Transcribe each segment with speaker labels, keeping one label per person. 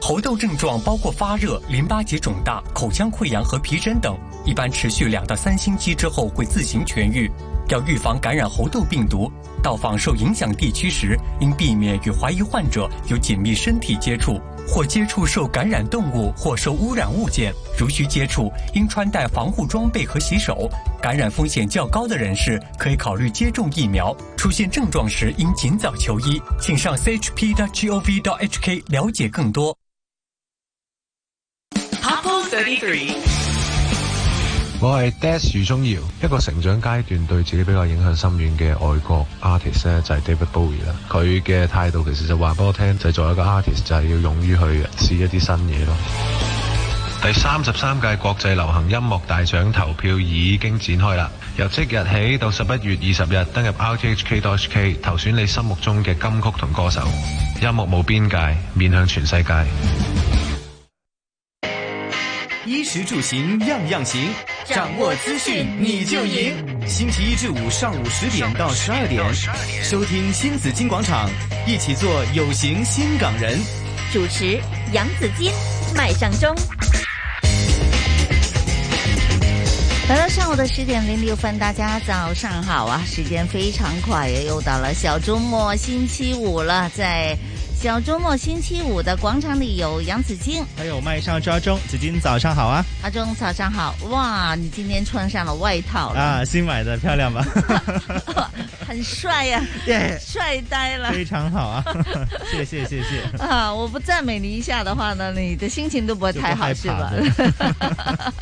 Speaker 1: 猴痘症状包括发热、淋巴结肿大、口腔溃疡和皮疹等，一般持续两到三星期之后会自行痊愈。要预防感染猴痘病毒，到访受影响地区时，应避免与怀疑患者有紧密身体接触，或接触受感染动物或受污染物件。如需接触，应穿戴防护装备和洗手。感染风险较高的人士可以考虑接种疫苗。出现症状时，应尽早求医。请上 chp.gov.hk 了解更多。
Speaker 2: Apple Thirty Three。
Speaker 3: 我係 Des 余宗耀，一個成長階段對自己比較影響深遠嘅外國 artist 咧，就係 David Bowie 啦。佢嘅態度其實就話俾我聽，就係作為一個 artist 就係要勇於去試一啲新嘢咯。第三十三屆國際流行音樂大獎投票已經展開啦，由即日起到十一月二十日登入 rthk.hk 投選你心目中嘅金曲同歌手。音樂冇邊界，面向全世界。
Speaker 4: 衣食住行样样行，掌握资讯你就赢。星期一至五上午十点到十二点，收听新紫金广场，一起做有型新港人。
Speaker 5: 主持杨子金、麦尚中。来到上午的十点零六分，大家早上好啊！时间非常快，又到了小周末星期五了，在小周末星期五的广场里有杨子金。
Speaker 6: 还有麦上抓中，紫金早上好啊！
Speaker 5: 阿忠，早上好！哇，你今天穿上了外套了，
Speaker 6: 啊，新买的漂 亮吧？
Speaker 5: 很帅呀、
Speaker 6: 耶
Speaker 5: 帅呆了！
Speaker 6: 非常 好啊！谢谢谢谢。
Speaker 5: 啊，我不赞美你一下的话呢，你的心情都不会太好，是
Speaker 6: 就不
Speaker 5: 吧
Speaker 6: 害？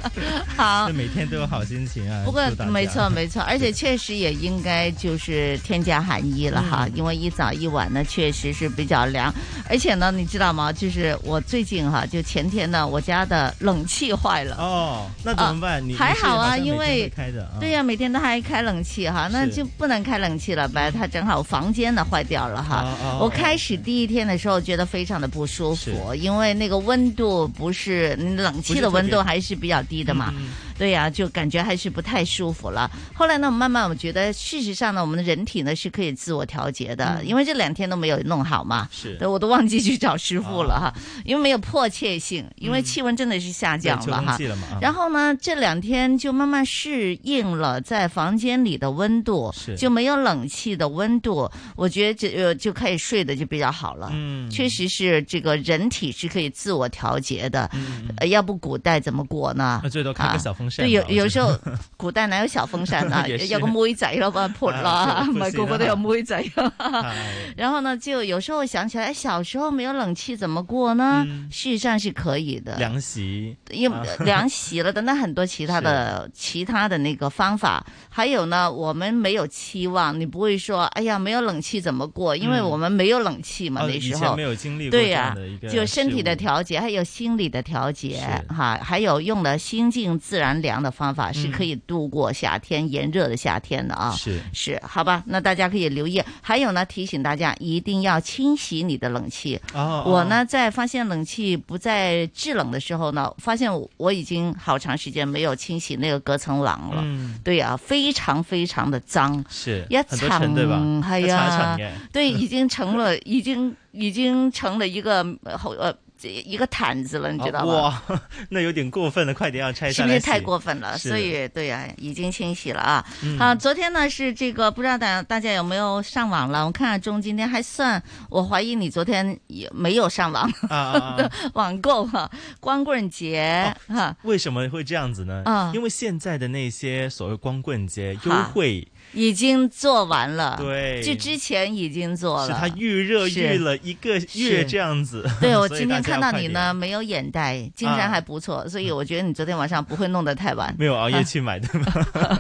Speaker 5: 好
Speaker 6: 这，每天都有好心情啊！
Speaker 5: 不过
Speaker 6: 祝大家
Speaker 5: 没 错没错，而且确实也应该就是添加寒衣了
Speaker 6: 嗯
Speaker 5: 哈，因为一早一晚呢确实是比较凉，而且呢你知道吗？就是我最近哈，就前天呢我家的冷气坏了。
Speaker 6: 哦，那怎么
Speaker 5: 啊
Speaker 6: 办？你
Speaker 5: 还好啊
Speaker 6: 你是
Speaker 5: 因
Speaker 6: 像每天
Speaker 5: 为
Speaker 6: 会开的啊
Speaker 5: 对呀、每天都还开冷气哈，那
Speaker 6: 是
Speaker 5: 就不能开冷气了呗。它正好房间呢坏掉了哈。
Speaker 7: 啊
Speaker 6: 哦哦
Speaker 5: 我开始第一天的时候觉得非常的不舒服，因为那个温度不是你冷气的温
Speaker 7: 不是特别
Speaker 5: 度还是比较低的嘛。
Speaker 7: 嗯
Speaker 5: 对呀、就感觉还是不太舒服了。后来呢，我慢慢我觉得，事实上呢，我们的人体呢是可以自我调节的，
Speaker 7: 嗯
Speaker 5: 因为这两天都没有弄好嘛，
Speaker 7: 是啊
Speaker 5: 对，我都忘记去找师傅了哈，因为没有迫切性，因为气温真的是下降
Speaker 7: 嗯对
Speaker 5: 了
Speaker 7: 秋
Speaker 5: 哈
Speaker 7: 冬季了嘛啊。
Speaker 5: 然后呢，这两天就慢慢适应了在房间里的温度，
Speaker 7: 是
Speaker 5: 就没有冷气的温度，我觉得就呃就可以睡得就比较好了。
Speaker 7: 嗯
Speaker 5: 确实是这个人体是可以自我调节的，呃要不古代怎么过呢？
Speaker 6: 那最多开个小嗯
Speaker 5: 啊、
Speaker 6: 风扇吧
Speaker 5: 对，有
Speaker 6: 我觉得
Speaker 5: 有时候古代哪有小风扇 啊？
Speaker 6: 也是
Speaker 5: 有个妹仔咯，把泼
Speaker 7: 啊
Speaker 5: 啦，
Speaker 7: 是
Speaker 5: 唔
Speaker 7: 不
Speaker 5: 系
Speaker 7: 是
Speaker 5: 个个都有妹仔。
Speaker 6: 哎
Speaker 5: 然后呢，就有时候想起来，哎小时候没有冷气怎么过呢？
Speaker 6: 嗯
Speaker 5: 事实上是可以的。
Speaker 6: 凉席，
Speaker 5: 因
Speaker 6: 啊
Speaker 5: 凉席了，等等很多其他的其他的那个方法，还有呢，我们没有期望，你不会说，哎呀，没有冷气怎么过？因为
Speaker 6: 嗯
Speaker 5: 我们没有冷气嘛，
Speaker 6: 哦
Speaker 5: 那
Speaker 6: 以
Speaker 5: 时
Speaker 6: 前
Speaker 5: 候
Speaker 6: 没有经历过
Speaker 5: 对
Speaker 6: 这样
Speaker 5: 呀
Speaker 6: 的一、个
Speaker 5: 就身体的
Speaker 6: 事物
Speaker 5: 调节，还有心理的调节，哈，还有用了心静自然凉的方
Speaker 6: 嗯
Speaker 5: 法，是可以度过夏天炎热的夏天的啊。
Speaker 6: 是
Speaker 5: 是，好吧，那大家可以留意。还有呢，提醒大家一定要清洗你的冷气。
Speaker 6: 哦
Speaker 5: 我呢，在发现冷气不再制冷的时候呢，发现我我已经好长时间没有清洗那个隔层网了。
Speaker 6: 嗯
Speaker 5: 对呀、非常非常的脏，
Speaker 6: 是
Speaker 5: 一
Speaker 6: 很多尘
Speaker 5: 層
Speaker 6: 对吧？
Speaker 5: 係
Speaker 6: 一
Speaker 5: 啊
Speaker 6: 層一層嘅，
Speaker 5: 对，已經成了，已經已經成了一個呃好呃一個毯子了，你知道嗎？
Speaker 6: 哦哇， 那有点过分了，快点要拆
Speaker 5: 是
Speaker 6: 下
Speaker 5: 不
Speaker 6: 来
Speaker 5: 是
Speaker 6: 洗。
Speaker 5: 太过分了？
Speaker 6: 是
Speaker 5: 所以对呀、已经清洗了啊。
Speaker 6: 嗯
Speaker 5: 啊，昨天呢是这个，不知道大大家有没有上网了？我看阿钟今天还算，我怀疑你昨天也没有上网，
Speaker 6: 啊啊哦啊
Speaker 5: 网购哈、光棍节哈、
Speaker 6: 为什么会这样子呢？
Speaker 5: 啊
Speaker 6: 因为现在的那些所谓光棍节优
Speaker 5: 哈
Speaker 6: 惠，
Speaker 5: 已经做完了，
Speaker 6: 对
Speaker 5: 就之前已经做了，
Speaker 6: 是它预热预了一个月这样子。
Speaker 5: 对，我
Speaker 6: 所以
Speaker 5: 今天
Speaker 6: 大家
Speaker 5: 看
Speaker 6: 要
Speaker 5: 到
Speaker 6: 快
Speaker 5: 你
Speaker 6: 点。
Speaker 5: 呢，没有眼袋，精神
Speaker 6: 啊
Speaker 5: 还不错，所以我觉得你昨天晚上不会弄得太晚，
Speaker 6: 没有熬夜
Speaker 5: 啊
Speaker 6: 去买的 吗？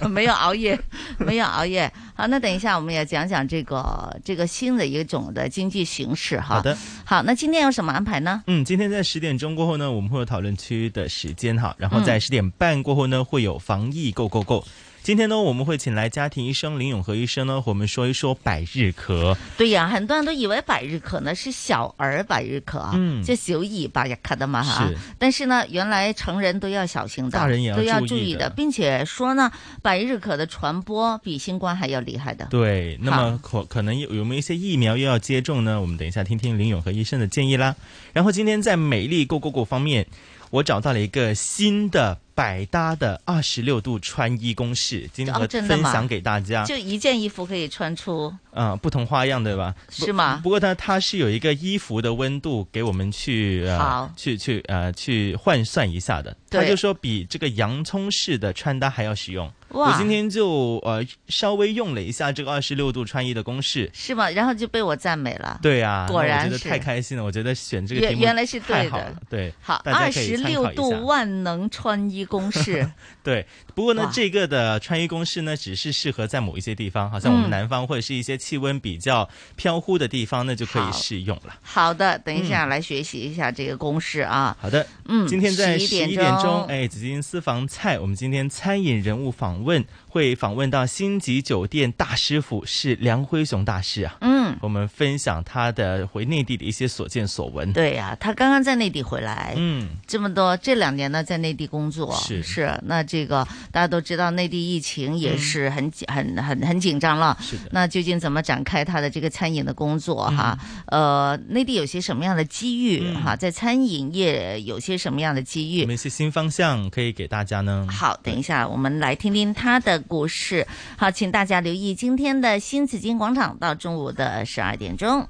Speaker 5: 没有熬夜，没有熬夜。好，那等一下我们也讲讲这个这个新的一种的经济形势哈。
Speaker 6: 好的，
Speaker 5: 好，那今天有什么安排呢？
Speaker 6: 嗯，今天在十点钟过后呢，我们会有讨论区的时间哈，然后在
Speaker 5: 嗯
Speaker 6: 十点半过后呢，会有防疫 Go Go Go。今天呢，我们会请来家庭医生林永和医生呢，和我们说一说百日咳。
Speaker 5: 对呀、很多人都以为百日咳呢是小儿百日咳啊，
Speaker 6: 嗯
Speaker 5: 就小乙百日咳的嘛哈
Speaker 6: 是。
Speaker 5: 但是呢，原来成人都要小心的，
Speaker 6: 大人也要
Speaker 5: 都要
Speaker 6: 注
Speaker 5: 注
Speaker 6: 意
Speaker 5: 意
Speaker 6: 的
Speaker 5: 并且说呢，百日咳的传播比新冠还要厉害的。
Speaker 6: 对，那么
Speaker 5: 好
Speaker 6: 可可能有有没有一些疫苗又要接种呢？我们等一下听听林永和医生的建议啦。然后今天在美丽 Go Go Go 方面，我找到了一个新的百搭的二十六度穿衣公式，今天
Speaker 5: 哦
Speaker 6: 我
Speaker 5: 真的
Speaker 6: 分
Speaker 5: 吗
Speaker 6: 享给大家。
Speaker 5: 就一件衣服可以穿出，
Speaker 6: 啊、不同花样对吧？
Speaker 5: 是吗
Speaker 6: 不不过呢，它是有一个衣服的温度给我们去呃
Speaker 5: 好
Speaker 6: 去去呃去换算一下的。他
Speaker 5: 对
Speaker 6: 就说比这个洋葱式的穿搭还要实用。
Speaker 5: 哇
Speaker 6: 我今天就呃稍微用了一下这个二十六度穿衣的公式。
Speaker 5: 是吗？然后就被我赞美了。
Speaker 6: 对啊，
Speaker 5: 果然
Speaker 6: 那我觉
Speaker 5: 是
Speaker 6: 得太开心了。我觉得选这个
Speaker 5: 原
Speaker 6: 题目
Speaker 5: 原来是对
Speaker 6: 太
Speaker 5: 的
Speaker 6: 好了，对，
Speaker 5: 好，
Speaker 6: 大
Speaker 5: 二
Speaker 6: 家可
Speaker 5: 十
Speaker 6: 以参
Speaker 5: 六
Speaker 6: 考一
Speaker 5: 度
Speaker 6: 下。
Speaker 5: 万能穿衣公 式，
Speaker 6: 对，不过呢
Speaker 5: 哇，
Speaker 6: 这个的穿衣公式呢，只是适合在某一些地方，好像我们
Speaker 5: 嗯
Speaker 6: 南方或者是一些气温比较飘忽的地方，那就可
Speaker 5: 好
Speaker 6: 以试用了。
Speaker 5: 好的，等一
Speaker 6: 嗯
Speaker 5: 下来学习一下这个公式啊。
Speaker 6: 好的，
Speaker 5: 嗯
Speaker 6: 今天在
Speaker 5: 11
Speaker 6: 十
Speaker 5: 点
Speaker 6: 一点
Speaker 5: 钟
Speaker 6: 钟，哎，紫金私房菜，我们今天餐饮人物访问会访问到星级酒店大师傅是梁辉雄大师啊，
Speaker 5: 嗯，
Speaker 6: 我们分享他的回内地的一些所见所闻。，
Speaker 5: 对呀、他刚刚在内地回来，
Speaker 6: 嗯，
Speaker 5: 这么多这两年呢，在内地工作
Speaker 6: 是
Speaker 5: 那这个大家都知道，内地疫情也是很紧、很很很紧张了。
Speaker 6: 嗯是的，
Speaker 5: 那究竟怎么展开他的这个餐饮的工作哈？呃，内地有些什么样的机遇、
Speaker 6: 嗯
Speaker 5: 哈？在餐饮业有些什么样的机遇？
Speaker 6: 有没有一些新方向可以给大家呢？
Speaker 5: 好，等一下，我们来听听他的故事。好，请大家留意今天的新紫金广场到中午的十二点钟。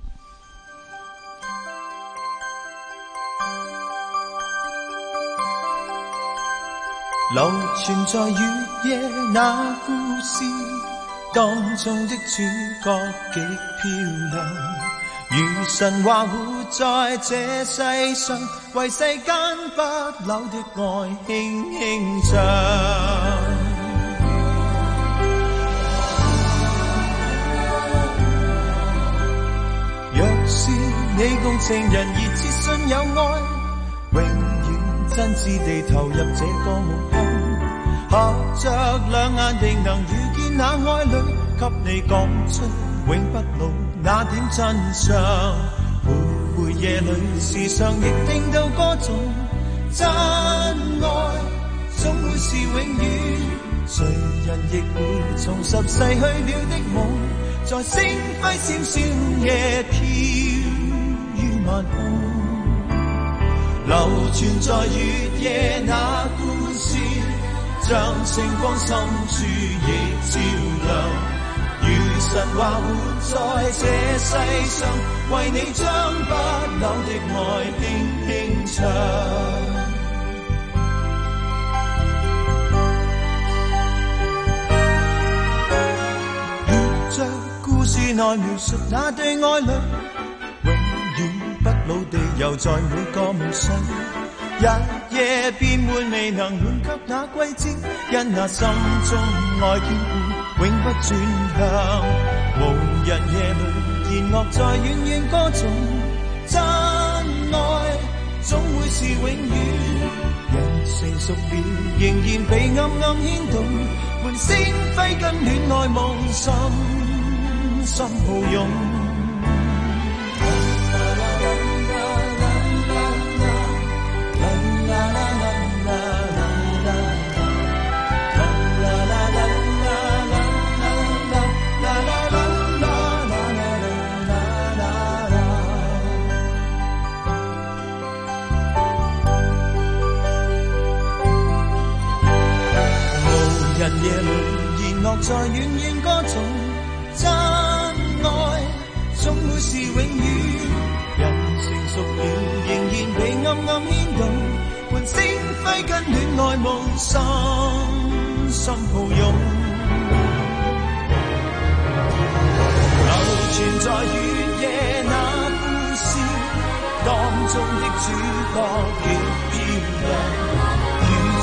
Speaker 2: 流传在雨夜那故事，当中的主角极漂亮，如神话活在这世上，为世间不朽的爱轻轻唱。若是你共情人熱切信有愛，永遠真摯地投入這個夢鄉，合着兩眼定能遇見那愛侶，給你講出永不老那點真相。徘徊夜裏，時常亦聽到歌頌真愛，總會是永遠。誰人亦會重拾逝去了的夢，在星輝閃閃夜飄於晚空。流傳在月夜那故事，將星光深處亦照亮。如神話活在這世上，為你將不朽的愛輕輕唱。着故事內描述那對愛侶，永遠不老地遊在每個夢想。日夜變換未能滿給那季節，因那心中愛堅固，永不轉向。無人夜裏，弦樂在遠遠歌頌，真愛總會是永遠。人成熟了，仍然被暗暗牽動，滿星輝跟戀愛夢深深抱擁。無人夜裏，弦樂在遠遠歌頌，真愛總會是永遠。人成熟了，仍然被暗暗牽動，伴星輝跟戀愛夢深深抱擁。流傳在雨夜那故事，當中的主角極漂亮，如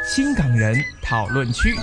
Speaker 7: 新港人讨论区。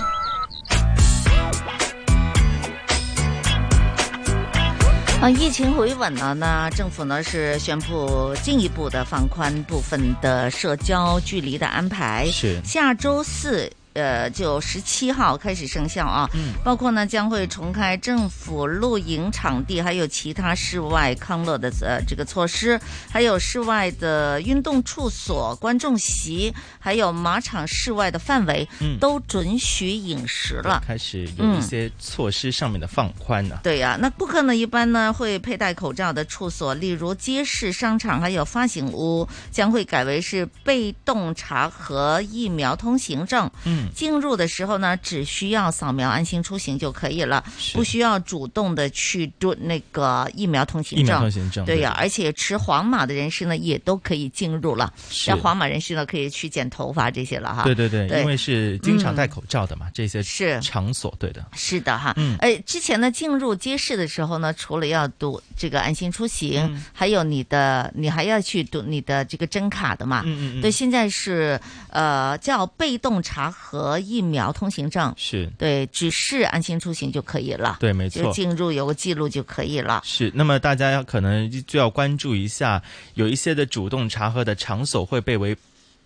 Speaker 5: 啊，疫情回稳了呢，政府呢是宣布进一步的放宽部分的社交距离的安排，
Speaker 6: 是
Speaker 5: 下周四。呃，就十七号开始生效啊，
Speaker 6: 嗯
Speaker 5: 包括呢将会重开政府露营场地，还有其他室外康乐的呃这个措施，还有室外的运动处所、观众席，还有马场室外的范围，
Speaker 6: 嗯
Speaker 5: 都准许饮食了。
Speaker 6: 开始有一些措施上面的放宽啊。
Speaker 5: 对呀、那顾客呢一般呢会佩戴口罩的处所，例如街市、商场还有发型屋，将会改为是被动查核疫苗通行证。
Speaker 6: 嗯
Speaker 5: 进入的时候呢，只需要扫描安心出行就可以了，
Speaker 6: 是
Speaker 5: 不需要主动的去做那个疫苗通行证。
Speaker 6: 疫苗通行证
Speaker 5: 对呀、
Speaker 6: 对
Speaker 5: 而且持黄码的人士呢也都可以进入了。
Speaker 6: 是
Speaker 5: 那黄码人士呢可以去剪头发这些了哈。
Speaker 6: 对对对，
Speaker 5: 嗯对嗯
Speaker 6: 因为是经常戴口罩的嘛，这些
Speaker 5: 是
Speaker 6: 场所对的。
Speaker 5: 是的哈，
Speaker 6: 嗯
Speaker 5: 哎，之前呢进入街市的时候呢，除了要读这个安心出行，
Speaker 6: 嗯
Speaker 5: 还有你的你还要去读你的这个真卡
Speaker 8: 啊
Speaker 5: 的嘛，
Speaker 6: 嗯嗯嗯
Speaker 5: 对，现在是呃叫被动查核疫苗通行证，
Speaker 6: 是
Speaker 5: 对，只是安心出行就可以了，
Speaker 6: 对没错
Speaker 5: 就进入有个记录就可以了。
Speaker 6: 是，那么大家要可能就要关注一下，有一些的主动查核的场所会被为。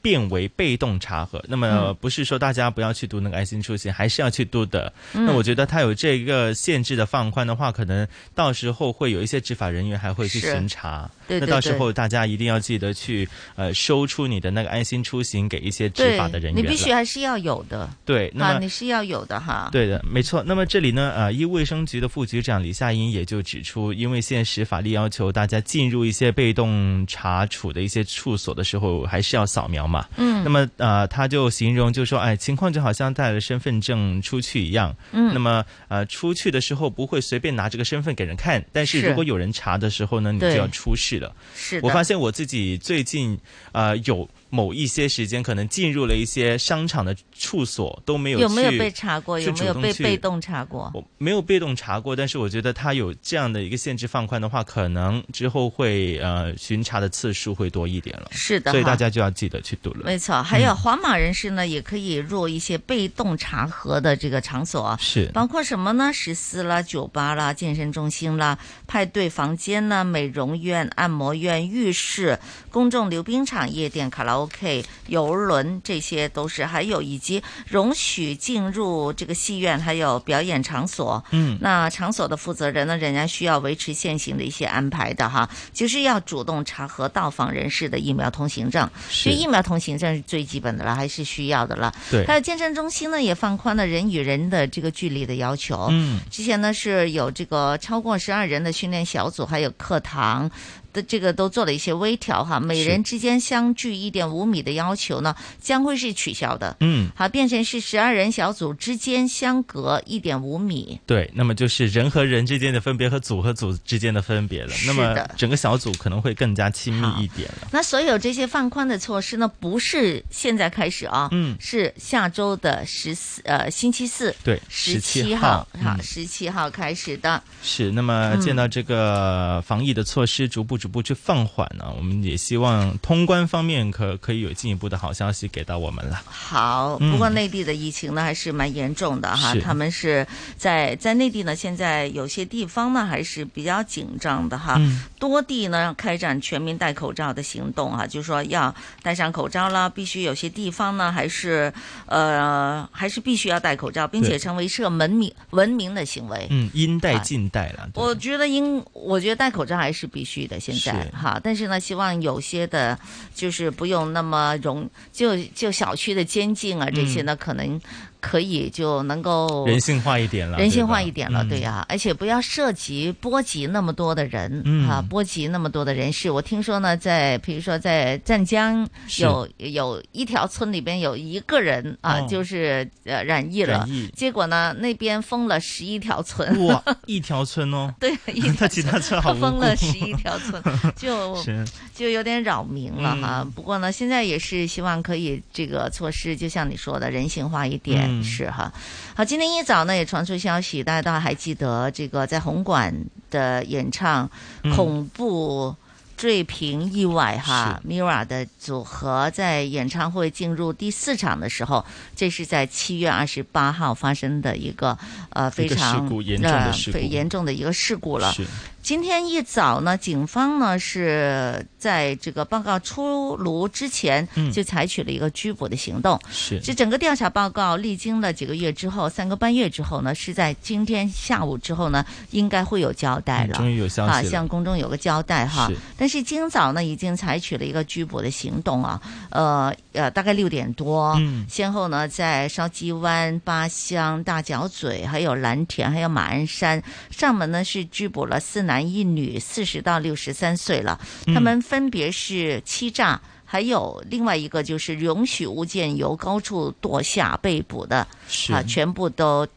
Speaker 6: 变为被动查核，那么
Speaker 5: 嗯
Speaker 6: 不是说大家不要去读那个爱心出行，还是要去读的。
Speaker 5: 嗯
Speaker 6: 那我觉得它有这个限制的放宽的话，可能到时候会有一些执法人员还会去
Speaker 5: 是
Speaker 6: 巡查。
Speaker 5: 对对
Speaker 6: 那到时
Speaker 5: 对
Speaker 6: 候大家一定要记得去呃收出你的那个爱心出行给一些执
Speaker 5: 对
Speaker 6: 法的人员了。
Speaker 5: 你必须还是要有的，
Speaker 6: 对，那
Speaker 5: 啊，
Speaker 6: 么
Speaker 5: 你是要有的哈。
Speaker 6: 对的，没错。那么这里呢，呃，医卫生局的副局长李夏英也就指出，因为现实法律要求大家进入一些被动查处的一些处所的时候，还是要扫描嘛。
Speaker 5: 嗯
Speaker 6: 那么呃，他就形容就说，哎，情况就好像带了身份证出去一样。
Speaker 5: 嗯
Speaker 6: 那么呃，出去的时候不会随便拿这个身份给人看，但是
Speaker 5: 是
Speaker 6: 如果有人查的时候呢，你就
Speaker 5: 对
Speaker 6: 要出示了。
Speaker 5: 是的，
Speaker 6: 我发现我自己最近呃有某一些时间可能进入了一些商场的处所都没有
Speaker 5: 有没有
Speaker 6: 去
Speaker 5: 被查过？
Speaker 6: 去
Speaker 5: 有没有
Speaker 6: 主动
Speaker 5: 被
Speaker 6: 去
Speaker 5: 被动查过？
Speaker 6: 我没有被动查过，但是我觉得它有这样的一个限制放宽的话，可能之后会呃巡查的次数会多一点了。
Speaker 5: 是的哈，
Speaker 6: 所以大家就要记得去读了。
Speaker 5: 没错，还
Speaker 6: 嗯
Speaker 5: 有黄码人士呢，也可以入一些被动查核的这个场所，
Speaker 6: 是
Speaker 5: 包括什么呢？食肆啦、酒吧啦、健身中心啦、派对房间啦、美容院、按摩院、浴室、公众溜冰场、夜店、卡拉 OK、游轮，这些都是，还有以及容许进入这个戏院，还有表演场所。
Speaker 6: 嗯
Speaker 5: 那场所的负责人呢，仍然需要维持现行的一些安排的哈，就是要主动查核到访人士的疫苗通行证。
Speaker 6: 是
Speaker 5: 所以疫苗通行证是最基本的了，还是需要的了。
Speaker 6: 对
Speaker 5: 还有健身中心呢，也放宽了人与人的这个距离的要求。
Speaker 6: 嗯
Speaker 5: 之前呢是有这个超过十二人的训练小组，还有课堂的这个都做了一些微调哈，每人之间相距一点五米的要求呢将会是取消的，
Speaker 6: 嗯，
Speaker 5: 好变成是十二人小组之间相隔一点五米。
Speaker 6: 对，那么就是人和人之间的分别和组和组之间的分别了。
Speaker 5: 是
Speaker 6: 那
Speaker 5: 的
Speaker 6: 么整个小组可能会更加亲密一点了。
Speaker 5: 那所有这些放宽的措施呢，不是现在开始啊，
Speaker 6: 嗯
Speaker 5: 是下周的十四呃星期四，
Speaker 6: 对
Speaker 5: 十
Speaker 6: 17
Speaker 5: 七
Speaker 6: 号
Speaker 5: 号
Speaker 6: 嗯
Speaker 5: 哈，十嗯七号开始的，
Speaker 6: 是，那么见到这个防疫的措施逐步逐步去放缓呢、我们也希望通关方面可可以有进一步的好消息给到我们了。
Speaker 5: 好，
Speaker 6: 嗯
Speaker 5: 不过内地的疫情呢还是蛮严重的哈
Speaker 6: 是，
Speaker 5: 他们是在在内地呢，现在有些地方呢还是比较紧张的哈，
Speaker 6: 嗯
Speaker 5: 多地呢开展全民戴口罩的行动哈，就是说要戴上口罩啦，必须有些地方呢还是呃还是必须要戴口罩，并
Speaker 6: 对
Speaker 5: 且成为社文明文明的行为。
Speaker 6: 嗯，应带尽带了。对
Speaker 5: 我觉得应，我觉得戴口罩还是必须的，现在
Speaker 6: 是
Speaker 5: 哈。但是呢，希望有些的，就是不用那么容，就就小区的监禁啊这些呢，可能可以就能够
Speaker 6: 嗯人性化一点了，
Speaker 5: 哦人性
Speaker 6: 对吧嗯
Speaker 5: 化一点了，对、呀、哎而且不要涉及波及那么多的人、
Speaker 6: 嗯
Speaker 5: 啊，波及那么多的人士。我听说呢，在比如说在湛江
Speaker 6: 是
Speaker 5: 有有一条村里边有一个人啊，
Speaker 6: 哦
Speaker 5: 就是呃染疫了
Speaker 6: 染疫，
Speaker 5: 结果呢那边封了十一条村。，
Speaker 6: 嗯哇，一条村哦
Speaker 5: 对，一条
Speaker 6: 他其他村好
Speaker 5: 他
Speaker 6: 无
Speaker 5: 封了
Speaker 6: 辜
Speaker 5: 十一条村， 就是就有点扰民
Speaker 9: 嗯
Speaker 5: 了哈。不过呢，现在也是希望可以这个措施，就像你说的，人性化一点，
Speaker 9: 嗯
Speaker 5: 人士哈。好，今天一早呢也传出消息，大家都还记得这个在红馆的演唱
Speaker 10: 嗯
Speaker 5: 恐怖坠屏意外哈、m i r a 的组合在演唱会进入第四场的时候，这是在七月二十八号发生的一个呃非
Speaker 9: 一个事
Speaker 5: 常
Speaker 9: 故严重的
Speaker 5: 呃
Speaker 9: 事
Speaker 5: 非
Speaker 9: 故
Speaker 5: 严重的一个事故了。
Speaker 9: 是
Speaker 5: 今天一早呢，警方呢是在这个报告出炉之前
Speaker 9: 嗯
Speaker 5: 就采取了一个拘捕的行动。
Speaker 9: 是
Speaker 5: 这整个调查报告历经了几个月之后，三个半月之后呢，是在今天下午之后呢，应该会有交代了。
Speaker 6: 嗯终于有消息
Speaker 5: 啊，
Speaker 6: 了
Speaker 5: 向公众有个交代哈
Speaker 6: 是。
Speaker 5: 但是今早呢，已经采取了一个拘捕的行动啊，呃呃，大概六点多，
Speaker 11: 嗯
Speaker 5: 先后呢在筲箕湾、八乡、大角咀、还有蓝田、还有马鞍山、上门呢是拘捕了四男一女，四十到六十三岁了，
Speaker 12: 嗯
Speaker 5: 他们分别是欺诈。还有另外一个就是容许物件由高处堕下被捕的，
Speaker 6: 是
Speaker 5: 啊，全部都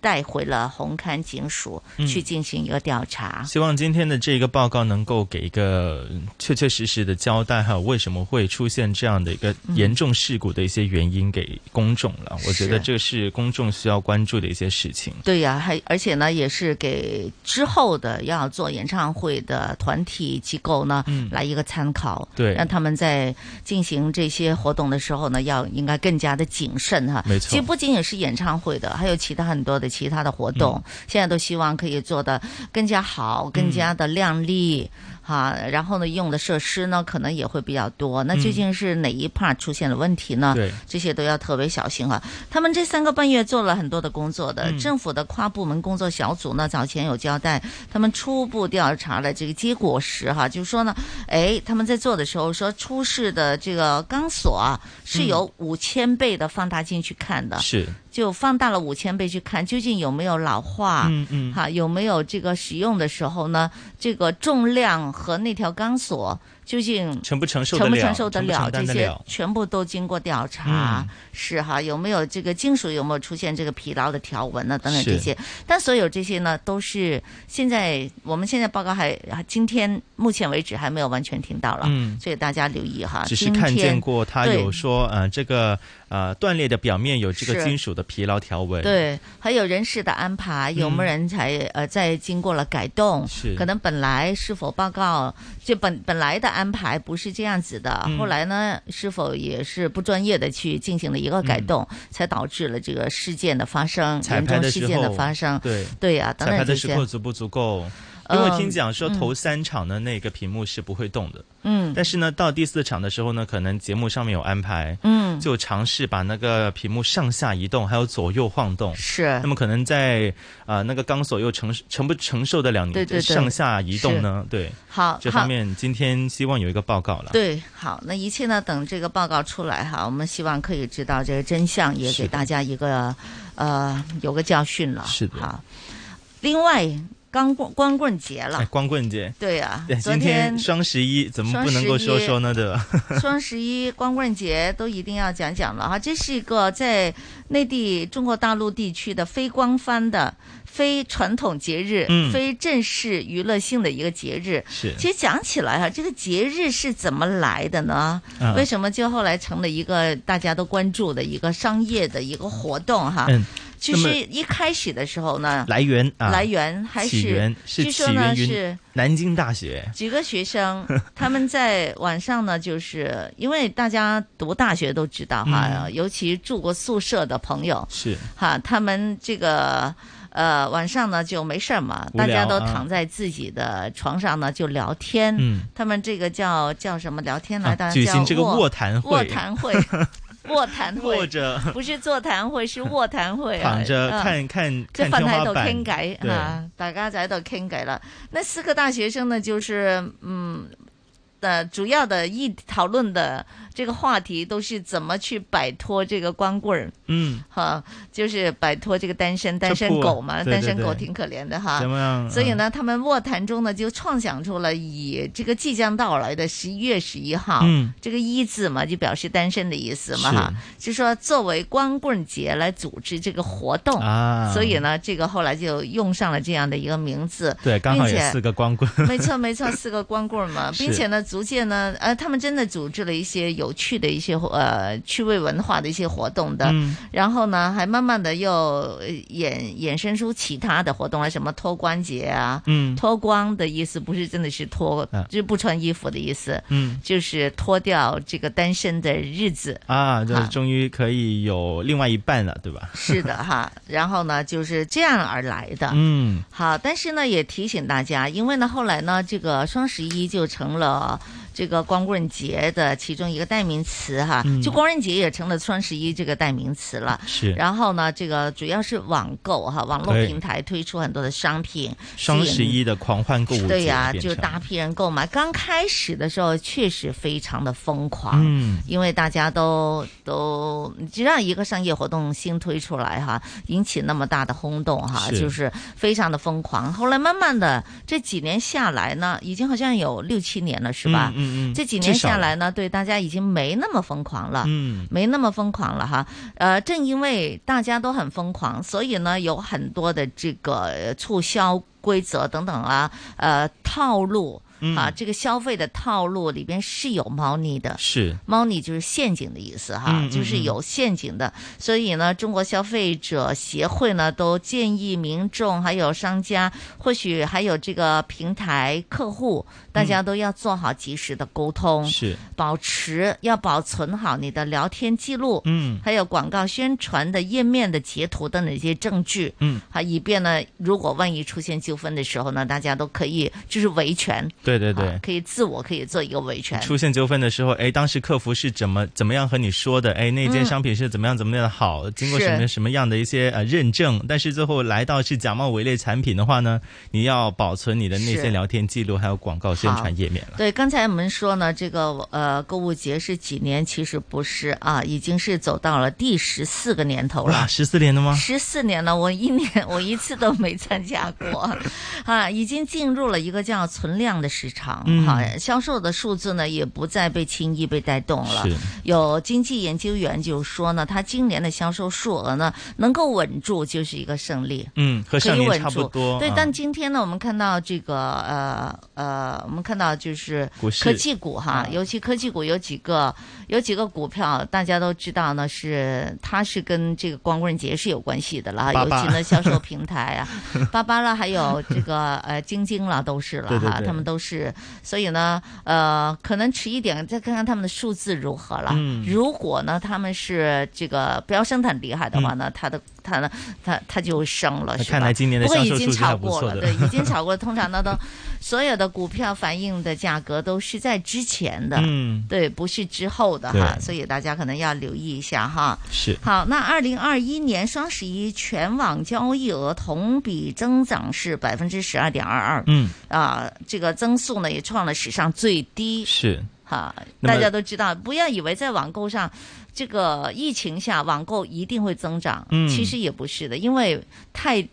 Speaker 5: 带回了红勘警署、
Speaker 6: 嗯
Speaker 5: 去进行一个调查。
Speaker 6: 希望今天的这个报告能够给一个嗯确确实实的交代，还有为什么会出现这样的一个严重事故的一些原因给公众了。我觉得
Speaker 5: 嗯是
Speaker 6: 这是公众需要关注的一些事情。
Speaker 5: 对呀、还而且呢，也是给之后的要做演唱会的团体机构呢，
Speaker 6: 嗯
Speaker 5: 来一个参考，
Speaker 6: 对
Speaker 5: 让他们在进行这些活动的时候呢，要应该更加的谨慎哈。
Speaker 8: 没错
Speaker 5: 其实不仅仅是演唱会的，还有其他很多的其他的活动，
Speaker 6: 嗯
Speaker 5: 现在都希望可以做的更加好，更加的靓丽。哈，然后呢，用的设施呢，可能也会比较多。那究
Speaker 13: 嗯
Speaker 5: 竟是哪一 part 出现了问题呢？
Speaker 13: 对
Speaker 5: 这些都要特别小心啊。他们这三个半月做了很多的工作的，
Speaker 13: 嗯
Speaker 5: 政府的跨部门工作小组呢，早前有交代，他们初步调查了这个结果时哈，就是说呢，哎，他们在做的时候说出事的这个钢索啊，
Speaker 13: 嗯
Speaker 5: 是由五千倍的放大镜去看的，
Speaker 6: 是
Speaker 5: 就放大了五千倍去看，究竟有没有老化？
Speaker 6: 嗯嗯
Speaker 5: 哈，有没有这个使用的时候呢？这个重量和那条钢索究竟
Speaker 6: 承不承受得
Speaker 5: 承不
Speaker 6: 了
Speaker 5: 承受得
Speaker 6: 承不
Speaker 5: 了？
Speaker 6: 承担
Speaker 5: 这
Speaker 6: 得
Speaker 5: 些
Speaker 6: 了
Speaker 5: 全部都经过调查
Speaker 6: 嗯，
Speaker 5: 是哈？有没有这个金属有没有出现这个疲劳的条纹呢？等等
Speaker 6: 是
Speaker 5: 这些，但所有这些呢，都是现在我们现在报告还今天目前为止还没有完全听到了，
Speaker 6: 嗯
Speaker 5: 所以大家留意哈。
Speaker 6: 只
Speaker 5: 啊
Speaker 6: 是
Speaker 5: 今
Speaker 6: 看见
Speaker 5: 天
Speaker 6: 过他
Speaker 5: 对
Speaker 6: 有说，呃，这个呃断裂的表面有这个
Speaker 5: 是
Speaker 6: 金属的疲劳条纹。，
Speaker 5: 对，还有人事的安排，有没有人才、呃在经过了改动？
Speaker 6: 嗯是
Speaker 5: 可能本来是否报告就本本来的安排不是这样子的，
Speaker 14: 嗯
Speaker 5: 后来呢是否也是不专业的去进行了一个改动，才导致了这个事件的发生，
Speaker 6: 嗯彩
Speaker 5: 严
Speaker 6: 排
Speaker 5: 重
Speaker 6: 的
Speaker 5: 事
Speaker 6: 时
Speaker 5: 件的
Speaker 6: 候
Speaker 5: 发生。
Speaker 6: 对
Speaker 5: 对啊呀、等
Speaker 6: 彩排
Speaker 5: 等这
Speaker 6: 的时
Speaker 5: 些
Speaker 6: 候，足不足够？因
Speaker 5: 嗯
Speaker 6: 为听讲说
Speaker 5: 嗯
Speaker 6: 头三场的那个屏幕是不会动的，
Speaker 5: 嗯
Speaker 6: 但是呢，到第四场的时候呢，可能节目上面有安排，
Speaker 5: 嗯
Speaker 6: 就尝试把那个屏幕上下移动，还有左右晃动，
Speaker 5: 是
Speaker 6: 那么可能在呃那个钢索又承承不承受得了你
Speaker 5: 对对
Speaker 6: 的
Speaker 5: 对
Speaker 6: 上下移动呢？对，
Speaker 5: 好
Speaker 6: 这
Speaker 5: 好
Speaker 6: 方面今天希望有一个报告了。，
Speaker 5: 对，好，那一切呢，等这个报告出来哈，我们希望可以知道这个真相，也给大家一个呃有个教训了。
Speaker 6: 是的。
Speaker 5: 好，另外，光棍光棍节了
Speaker 6: 哎，，光棍节，
Speaker 5: 对呀、
Speaker 6: 对，
Speaker 5: 昨
Speaker 6: 今
Speaker 5: 天
Speaker 6: 天双十一怎么不能够说说呢？对吧？
Speaker 5: 双十一、光棍节都一定要讲讲了哈，这是一个在内地中国大陆地区的非官方的、非传统节日、
Speaker 15: 嗯
Speaker 5: 非正式娱乐性的一个节日。
Speaker 15: 是
Speaker 5: 其实讲起来哈、这个节日是怎么来的呢？
Speaker 15: 啊
Speaker 5: 为什么就后来成了一个大家都关注的一个商业的一个活动哈？
Speaker 6: 嗯
Speaker 5: 其
Speaker 6: 那么
Speaker 5: 实一开始的时候呢，
Speaker 6: 来源啊，
Speaker 5: 来源还
Speaker 6: 起源
Speaker 5: 是
Speaker 6: 是
Speaker 5: 据
Speaker 6: 起
Speaker 5: 说呢
Speaker 6: 源
Speaker 5: 是
Speaker 6: 于。南京大学。
Speaker 5: 几个学生，他们在晚上呢，就是因为大家读大学都知道哈，呃
Speaker 6: 嗯
Speaker 5: 尤其住过宿舍的朋友
Speaker 6: 是
Speaker 5: 哈，他们这个呃晚上呢就没事儿嘛，
Speaker 6: 无
Speaker 5: 大
Speaker 6: 聊
Speaker 5: 家都
Speaker 6: 啊
Speaker 5: 躺在自己的床上呢就聊天，
Speaker 6: 嗯
Speaker 5: 他们这个叫叫什么聊天来
Speaker 6: 啊
Speaker 5: 着？
Speaker 6: 举
Speaker 5: 叫
Speaker 6: 行这个
Speaker 5: 卧
Speaker 6: 卧谈会
Speaker 5: 卧谈 会，卧谈会，
Speaker 6: 卧着
Speaker 5: 不是座谈会，是卧谈会啊，
Speaker 6: 躺着
Speaker 5: 嗯
Speaker 6: 看看
Speaker 5: 即係
Speaker 6: 看
Speaker 5: 瞓
Speaker 6: 天
Speaker 5: 喺
Speaker 6: 花
Speaker 5: 度
Speaker 6: 板，
Speaker 5: 傾偈
Speaker 6: 对
Speaker 5: 啊，大家就喺度傾偈啦。那四个大学生呢，就是嗯。的主要的议讨论的这个话题都是怎么去摆脱这个光棍儿，
Speaker 6: 嗯，
Speaker 5: 哈，就是摆脱这个单身单身
Speaker 6: 这不
Speaker 5: 狗嘛，
Speaker 6: 对
Speaker 5: 单
Speaker 6: 对
Speaker 5: 身狗
Speaker 6: 对
Speaker 5: 挺可怜的哈
Speaker 6: 怎么样。啊
Speaker 5: 所以呢，他们卧谈中呢就创想出了以这个即将到来的十一月十一号，
Speaker 6: 嗯
Speaker 5: 这个一字嘛就表示单身的意思嘛
Speaker 6: 是
Speaker 5: 哈，就说作为光棍节来组织这个活动
Speaker 6: 啊
Speaker 5: 所以呢，这个后来就用上了这样的一个名字，
Speaker 6: 对，刚好
Speaker 5: 并
Speaker 6: 有
Speaker 5: 且
Speaker 6: 四个光棍，
Speaker 5: 没错没错，四个光棍儿嘛，
Speaker 6: 是
Speaker 5: 并且呢，逐渐呢，呃，他们真的组织了一些有趣的一些呃趣味文化的一些活动的。
Speaker 6: 嗯
Speaker 5: 然后呢，还慢慢的又呃衍衍生出其他的活动啊，什么脱光节啊，
Speaker 6: 嗯
Speaker 5: 脱光的意思不是真的是脱，
Speaker 6: 啊
Speaker 5: 就是不穿衣服的意思，
Speaker 6: 嗯
Speaker 5: 就是脱掉这个单身的日子。
Speaker 6: 啊，就是
Speaker 5: 好
Speaker 6: 终于可以有另外一半了，对吧？
Speaker 5: 是的哈，然后呢就是这样而来的。
Speaker 6: 嗯
Speaker 5: 好，但是呢，也提醒大家，因为呢，后来呢，这个双十一就成了这个光棍节的其中一个代名词哈，
Speaker 6: 嗯
Speaker 5: 就光棍节也成了双十一这个代名词了。
Speaker 6: 是。
Speaker 5: 然后呢，这个主要是网购哈，网络
Speaker 6: 对
Speaker 5: 平台推出很多的商品，
Speaker 6: 双
Speaker 5: 吸
Speaker 6: 十
Speaker 5: 引
Speaker 6: 一的狂欢购物节
Speaker 5: 对呀、
Speaker 6: 变
Speaker 5: 就
Speaker 6: 成
Speaker 5: 大批人购买。刚开始的时候确实非常的疯狂，
Speaker 6: 嗯
Speaker 5: 因为大家都都只要一个商业活动新推出来哈，引起那么大的轰动哈，
Speaker 6: 是
Speaker 5: 就是非常的疯狂。后来慢慢的这几年下来呢，已经好像有六七年了，是吧？
Speaker 6: 嗯嗯嗯，
Speaker 5: 这几年
Speaker 6: 至少
Speaker 5: 下来呢，对大家已经没那么疯狂了。
Speaker 6: 嗯
Speaker 5: 没那么疯狂了哈。呃，正因为大家都很疯狂，所以呢，有很多的这个呃促销规则等等啊，呃，套路
Speaker 6: 嗯
Speaker 5: 啊，这个消费的套路里边是有猫腻的。
Speaker 6: 是
Speaker 5: 猫腻就是陷阱的意思哈，
Speaker 6: 嗯嗯嗯
Speaker 5: 就是有陷阱的。所以呢，中国消费者协会呢都建议民众还有商家，或许还有这个平台客户，大家都要做好及时的沟
Speaker 16: 嗯
Speaker 5: 通。
Speaker 6: 是
Speaker 5: 保持要保存好你的聊天记录，
Speaker 6: 嗯
Speaker 5: 还有广告宣传的页面的截图等等一些证据，
Speaker 6: 嗯，
Speaker 5: 好，以便呢，如果万一出现纠纷的时候呢，大家都可以就是维权，
Speaker 6: 对对
Speaker 5: 啊
Speaker 6: 对。
Speaker 5: 可以自我可以做一个维权，
Speaker 6: 出现纠纷的时候，哎，当时客服是怎么怎么样和你说的？哎，那件
Speaker 5: 嗯
Speaker 6: 商品是怎么样怎么样的好，经过什么
Speaker 5: 是
Speaker 6: 什么样的一些呃认证？但是最后来到是假冒伪劣产品的话呢，你要保存你的那些
Speaker 5: 是
Speaker 6: 聊天记录，还有广告宣传页面了。
Speaker 5: 对，刚才我们说呢，这个呃购物节是几年？其实不是啊，已经是走到了第十四个年头了
Speaker 6: 哇，。十四年的啊吗？
Speaker 5: 十四年了，我一年我一次都没参加过， 啊，已经进入了一个叫存量的市场，
Speaker 6: 嗯
Speaker 5: 哈、销售的数字呢也不再被轻易被带动了。
Speaker 6: 是，
Speaker 5: 有经济研究员就说呢，他今年的销售数额呢能够稳住就是一个胜利。
Speaker 6: 嗯，和上
Speaker 5: 可以
Speaker 6: 年
Speaker 5: 稳
Speaker 6: 差不
Speaker 5: 住
Speaker 6: 多。
Speaker 5: 对
Speaker 6: 啊，
Speaker 5: 但今天呢，我们看到这个呃呃，我们看到就是
Speaker 6: 股市
Speaker 5: 科技股哈
Speaker 6: 啊，
Speaker 5: 尤其科技股有几个有几个股票，大家都知道呢，是它是跟这个光棍节是有关系的啦，
Speaker 6: 巴
Speaker 5: 尤
Speaker 6: 巴
Speaker 5: 其呢销售平台 啊，巴巴啦，还有这个呃晶晶啦，都是
Speaker 6: 对
Speaker 5: 了
Speaker 6: 对
Speaker 5: 哈，
Speaker 6: 对
Speaker 5: 他们都是，所以呢呃，可能迟一点再看看他们的数字如何了。
Speaker 6: 嗯
Speaker 5: 如果呢他们是这个飙升得很厉害的
Speaker 6: 嗯
Speaker 5: 话呢，它的它呢它它就升了，
Speaker 6: 那
Speaker 5: 是
Speaker 6: 看
Speaker 5: 吧
Speaker 6: 来今年的
Speaker 5: 不过
Speaker 6: 销
Speaker 5: 已
Speaker 6: 售数
Speaker 5: 经
Speaker 6: 据还
Speaker 5: 超
Speaker 6: 不
Speaker 5: 过
Speaker 6: 错
Speaker 5: 了，
Speaker 6: 的
Speaker 5: 对，。已 经超过了。通常呢，都所有的股票反映的价格都是在之前的，
Speaker 6: 嗯，
Speaker 5: 对，不是之后的哈，
Speaker 6: 对
Speaker 5: 所以大家可能要留意一下哈。
Speaker 6: 是
Speaker 5: 好，那二零二一年双十一全网交易额同比增长是百分之十二点二二，
Speaker 6: 嗯
Speaker 5: 啊，这个增速呢也创了史上最低
Speaker 6: 是，
Speaker 5: 哈。
Speaker 6: 那么
Speaker 5: 大家都知道，不要以为在网购上，这个疫情下网购一定会增长，
Speaker 6: 嗯
Speaker 5: 其实也不是的，因为太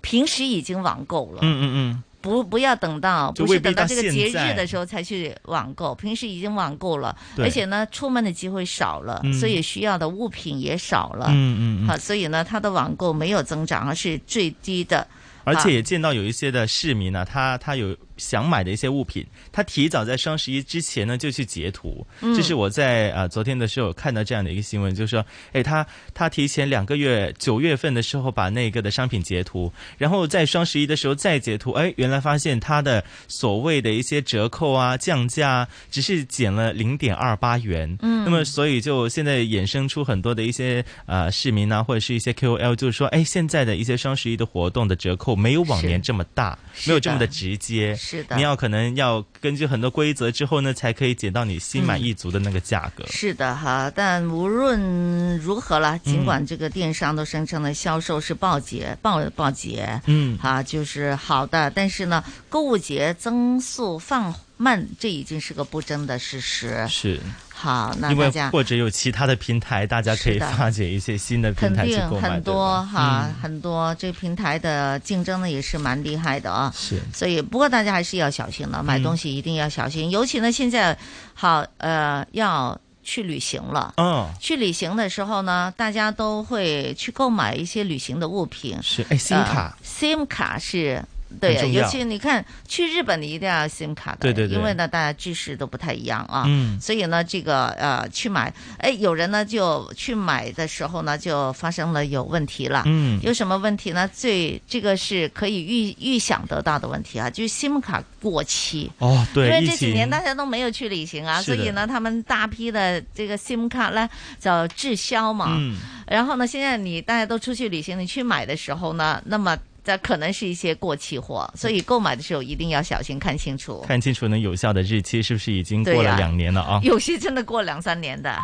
Speaker 5: 平时已经网购了，
Speaker 6: 嗯嗯嗯，
Speaker 5: 不不要等到
Speaker 6: 就
Speaker 5: 不是
Speaker 6: 未必
Speaker 5: 等到
Speaker 6: 到
Speaker 5: 这个节
Speaker 6: 现
Speaker 5: 日
Speaker 6: 在
Speaker 5: 的时候才去网购，平时已经网购了，
Speaker 6: 对
Speaker 5: 而且呢，出门的机会少了，
Speaker 6: 嗯
Speaker 5: 所以需要的物品也少了。
Speaker 6: 嗯嗯嗯，
Speaker 5: 好，所以呢，它的网购没有增长，而是最低的。
Speaker 6: 而且也见到有一些的市民呢、他他有想买的一些物品，他提早在双十一之前呢就去截图。这是我在啊、呃昨天的时候有看到这样的一个新闻，就是说，哎，他他提前两个月九月份的时候把那个的商品截图，然后在双十一的时候再截图，哎，原来发现他的所谓的一些折扣啊、降价啊，只是减了零点二八元。嗯，那么所以就现在衍生出很多的一些呃市民啊，或者是一些 KOL，就是说，哎，现在的一些双十一的活动的折扣没有往
Speaker 5: 是
Speaker 6: 年这么大，
Speaker 5: 是
Speaker 6: 没有这么的
Speaker 5: 的
Speaker 6: 直接。
Speaker 5: 是的
Speaker 6: 你，要可能要根据很多规则之后呢，才可以减到你心满意足的那个价格。
Speaker 5: 是的哈。但无论如何啦，尽管这个电商都声称的销售是暴捷、暴暴捷，
Speaker 6: 嗯，
Speaker 5: 哈，就是好的，但是呢，购物节增速放慢，这已经是个不争的事实。
Speaker 6: 是
Speaker 5: 嗯好，那
Speaker 6: 因为
Speaker 5: 大家
Speaker 6: 或者有其他的平台，大家可以
Speaker 5: 是的
Speaker 6: 发掘一些新的平
Speaker 5: 肯
Speaker 6: 台去
Speaker 5: 定
Speaker 6: 购买，
Speaker 5: 很
Speaker 6: 对
Speaker 5: 多
Speaker 6: 吧嗯
Speaker 5: 哈，很多这平台的竞争呢也是蛮厉害的啊。
Speaker 6: 是嗯
Speaker 5: 所以，不过大家还是要小心了，买东西一定要小心。尤其呢，现在好呃要去旅行了。
Speaker 6: 哦。
Speaker 5: 去旅行的时候呢，大家都会去购买一些旅行的物品。
Speaker 6: 是哎，新
Speaker 5: 呃
Speaker 6: 卡、
Speaker 5: SIM 卡是对
Speaker 6: 很重
Speaker 5: 尤
Speaker 6: 要
Speaker 5: 其你看去日本，你一定要 SIM 卡的，
Speaker 6: 对对对
Speaker 5: 因为呢大家句式都不太一样啊，
Speaker 6: 嗯
Speaker 5: 所以呢这个呃去买，哎，有人呢就去买的时候呢就发生了有问题了，
Speaker 17: 嗯
Speaker 5: 有什么问题呢？最这个是可以预预想得到的问题啊，就是 SIM 卡过期。
Speaker 6: 哦， 对，
Speaker 5: 因为
Speaker 6: 疫
Speaker 5: 这几
Speaker 6: 情
Speaker 5: 年大家都没有去旅行啊，所
Speaker 6: 是的
Speaker 5: 以呢，他们大批的这个 SIM 卡呢叫滞销嘛。
Speaker 6: 嗯
Speaker 5: 然后呢，现在你大家都出去旅行，你去买的时候呢，那么这可能是一些过期货，所以购买的时候一定要小心看清楚。
Speaker 6: 嗯看清楚呢，有效的日期是不是已经
Speaker 5: 对
Speaker 6: 过了
Speaker 5: 呀
Speaker 6: 两年 了啊？
Speaker 5: 有些真的过两三年的。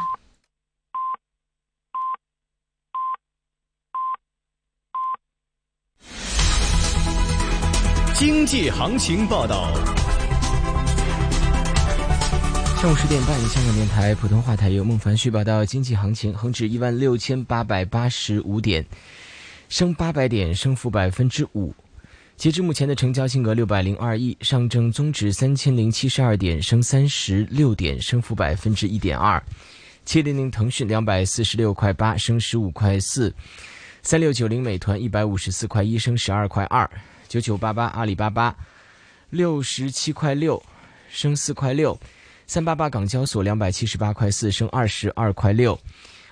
Speaker 15: 经济行情报道。
Speaker 9: 上午十点半，香港电台普通话台由孟凡旭报道经济行情，恒指一万六千八百八十五点，升八百点，升幅百分之五。截至目前的成交金额六百零二亿，上证综指三千零七十二点，升三十六点，升幅百分之一点二。七零零腾讯两百四十六块八，升十五块四。三六九零美团一百五十四块一，升十二块二。九九八八阿里巴巴六十七块六，升四块六；三八八港交所两百七十八块四，升二十二块六；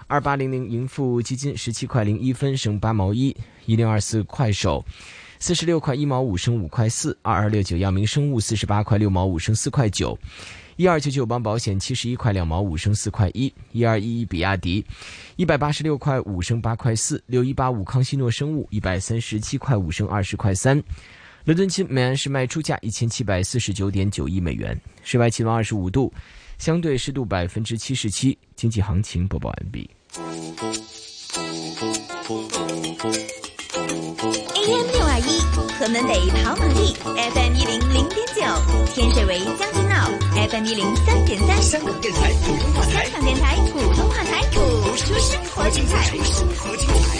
Speaker 9: 二八零零盈富基金十七块零一分，升八毛一；一零二四快手四十六块一毛五，升五块四；二二六九药明生物四十八块六毛五，升四块九。一二九九邦保险七十一块两毛五升四块一，一二一一比亚迪一百八十六块五升八块四，六一八五康希诺生物一百三十七块五升二十块三。伦敦金美元是卖出价一千七百四十九点九亿美元，室外气温二十五度，相对湿度百分之七十七。经济行情播报完毕。
Speaker 8: AM 六二一，河门北跑马地，FM 一零零点九，天水围将军澳，FM 一零三点三。香港电台普通话台，香港电台普通话台，播出生活精彩。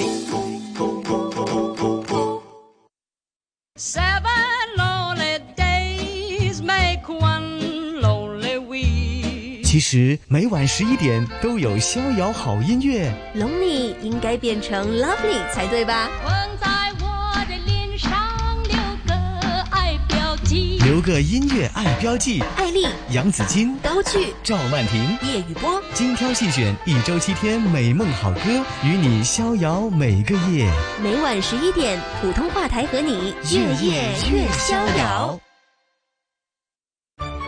Speaker 11: Seven lonely days make one lonely week.
Speaker 4: 其实每晚十一点都有逍遥好音乐。
Speaker 8: Lonely 应该变成 Lovely 才对吧？
Speaker 11: 困在我的脸上留个爱标记。
Speaker 4: 留个音乐爱标记，
Speaker 8: 艾丽、
Speaker 4: 杨紫金、
Speaker 8: 高聚、
Speaker 4: 赵曼婷、
Speaker 8: 叶雨波，
Speaker 4: 精挑细选一周七天美梦好歌，与你逍遥每个夜。
Speaker 8: 每晚十一点，普通话台和你越夜越逍遥。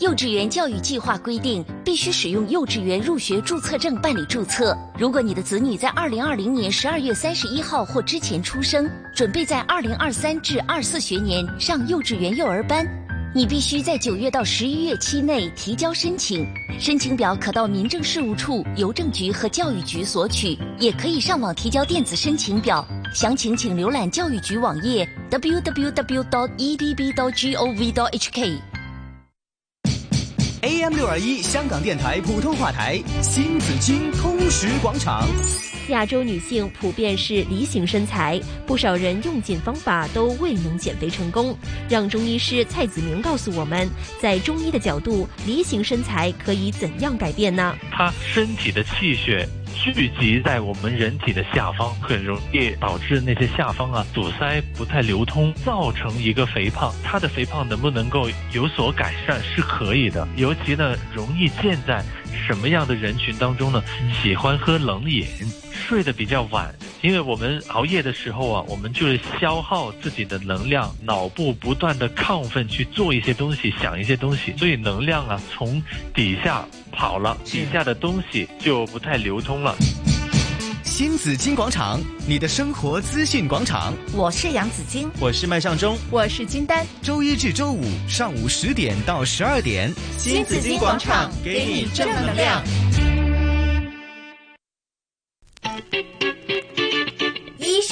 Speaker 8: 幼稚园教育计划规定，必须使用幼稚园入学注册证办理注册。如果你的子女在二零二零年十二月三十一号或之前出生，准备在二零二三至二四学年上幼稚园幼儿班，你必须在九月到十一月期内提交申请。申请表可到民政事务处、邮政局和教育局索取，也可以上网提交电子申请表。详情请浏览教育局网页 e www.edb.gov.hk。
Speaker 15: AM 六二一香港电台普通话台新紫金通识广场。
Speaker 18: 亚洲女性普遍是梨形身材，不少人用尽方法都未能减肥成功。让中医师蔡子明告诉我们，在中医的角度，梨形身材可以怎样改变呢？
Speaker 13: 它身体的气血聚集在我们人体的下方，很容易导致那些下方啊阻塞不太流通，造成一个肥胖。它的肥胖能不能够有所改善是可以的，尤其呢容易见在什么样的人群当中呢？喜欢喝冷饮，睡得比较晚。因为我们熬夜的时候啊，我们就是消耗自己的能量，脑部不断的亢奋去做一些东西，想一些东西，所以能量啊从底下跑了，底下的东西就不太流通了。
Speaker 4: 新紫金广场，你的生活资讯广场。
Speaker 5: 我是杨子金，
Speaker 6: 我是麦尚中，
Speaker 10: 我是金丹。
Speaker 4: 周一至周五上午十点到十二点，
Speaker 10: 新紫金广场给你正能量。
Speaker 19: 衣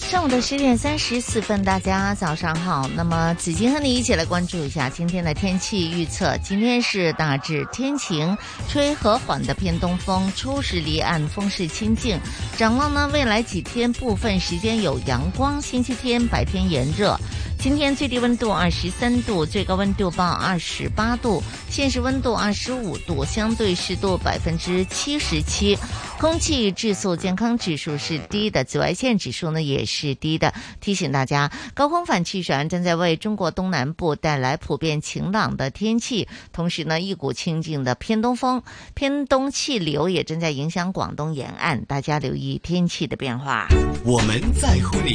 Speaker 5: 上午的十点三十四分，大家早上好。那么，子金和你一起来关注一下今天的天气预测。今天是大致天晴，吹和缓的偏东风，初时离岸风势清劲。展望呢，未来几天部分时间有阳光，星期天白天炎热。今天最低温度二十三度，最高温度报二十八度，现实温度二十五度，相对湿度百分之七十七，空气质素健康指数是低的，紫外线指数呢也是低的。提醒大家，高空反气旋正在为中国东南部带来普遍晴朗的天气，同时呢，一股清劲的偏东风、偏东气流也正在影响广东沿岸，大家留意天气的变化。
Speaker 4: 我们在乎你，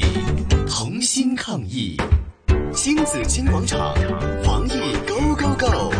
Speaker 4: 同心抗疫。新紫金广场，防疫 Go Go Go！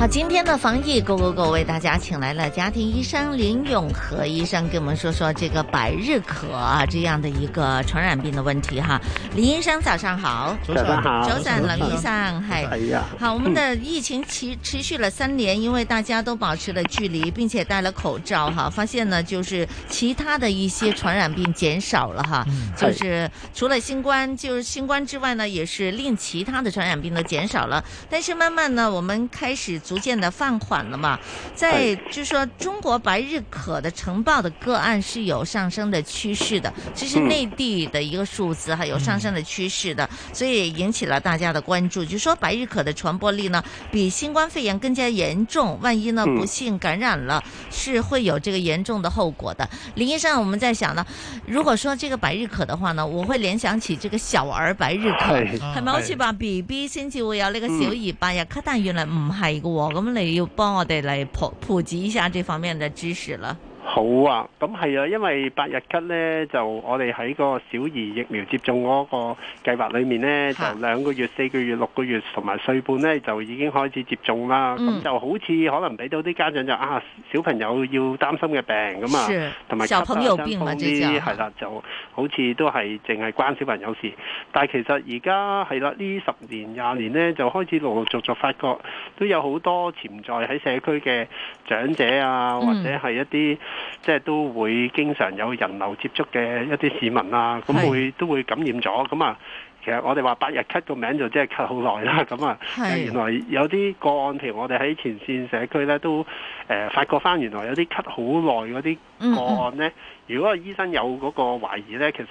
Speaker 5: 好，今天的防疫 Go Go Go 为大家请来了家庭医生林永和医生，给我们说说这个百日咳啊这样的一个传染病的问题哈。林医生，早上好。
Speaker 14: 早上好
Speaker 5: 早晨，林医
Speaker 14: 早
Speaker 5: 生，嗨。
Speaker 14: 系啊，
Speaker 5: 好，我们的疫情持持续了三年，因为大家都保持了距离，并且戴了口罩哈，发现呢就是其他的一些传染病减少了哈，就是除了新冠，就是新冠之外呢，也是令其他的传染病都减少了。但是慢慢呢，我们开始逐渐的放缓了嘛，在就说中国白日咳的呈报的个案是有上升的趋势的，这是
Speaker 15: 嗯
Speaker 5: 内地的一个数字哈，有上升的趋势的，所以引起了大家的关注。就说百日咳的传播力呢，比新冠肺炎更加严重，万一呢
Speaker 15: 嗯
Speaker 5: 不幸感染了，是会有这个严重的后果的。林医生，我们在想呢，如果说这个百日咳的话呢，我会联想起这个小儿百日咳，
Speaker 15: 係
Speaker 5: 係咪好似話 B B 先至會有呢個小
Speaker 15: 嗯
Speaker 5: 兒百日咳？但原來唔係嘅喎，咁你要幫我哋嚟普普及一下這方面嘅知識啦。
Speaker 14: 好啊，咁係啊，因為百日咳呢，就我哋喺個小兒疫苗接種嗰個計劃裏面呢，就兩個月、四個月、六個月同埋歲半呢，就已經開始接種啦。咁、
Speaker 15: 嗯
Speaker 14: 就好似可能俾到啲家長就啊，小朋友要擔心嘅病咁
Speaker 15: 是
Speaker 14: 啊，同埋
Speaker 15: 小
Speaker 14: 咳啊
Speaker 15: 朋友病嘛
Speaker 14: 傷風
Speaker 15: 這叫
Speaker 14: 呢係啦，就好似都係淨係關小朋友事。但係其實而家係啦，呢十年廿年呢，就開始陸陸續續發覺都有好多潛在喺社區嘅長者啊，或者
Speaker 16: 嗯
Speaker 14: 係一啲即係都會經常有人流接觸嘅一啲市民啊，咁
Speaker 16: 係
Speaker 14: 會都會感染咗，咁啊。其實我哋話百日咳個名就真係咳好耐啦， 咁啊，
Speaker 16: 係
Speaker 14: 但原來有啲個案，譬如我哋喺前線社區咧，都誒、呃、發覺翻原來有啲咳好耐嗰啲
Speaker 16: 嗯嗯
Speaker 14: 個案咧，如果醫生有嗰個懷疑咧，其實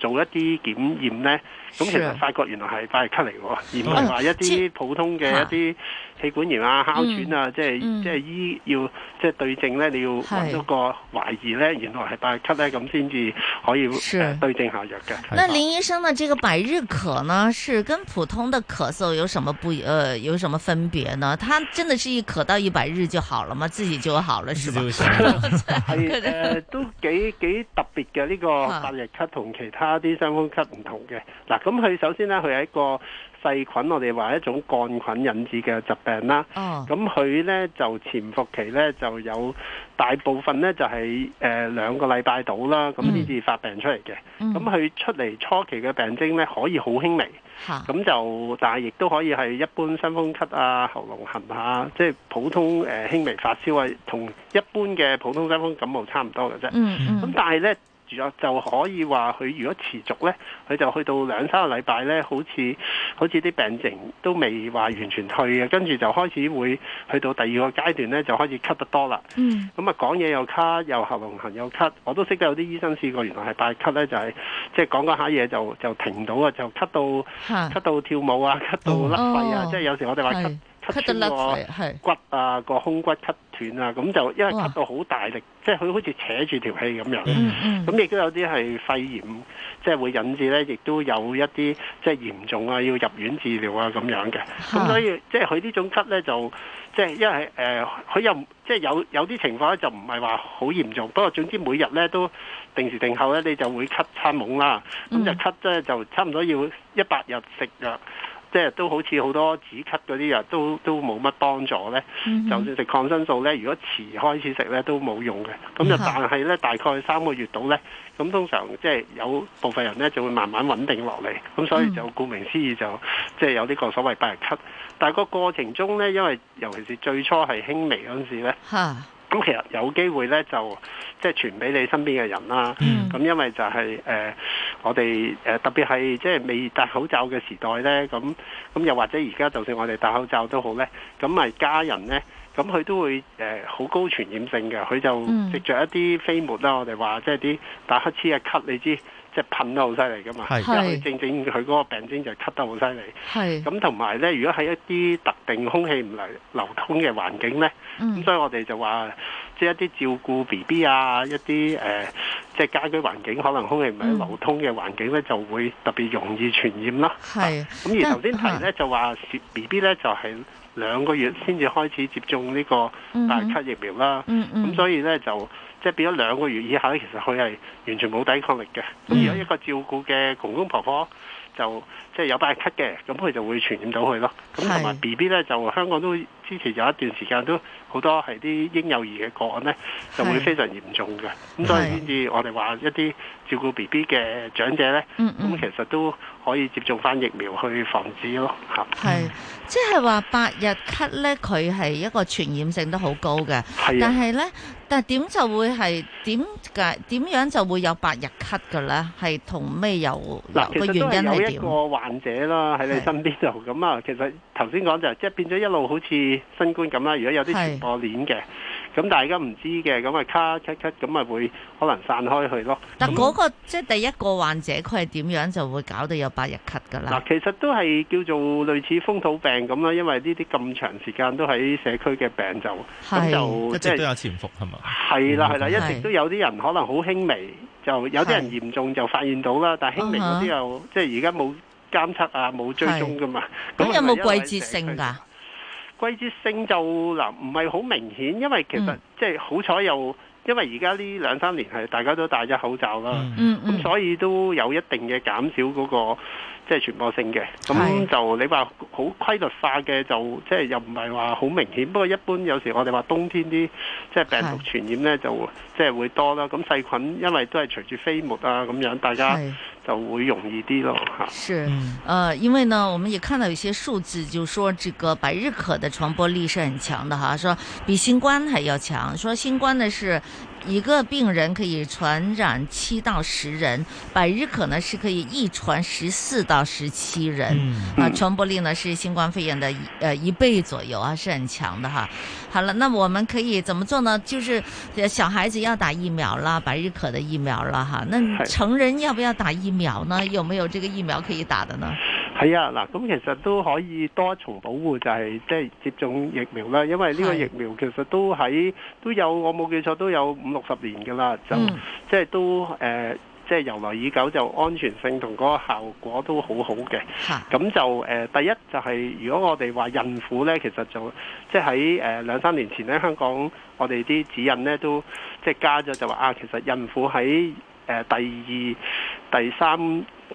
Speaker 14: 做一啲檢驗咧，咁其
Speaker 16: 是
Speaker 14: 實發覺原來係百日咳嚟喎，而唔係話一
Speaker 16: 哦即
Speaker 14: 啲普通嘅一啲氣管炎啊、哮喘啊，即係
Speaker 16: 嗯
Speaker 14: 即係醫要即係對症咧，你要
Speaker 5: 係
Speaker 14: 揾到個懷疑咧，原來係百日咳咧，咁先至可以
Speaker 5: 是
Speaker 14: 呃對症下藥嘅。
Speaker 5: 那林醫生的這個百日咳呢，是跟普通的咳嗽有什麼不一呃有什麼分別呢？它真的是一咳到一百日就好了嗎？自己就好了是吧？
Speaker 14: 係誒、呃都幾幾特別嘅呢、個
Speaker 5: 啊
Speaker 14: 百日咳同其他啲傷風咳唔同嘅。嗱，咁佢首先咧，佢係一個細菌，我哋話一種桿菌引致嘅疾病啦。
Speaker 5: 哦
Speaker 14: 咁佢咧就潛伏期咧就有大部分咧就係、呃兩個禮拜到啦，
Speaker 5: 嗯
Speaker 14: 咁先至發病出嚟嘅。
Speaker 16: 嗯
Speaker 14: 咁佢、出嚟初期嘅病徵咧可以好輕微。
Speaker 5: 嚇
Speaker 14: 咁就但係亦都可以係一般傷風咳啊、喉嚨痕啊，即係普通誒、呃、輕微發燒啊，同一般嘅普通傷風感冒差唔多嘅啫。
Speaker 16: 嗯嗯
Speaker 14: 咁但係咧。就就可以話佢如果持續咧，佢就去到兩三個禮拜咧，好似好似啲病情都未話完全退嘅，跟住就開始會去到第二個階段咧，就開始咳得多啦。
Speaker 5: 嗯
Speaker 14: 咁啊講嘢又咳，又喉嚨痕又咳，我都識得有啲醫生試過，原來係拜咳咧，就係即係講講下嘢就就停唔到啊，就咳到
Speaker 5: 嚇
Speaker 14: 咳到跳舞啊，咳到甩肺啊，
Speaker 5: 哦
Speaker 13: 嗯
Speaker 14: 即係有時我哋話
Speaker 5: 係
Speaker 14: 咳。咳
Speaker 15: 咳
Speaker 14: 穿
Speaker 15: 得甩
Speaker 14: 個
Speaker 15: 係
Speaker 14: 骨啊，個胸骨咳斷啊，咁就因為咳到好大力，即係佢好似扯住條氣咁
Speaker 5: 嗯
Speaker 13: 嗯
Speaker 14: 樣。
Speaker 20: 嗯
Speaker 14: 咁亦都有啲係肺炎，即係會引致咧，亦都有一啲即係嚴重啊，要入院治療啊咁樣嘅。咁所以即係佢呢種咳咧就。即係因為誒，呃佢、又唔即係有有啲情況咧，就唔係話好嚴重。不過總之每日咧都定時定候咧，你就會咳餐懵啦。
Speaker 16: 嗯
Speaker 14: 咁就咳咧就差唔多要一百日食藥，即係都好似好多止咳嗰啲藥啊都都冇乜幫助咧。
Speaker 16: 嗯哼
Speaker 14: 就算食抗生素咧，如果遲開始食咧都冇用嘅。咁就
Speaker 16: 嗯
Speaker 14: 但係咧，大概三個月到咧，咁通常即係有部分人咧就會慢慢穩定落嚟。咁所以
Speaker 16: 嗯
Speaker 14: 就顧名思義就即係有呢個所謂百日咳。但係個過程中咧，因為尤其是最初係輕微嗰陣時咧，
Speaker 5: 吓，
Speaker 14: 咁其實有機會咧就即係傳俾你身邊嘅人啦。
Speaker 16: 嗯
Speaker 14: 咁、因為就係、呃我哋誒、呃特別係即係未戴口罩嘅時代咧，咁咁又或者而家就算我哋戴口罩都好咧，咁咪家人咧。咁佢都會誒好、高傳染性嘅，佢就
Speaker 16: 嗯
Speaker 14: 藉着一啲飛沫啦，我哋話即係啲打乞嗤嘅咳，你知即係噴得好犀利噶嘛，
Speaker 16: 係
Speaker 14: 因為佢正正佢嗰個病徵就係咳得好犀利。
Speaker 16: 係
Speaker 14: 咁同埋咧，如果喺一啲特定空氣唔流流通嘅環境咧，咁、
Speaker 16: 嗯
Speaker 14: 所以我哋就話，即係一啲照顧 B B 啊，一啲誒、呃即係家居環境可能空氣唔係流通嘅環境咧，就會特別容易傳染啦。
Speaker 16: 嗯
Speaker 5: 係
Speaker 14: 啊咁而頭先提
Speaker 16: 啊
Speaker 14: 咧就話 B B 咧就係、兩個月先至開始接種呢個大
Speaker 16: 嗯
Speaker 14: 咳疫苗啦，咁、
Speaker 16: 嗯嗯
Speaker 14: 所以咧就即係變咗兩個月以下咧，其實佢係完全冇抵抗力嘅。咁、
Speaker 5: 嗯
Speaker 14: 如果一個照顧嘅公公婆婆就即係有大咳嘅，咁佢就會傳染到佢咯。咁同埋 B B 咧就香港都之前有一段時間都好多係啲嬰幼兒嘅個案咧，就會
Speaker 16: 係
Speaker 14: 非常嚴重嘅。咁所以先至我哋話一啲照顧 B B 嘅長者咧，咁、
Speaker 5: 嗯嗯
Speaker 14: 其實都可以接種翻疫苗去防止咯嚇。
Speaker 5: 係，即係話百日咳咧，佢係一個傳染性都好高嘅。
Speaker 14: 係啊
Speaker 5: 但係咧，但係點就會係點解點樣就會有百日咳嘅咧？係同咩有
Speaker 14: 嗱，其
Speaker 5: 個
Speaker 14: 實
Speaker 5: 原
Speaker 14: 都係
Speaker 5: 因
Speaker 14: 有
Speaker 5: 係
Speaker 14: 一
Speaker 5: 點？
Speaker 14: 個患者啦喺你
Speaker 5: 係
Speaker 14: 身邊度，咁啊，其 實頭先講就係即係變咗一路好似新冠咁啦，如果有啲
Speaker 5: 係
Speaker 14: 傳播鏈嘅，咁大家唔知嘅，咁啊卡咳咳，咁咪會可能散開去咯。
Speaker 5: 但嗰、個即係第一個患者，佢係點樣就會搞到有百日咳㗎
Speaker 14: 嗱
Speaker 5: 啦，？
Speaker 14: 其實都係叫做類似風土病咁啦，因為呢啲咁長時間都喺社區嘅病就咁就
Speaker 6: 一
Speaker 14: 即
Speaker 6: 直都
Speaker 14: 係
Speaker 6: 有潛伏係嘛？
Speaker 14: 係啦係啦，
Speaker 6: 嗯
Speaker 14: 一直都有啲人可能好輕微，就有啲人嚴重就發現到啦，但係輕微嗰
Speaker 5: 嗯哼
Speaker 14: 啲又即係而家冇監測啊，冇追蹤噶嘛。
Speaker 5: 咁有
Speaker 14: 係咪因為
Speaker 5: 冇季節性㗎？
Speaker 14: 季節性就嗱唔係好明顯，因為其實、
Speaker 5: 嗯
Speaker 14: 即係好彩又因為而家呢兩三年係大家都戴咗口罩啦，咁、
Speaker 5: 嗯嗯
Speaker 14: 所以都有一定嘅減少嗰、個即係傳播性嘅。咁
Speaker 16: 係
Speaker 14: 就你話好規律化嘅就即係又唔係話好明顯，不過一般有時我哋話冬天啲即係病毒傳染咧就即係會多啦。咁細菌因為都係隨住飛沫啊咁樣，大家
Speaker 5: 係
Speaker 14: 就會容易啲咯嚇。
Speaker 5: 是，呃，因为呢，我们也看到有些数字，就说这个百日咳的传播力是很强的哈，说比新冠还要强。说新冠呢是一个病人可以传染七到十人，百日咳呢是可以一传十四到十七人，啊、
Speaker 16: 嗯
Speaker 5: 传播力呢是新冠肺炎的一呃一倍左右啊，是很强的哈。好了，那我们可以怎么做呢？就是呃小孩子要打疫苗啦，百日咳的疫苗了哈。啊那你
Speaker 14: 是
Speaker 5: 成人要不要打疫苗呢？有没有这个疫苗可以打的呢？
Speaker 14: 係啊，嗱，咁其實都可以多一重保護，就係即係接種疫苗啦。因為呢個
Speaker 16: 係
Speaker 14: 疫苗其實都喺都有，我冇記錯都有五六十年㗎啦，就即係都誒。呃即係由來已久，就安全性同嗰個效果都好好嘅。咁就誒、呃第一就係、如果我哋話孕婦咧，其實就即係喺誒兩三年前咧，香港我哋啲指引咧都即係加咗就話啊，其實孕婦喺誒、呃第二、第三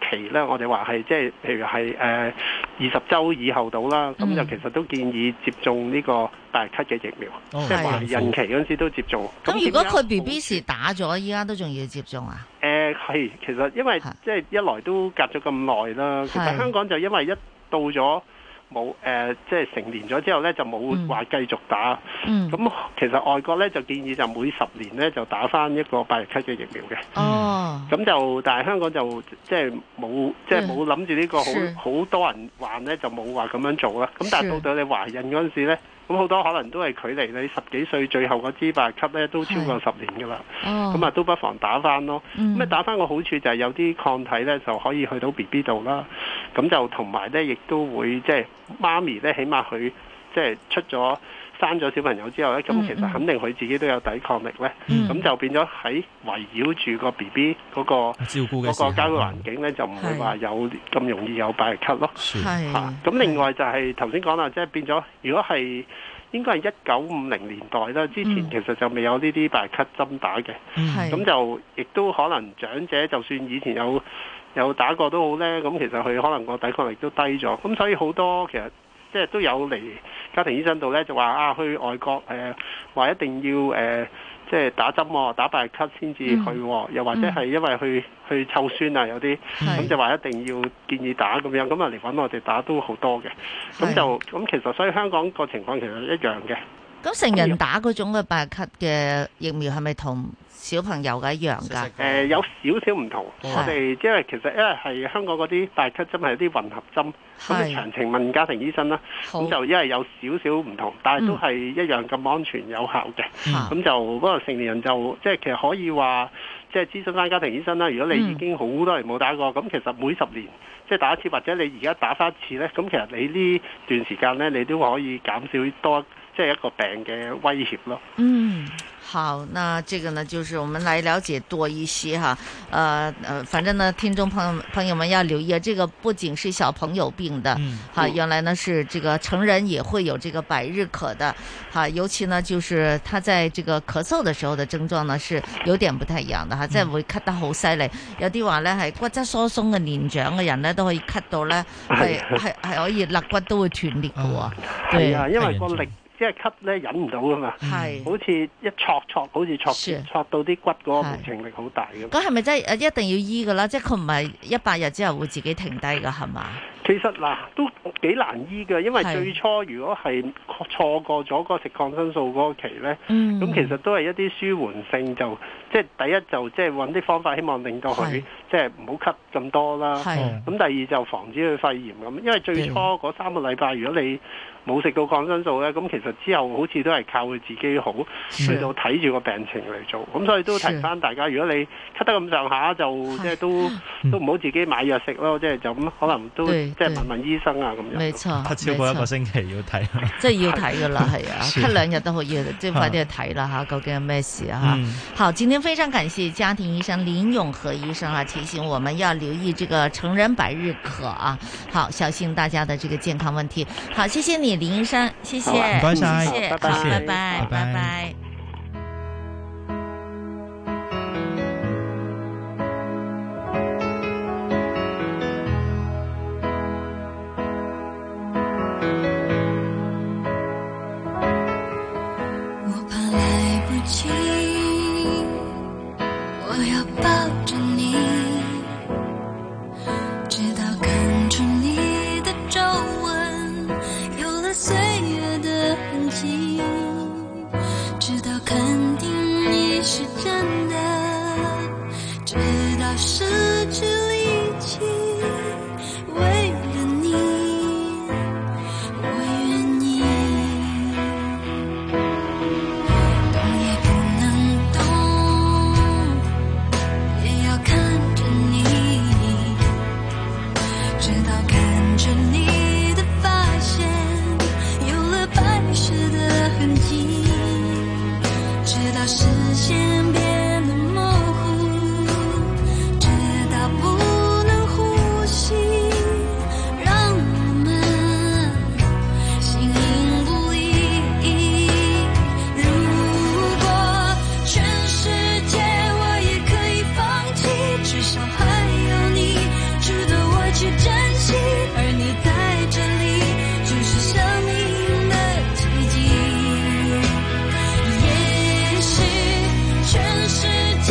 Speaker 14: 期咧，我哋話係即係譬如係誒二十週以後到啦，
Speaker 5: 嗯
Speaker 14: 咁就其實都建議接種呢個大咳嘅疫苗，
Speaker 5: 哦
Speaker 14: 即係懷孕期嗰陣時都接種。
Speaker 5: 咁如果
Speaker 14: 點解
Speaker 5: 佢 B B 時打咗，依家都仲要接種啊？
Speaker 14: 誒係，其實因為即係一來都隔咗咁耐啦，其
Speaker 5: 係
Speaker 14: 實香港就因為一到咗冇誒，即係成年咗之後咧，就冇話繼續打。
Speaker 5: 嗯
Speaker 14: 咁其實外國咧就建議就每十年咧就打翻一個百日咳嘅疫苗嘅。
Speaker 6: 嗯
Speaker 5: 哦，
Speaker 14: 咁就但係香港就即係冇即係冇諗住呢個好
Speaker 16: 嗯是
Speaker 14: 好多人患咧，就冇話咁樣做啦。咁但係
Speaker 16: 是
Speaker 14: 到到你懷孕嗰陣時咧，咁好多可能都係距離你十幾歲最後嗰支百日咳咧都超過十年㗎啦。
Speaker 5: 哦
Speaker 14: 咁啊都不妨打翻咯。
Speaker 5: 嗯
Speaker 14: 咁啊打翻個好處就係有啲抗體咧就可以去到 B B 度啦。咁就同埋咧亦都會即係媽咪咧，起碼佢即係出咗生咗小朋友之後咧，咁
Speaker 15: 嗯
Speaker 14: 其實肯定佢自己都有抵抗力咧，
Speaker 15: 嗯
Speaker 14: 咁就變咗喺圍繞住個 B B 嗰個
Speaker 6: 照顧嘅
Speaker 14: 嗰
Speaker 6: 時候嗯
Speaker 14: 個交環境咧，就唔會話有咁容易有百日咳咯。
Speaker 5: 係
Speaker 14: 嚇咁另外就係頭先講啦，即係變咗，如果係應該係一九五零年代啦，之前
Speaker 5: 嗯
Speaker 14: 其實就未有呢啲白咳針打嘅，
Speaker 5: 嗯
Speaker 14: 咁就亦都可能長者就算以前有有打過都好呢，咁其實佢可能個抵抗力都低咗，咁所以好多其實。即係都有嚟家庭醫生度呢，就話啊去外國誒話、一定要誒、呃即係打針喎、打白咳先至去喎、又或者係因為去去湊孫啊有啲，咁就話一定要建議打咁樣，咁啊嚟揾我哋打都好多嘅，咁就咁其實所以香港個情況其實一樣嘅。
Speaker 5: 咁成人打嗰種嘅白咳嘅疫苗係咪同小朋友嘅一樣㗎？
Speaker 14: 誒、呃有少少唔同，
Speaker 5: 係
Speaker 14: 我哋即係其實因為係香港嗰啲大咳針係啲混合針，咁
Speaker 5: 係
Speaker 14: 你詳情問家庭醫生啦。
Speaker 5: 好嗯
Speaker 14: 咁就因為有少少唔同，但係都係一樣咁安全有效嘅。咁、就不過成年人就即係其實可以話。即係諮詢翻家庭醫生啦。如果
Speaker 5: 嗯
Speaker 14: 你已經好多年冇打過，咁、其實每十年即係打一次，或者你而家打翻一次呢，咁其實你呢段時間呢，你都可以減少多即係一個病嘅威脅咯。
Speaker 5: 嗯，好，那这个呢，就是我们来了解多一些哈，呃呃，反正呢，听众朋友朋友们要留意啊，这个不仅是小朋友病的，
Speaker 16: 嗯
Speaker 5: 好，原来呢是这个成人也会有这个百日咳的，好，尤其呢就是他在这个咳嗽的时候的症状呢是有点不太一样的哈，即係會咳得好犀利，有啲話呢係骨質疏鬆嘅年長嘅人呢都可以咳到呢係係係可以肋骨都會斷裂嘅喎，對
Speaker 14: 係啊，因為個力即係吸咧忍唔到噶嘛，
Speaker 5: 係
Speaker 14: 好似一戳戳，好似戳戳到啲骨嗰個無情力好大咁。
Speaker 5: 咁係咪真係呃一定要醫噶啦？即係佢唔係一百日之後會自己停低噶係嘛？
Speaker 14: 其實嗱都幾難醫嘅，因為
Speaker 5: 係
Speaker 14: 最初如果係錯過咗嗰個食抗生素嗰個期咧，咁、
Speaker 5: 嗯
Speaker 14: 其實都係一啲舒緩性就即係第一就即係揾啲方法，希望令到佢
Speaker 5: 係
Speaker 14: 即係唔好咳咁多啦。
Speaker 5: 係
Speaker 14: 咁第二就防止佢肺炎咁，因為最初嗰三個禮拜如果你冇食到抗生素咧，咁其實之後好似都係靠佢自己好，
Speaker 5: 是
Speaker 14: 去到睇住個病情嚟做。咁所以都提翻大家，如果你咳得咁上下，就即係都都唔好自己買藥食咯，即係就咁可能都
Speaker 5: 對
Speaker 14: 即係問問醫生啊咁樣。
Speaker 5: 沒錯，
Speaker 6: 咳超過一
Speaker 5: 沒
Speaker 6: 個
Speaker 5: 錯
Speaker 6: 星期要睇，啊
Speaker 5: 即係要睇噶啦，係啊，
Speaker 6: 是
Speaker 5: 咳兩日都可以，即係快啲去睇啦吓，究竟係咩事啊吓？
Speaker 6: 嗯
Speaker 5: 好，今天非常感谢家庭医生林永和医生啊，提醒我们要留意这个成人百日咳啊，好，小心大家的这个健康问题。好，谢谢你林医生，谢谢，
Speaker 6: 好啊唔該晒
Speaker 5: 谢谢，
Speaker 6: 好
Speaker 5: 好，
Speaker 6: 拜拜
Speaker 5: 拜拜
Speaker 6: 拜，
Speaker 5: 拜
Speaker 6: 拜
Speaker 5: 拜。
Speaker 20: 我怕来不及，我要抱着你，直到看出你的皱纹有了岁月的痕迹，直到肯定你是真的，直到失去力气，为了你，我愿意。懂也不能懂，也要看着你，直到看着你的发线有了白雪的痕迹，直到视线变得模糊，直到不能呼吸，让我们。形影不离。如果全世界我也可以放弃，至少还有你值得我去珍惜，而你在这里就是生命的奇迹。也许。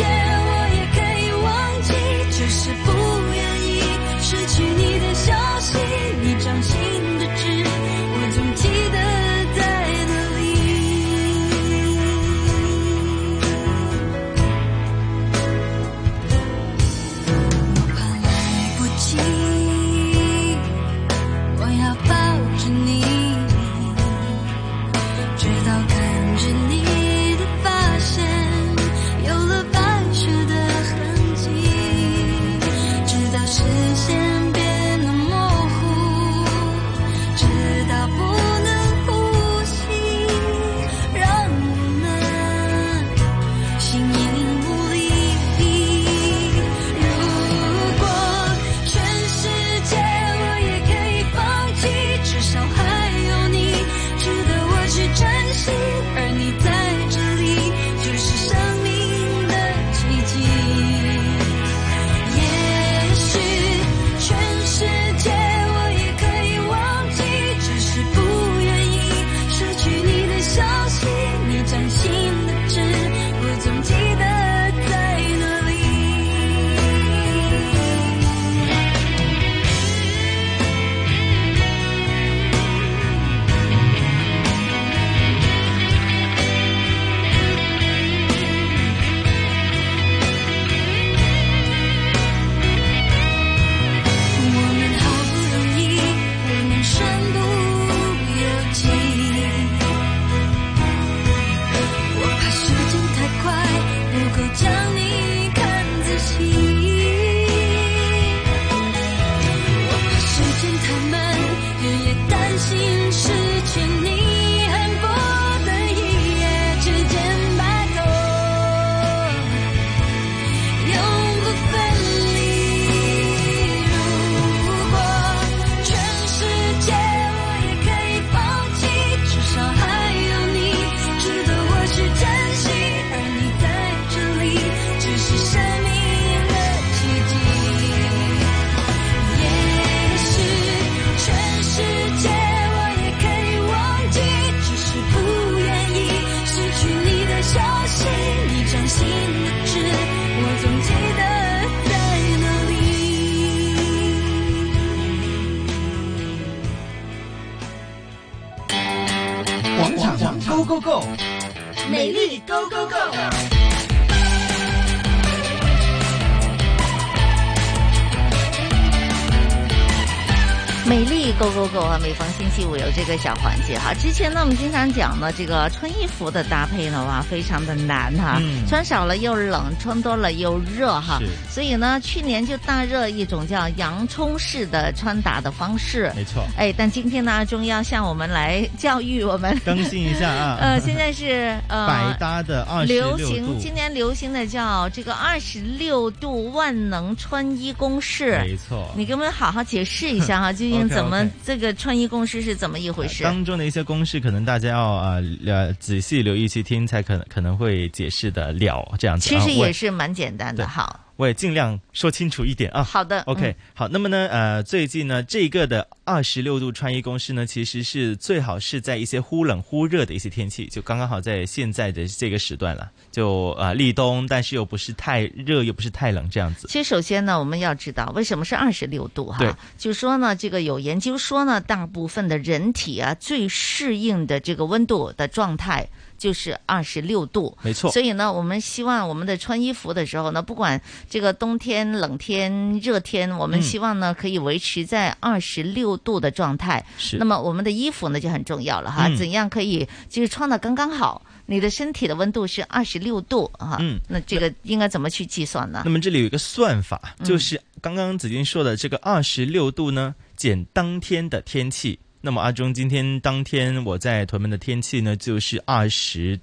Speaker 20: 够将你看仔细。时间太慢，人也担心失去你，恨不得一夜之间白头，永不分离。如果全世界我也可以放弃，至少还有你，值得我去珍惜，而你在这里，只是生命的奇迹。也许全世界我也可以忘记，只是不愿意失去你的消息，你掌心的痣，我总记得在哪里。
Speaker 7: 广场 Go Go Go，
Speaker 10: 美丽 Go Go Go。
Speaker 5: 美丽 Go Go Go 啊！每逢星期五有这个小环节哈。之前呢，我们经常讲呢，这个穿衣服的搭配呢，哇，非常的难哈。
Speaker 15: 嗯
Speaker 5: 穿少了又冷，穿多了又热哈。
Speaker 15: 是
Speaker 5: 所以呢，去年就大热一种叫洋葱式的穿搭的方式。
Speaker 6: 没错，
Speaker 5: 哎，但今天呢，阿忠要向我们来教育我们
Speaker 6: 更新一下啊
Speaker 5: 呃，现在 是呃，
Speaker 6: 百搭的二十
Speaker 5: 流
Speaker 6: 六
Speaker 5: 行，
Speaker 6: 度，
Speaker 5: 今年流行的叫这个二十六度万能穿衣公式。
Speaker 6: 没错。
Speaker 5: 你给我们好好解释一下 哈，究竟
Speaker 6: OK，OK
Speaker 5: 怎么这个穿衣公式是怎么一回事？
Speaker 6: 当中的一些公式，可能大家要呃呃仔细留意去听，才可能可能会解释得了这样子。
Speaker 5: 其
Speaker 6: 啊
Speaker 5: 实
Speaker 6: 我
Speaker 5: 也是蛮简单的哈。
Speaker 6: 我也尽量说清楚一点啊。
Speaker 5: 好的
Speaker 6: ，OK，、
Speaker 5: 嗯
Speaker 6: 好。那么呢，呃，最近呢，这个的二十六度穿衣公式呢，其实是最好是在一些忽冷忽热的一些天气，就刚刚好在现在的这个时段了，就呃立冬，但是又不是太热，又不是太冷这样子。
Speaker 5: 其实首先呢，我们要知道为什么是二十六度
Speaker 6: 对
Speaker 5: 哈，就说呢，这个有研究说呢，大部分的人体啊最适应的这个温度的状态就是二十六度，
Speaker 15: 没错
Speaker 5: 所以呢，我们希望我们的穿衣服的时候呢，不管这个冬天、冷天、热天，我们
Speaker 15: 嗯
Speaker 5: 希望呢、可以维持在二十六度的状态。
Speaker 15: 是
Speaker 5: 那么我们的衣服呢就很重要了哈，
Speaker 15: 嗯
Speaker 5: 怎样可以就是穿的刚刚好？你的身体的温度是二十六度哈，
Speaker 6: 嗯
Speaker 5: 那这个应该怎么去计算呢？
Speaker 6: 那么这里有一个算法，
Speaker 5: 啊嗯
Speaker 6: 就是刚刚子君说的这个二十六度呢，减当天的天气。那么阿忠今天当天我在屯门的天气呢，就是二十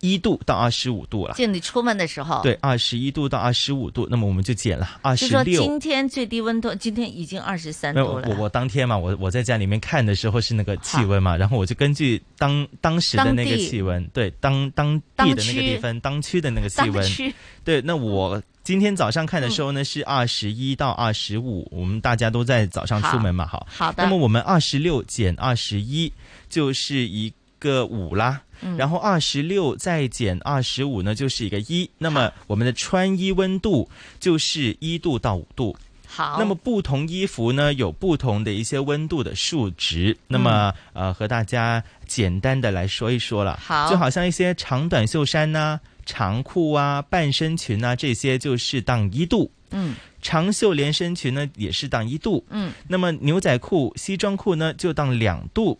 Speaker 6: 一度到二十五度了。
Speaker 5: 就你出门的时候，
Speaker 6: 对，，二十一度到二十五度，那么我们就减了二
Speaker 5: 就
Speaker 6: 十
Speaker 5: 说
Speaker 6: 六。
Speaker 5: 今天最低温度，今天已经二十三
Speaker 6: 没有，我
Speaker 5: 度了。
Speaker 6: 我当天嘛，我我在家里面看的时候是那个气温嘛，然后我就根据当当时的
Speaker 5: 当
Speaker 6: 那个
Speaker 5: 地
Speaker 6: 气温，对，当当地的那个
Speaker 5: 当区
Speaker 6: 地方，当区的那个气
Speaker 5: 当
Speaker 6: 温
Speaker 5: 区，嗯
Speaker 6: 对。那我今天早上看的时候呢是二十一到二十五，我们大家都在早上出门嘛，好，
Speaker 5: 好的
Speaker 6: 那么我们二十六减二十一就是一个五啦。
Speaker 5: 嗯
Speaker 6: 然后二十六再减二十五呢，就是一个一。那么我们的穿衣温度就是一度到五度。
Speaker 5: 好，
Speaker 6: 那么不同衣服呢，有不同的一些温度的数值。
Speaker 5: 嗯
Speaker 6: 那么、呃，和大家简单的来说一说了。
Speaker 5: 好
Speaker 6: 就好像一些长短袖衫呐、长裤啊、半身裙啊，这些就是当一度。
Speaker 5: 嗯
Speaker 6: 长袖连身裙呢也是当一度。
Speaker 5: 嗯
Speaker 6: 那么牛仔裤、西装裤呢就当两度，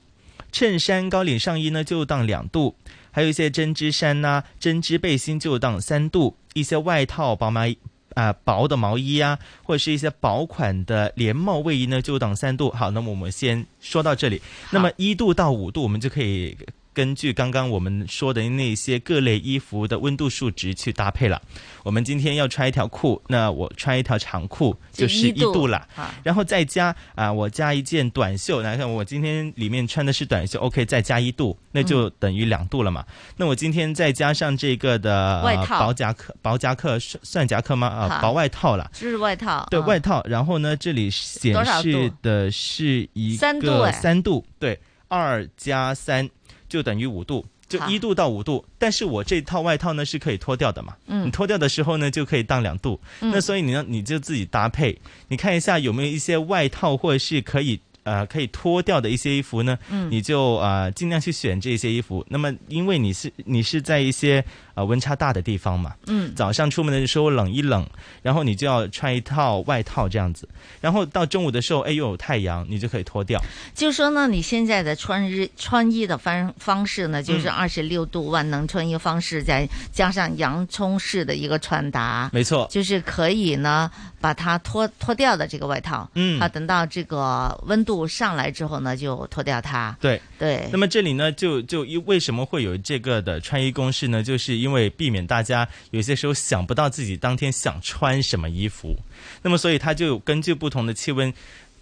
Speaker 6: 衬衫、高领上衣呢就当两度，还有一些针织衫呐、针织背心就当三度，一些外套、薄毛衣啊、薄的毛衣啊，或者是一些薄款的连帽、卫衣呢就当三度。好，那么我们先说到这里。那么一度到五度，我们就可以。根据刚刚我们说的那些各类衣服的温度数值去搭配了。我们今天要穿一条裤，那我穿一条长裤
Speaker 5: 就
Speaker 6: 就是
Speaker 5: 一
Speaker 6: 一
Speaker 5: 度
Speaker 6: 度了。
Speaker 5: 啊
Speaker 6: 然后再加啊、我加一件短袖，来看我今天里面穿的是短袖，OK，再加一度，那就
Speaker 5: 嗯
Speaker 6: 等于两度了嘛。那我今天再加上这个的、呃
Speaker 5: 外套
Speaker 6: 薄夹克、薄夹克算算夹克吗？啊、
Speaker 5: 好
Speaker 6: 薄外套了。
Speaker 5: 就是外套，
Speaker 6: 对
Speaker 5: 嗯
Speaker 6: 外套，然后呢，这里显
Speaker 5: 多少
Speaker 6: 示
Speaker 5: 度
Speaker 6: 的是一
Speaker 5: 三度
Speaker 6: 个
Speaker 5: 哎
Speaker 6: 三度，对，二加三就等于五度，就
Speaker 5: 好
Speaker 6: 一度到五度。但是我这套外套呢是可以脱掉的嘛，
Speaker 5: 嗯
Speaker 6: 你脱掉的时候呢就可以当两度。
Speaker 5: 嗯
Speaker 6: 那所以你呢你就自己搭配，你看一下有没有一些外套或者是可以。呃，可以脱掉的一些衣服呢，
Speaker 5: 嗯
Speaker 6: 你就呃尽量去选这些衣服。那么，因为你是你是在一些呃温差大的地方嘛，
Speaker 5: 嗯
Speaker 6: 早上出门的时候冷一冷，然后你就要穿一套外套这样子，然后到中午的时候，哎又有太阳，你就可以脱掉。
Speaker 5: 就说呢，你现在的穿衣穿衣的方方式呢，就是
Speaker 6: 嗯
Speaker 5: 二十六度万能穿衣方式，再加上洋葱式的一个穿搭，
Speaker 6: 没错
Speaker 5: 就是可以呢把它脱脱掉的这个外套，
Speaker 6: 嗯
Speaker 5: 啊，等到这个温度上来之后呢，就脱掉它，
Speaker 6: 对
Speaker 5: 对
Speaker 6: 那么这里呢，就就因为什么会有这个的穿衣公式呢？就是因为避免大家有些时候想不到自己当天想穿什么衣服，那么所以他就根据不同的气温。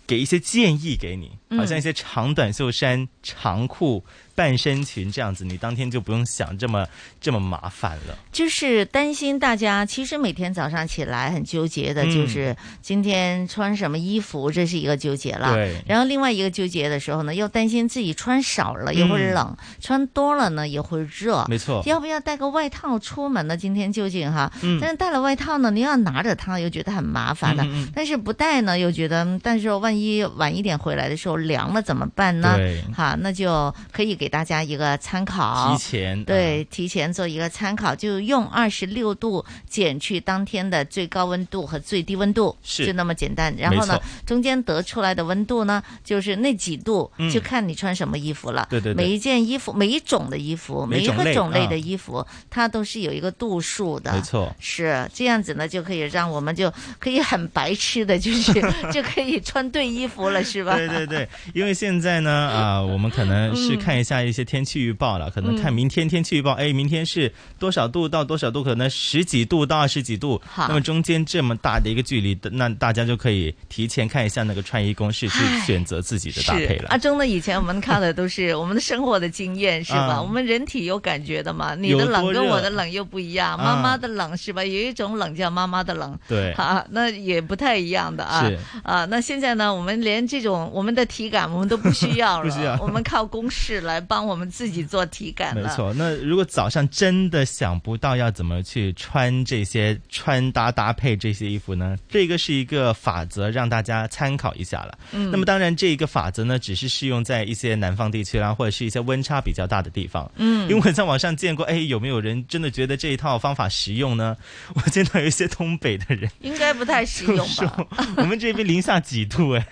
Speaker 6: 给一些建议给你，
Speaker 15: 嗯
Speaker 6: 好像一些长短袖衫、长裤、半身裙这样子，你当天就不用想这么这么麻烦了。
Speaker 5: 就是担心大家，其实每天早上起来很纠结的，
Speaker 6: 嗯
Speaker 5: 就是今天穿什么衣服，这是一个纠结了。
Speaker 6: 对
Speaker 5: 然后另外一个纠结的时候呢，又担心自己穿少了也会
Speaker 6: 嗯
Speaker 5: 冷，穿多了呢也会热。
Speaker 6: 没错
Speaker 5: 要不要带个外套出门呢？今天究竟哈，
Speaker 6: 嗯
Speaker 5: 但是带了外套呢，你要拿着它又觉得很麻烦的，
Speaker 6: 嗯嗯嗯
Speaker 5: 但是不带呢又觉得，嗯但是万一晚一点回来的时候凉了怎么办呢
Speaker 6: 对？
Speaker 5: 哈，那就可以给大家一个参考。
Speaker 6: 提前
Speaker 5: 对，提前做一个参考，就用二十六度减去当天的最高温度和最低温度，
Speaker 6: 是
Speaker 5: 就那么简单。然后
Speaker 6: 没
Speaker 5: 呢
Speaker 6: 错，
Speaker 5: 中间得出来的温度呢，就是那几度，
Speaker 6: 嗯
Speaker 5: 就看你穿什么衣服了。
Speaker 6: 对对对
Speaker 5: 每一件衣服，每一种的衣服，
Speaker 6: 每
Speaker 5: 每一
Speaker 6: 种
Speaker 5: 个
Speaker 6: 类
Speaker 5: 种类
Speaker 6: 啊
Speaker 5: 的衣服，它都是有一个度数的。
Speaker 6: 没错
Speaker 5: 是这样子呢，就可以让我们就可以很白痴的，就是 就可以穿对衣服了，是吧？
Speaker 6: 对对对，因为现 在呢，啊、我们可能是
Speaker 5: 嗯
Speaker 6: 看一下一些天气预报了，可能
Speaker 5: 嗯
Speaker 6: 看明天天气预报，哎，明天是多少度到多少度，可能十几度到二十几度，
Speaker 5: 好
Speaker 6: 那么中间这么大的一个距离，那大家就可以提前看一下那个穿衣公式，去选择自己的搭配
Speaker 5: 是
Speaker 6: 了。
Speaker 5: 阿忠呢，以前我们看的都是 我们的生活的经验，是吧？
Speaker 6: 啊
Speaker 5: 我们人体有感觉的嘛，你
Speaker 6: 有
Speaker 5: 的冷
Speaker 6: 多
Speaker 5: 跟我
Speaker 6: 热
Speaker 5: 的冷又不一样，
Speaker 6: 啊
Speaker 5: 妈妈的冷是吧？有一种冷叫妈妈的冷，
Speaker 6: 对
Speaker 5: 啊，那也不太一样的啊
Speaker 6: 是
Speaker 5: 啊。那现在呢，我们连这种我们的体感我们都不需要了，
Speaker 6: 不需要
Speaker 5: 我们靠公式来帮我们自己做体感
Speaker 6: 没
Speaker 5: 了。
Speaker 6: 错，那如果早上真的想不到要怎么去穿这些穿搭搭配这些衣服呢？这个是一个法则，让大家参考一下了。
Speaker 15: 嗯
Speaker 6: 那么当然，这一个法则呢，只是适用在一些南方地区啦，或者是一些温差比较大的地方。
Speaker 15: 嗯
Speaker 6: 因为我在网上见过，哎，有没有人真的觉得这一套方法实用呢？ 我见到有一些东北的人。
Speaker 5: 应该不太实
Speaker 6: 就
Speaker 5: 用吧？
Speaker 6: 说我们这边零下几度哎、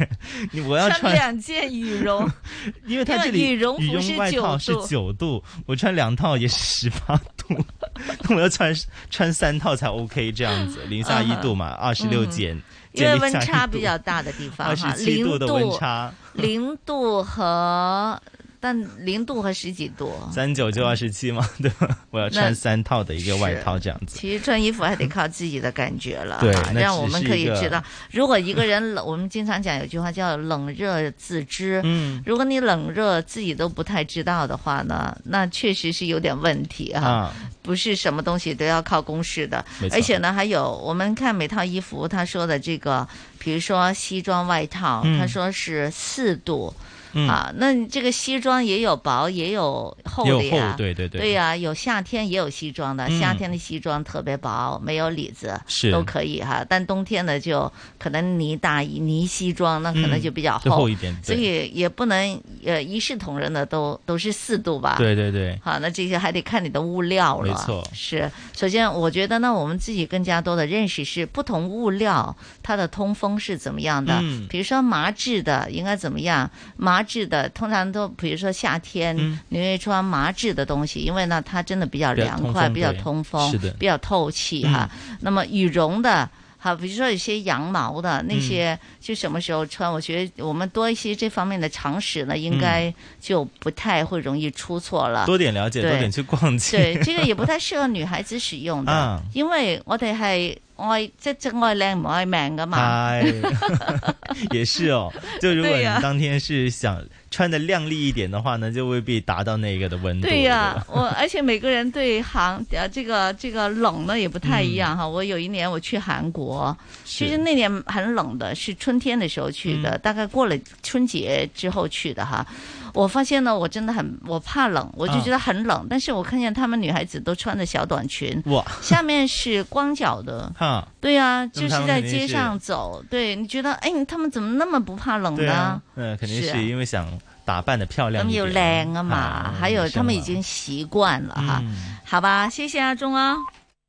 Speaker 6: 你 我要
Speaker 5: 穿两件羽绒，
Speaker 6: 因为它这里
Speaker 5: 羽绒服是
Speaker 6: 外套是
Speaker 5: 9度
Speaker 6: 九度，我穿两套也是十八度， 那我要穿穿三套才 OK 这样子，零下一度嘛，二十六
Speaker 5: 嗯
Speaker 6: 减，
Speaker 5: 因为
Speaker 6: 减
Speaker 5: 温
Speaker 6: 零下一
Speaker 5: 差
Speaker 6: 度
Speaker 5: 比较大的地方哈，
Speaker 6: 27
Speaker 5: 零
Speaker 6: 度的温差
Speaker 5: 零度和但零度和十几度，
Speaker 6: 三九就二十七嘛，对吧？ 我要
Speaker 5: 那
Speaker 6: 穿三套的一个外套这样子，，
Speaker 5: 其实穿衣服还得靠自己的感觉了
Speaker 6: 对
Speaker 5: 啊
Speaker 6: 那
Speaker 5: 让
Speaker 6: 只
Speaker 5: 我们
Speaker 6: 是
Speaker 5: 可
Speaker 6: 一
Speaker 5: 以
Speaker 6: 个
Speaker 5: 知道，如果一个人冷，我们经常讲有句话叫“冷热自知”，
Speaker 6: 嗯
Speaker 5: 如果你冷热自己都不太知道的话呢，那确实是有点问题哈、
Speaker 6: 啊
Speaker 5: 不是什么东西都要靠公式的
Speaker 6: 没，错
Speaker 5: 而且呢，还有我们看每套衣服，他说的这个，比如说西装外套，
Speaker 6: 嗯
Speaker 5: 他说是四度。
Speaker 6: 嗯
Speaker 5: 啊，那你这个西装也有薄，也有厚
Speaker 6: 也有
Speaker 5: 的呀
Speaker 6: 厚，对对对
Speaker 5: 对呀、有夏天也有西装的，
Speaker 6: 嗯
Speaker 5: 夏天的西装特别薄，没有里子，
Speaker 6: 是
Speaker 5: 都可以哈。但冬天呢，就可能呢大衣、呢西装，那可能
Speaker 6: 嗯
Speaker 5: 就比较厚，
Speaker 6: 就厚一点
Speaker 5: 所
Speaker 6: 对
Speaker 5: 以也不能呃一视同仁的都都是四度吧。
Speaker 6: 对对对，
Speaker 5: 好，那这些还得看你的物料了。
Speaker 6: 没错
Speaker 5: 是。首先，我觉得呢，我们自己更加多的认识是不同物料它的通风是怎么样的。
Speaker 6: 嗯
Speaker 5: 比如说麻质的应该怎么样？麻质的通常都，比如说夏天、
Speaker 6: 嗯
Speaker 5: 你会穿麻质的东西，因为呢它真的比较
Speaker 6: 比较
Speaker 5: 凉
Speaker 6: 通
Speaker 5: 快，
Speaker 6: 风
Speaker 5: 比较
Speaker 6: 对
Speaker 5: 通风，
Speaker 6: 是的嗯
Speaker 5: 比较透气哈。那么羽绒的。好，比如说有些羊毛的那
Speaker 6: 嗯
Speaker 5: 些，就什么时候穿？我觉得我们多一些这方面的常识呢，应
Speaker 6: 嗯
Speaker 5: 该就不太会容易出错了。
Speaker 6: 多点了解，
Speaker 5: 对
Speaker 6: 多点去逛街，
Speaker 5: 对，这个 也不太適合女孩子使用的，
Speaker 6: 啊
Speaker 5: 因為我哋係愛即即愛靚唔愛命噶嘛。
Speaker 6: 哎， 也是哦。就如果
Speaker 5: 对
Speaker 6: 你
Speaker 5: 呀
Speaker 6: 当天是想穿的靓丽一点的话呢，就未必达到那个的温度。
Speaker 5: 对呀、
Speaker 6: 吧
Speaker 5: 我而且每个人对韩呃这个这个冷呢也不太一
Speaker 6: 嗯
Speaker 5: 样哈。我有一年我去韩国，其实那年很冷的，是春天的时候去
Speaker 6: 嗯
Speaker 5: 的，大概过了春节之后去的哈。我发现呢，我真的很我怕冷，我就觉
Speaker 6: 啊
Speaker 5: 得很冷。但是我看见她们女孩子都穿着小短裙，
Speaker 6: 哇，
Speaker 5: 下面是光脚的，
Speaker 6: 哈，
Speaker 5: 对呀、
Speaker 6: 那
Speaker 5: 就
Speaker 6: 么
Speaker 5: 是
Speaker 6: 他们
Speaker 5: 在
Speaker 6: 肯定
Speaker 5: 街
Speaker 6: 是
Speaker 5: 上走，对，你觉得哎，他们怎么那么不怕冷
Speaker 6: 对啊
Speaker 5: 呢？，
Speaker 6: 那肯定
Speaker 5: 是啊
Speaker 6: 是因为想打扮的漂亮
Speaker 5: 咁
Speaker 6: 一
Speaker 5: 要
Speaker 6: 点。
Speaker 5: 靓啊嘛，还有他们已经习惯了哈，
Speaker 6: 嗯
Speaker 5: 好吧，谢谢阿钟啊。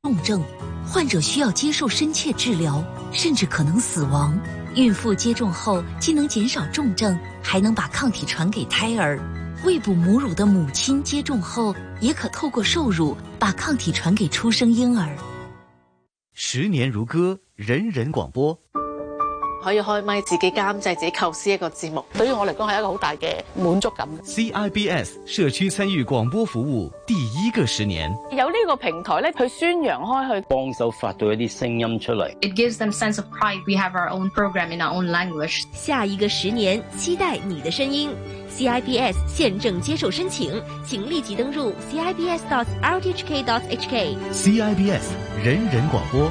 Speaker 19: 重症患者需要接受深切治疗，甚至可能死亡。孕妇接种后，既能减少重症，还能把抗体传给胎儿。未哺母乳的母亲接种后，也可透过受乳把抗体传给出生婴儿。
Speaker 15: 十年如歌，人人广播。
Speaker 16: 可以開咪自己監製、自己構思一個節目，對於我嚟講係一個好大嘅滿足感。
Speaker 12: CIBS 社区参与广播服务第一个十年。
Speaker 16: 有呢個平台咧，佢宣揚開去。
Speaker 21: 幫手發到一啲聲音出嚟。
Speaker 22: It gives them sense of pride. We have our own program in our own language.
Speaker 8: 下一个十年，期待你的声音。CIBS 现正接受申请，请立即登入 cibs.rthk.hk。
Speaker 4: CIBS 人人广播，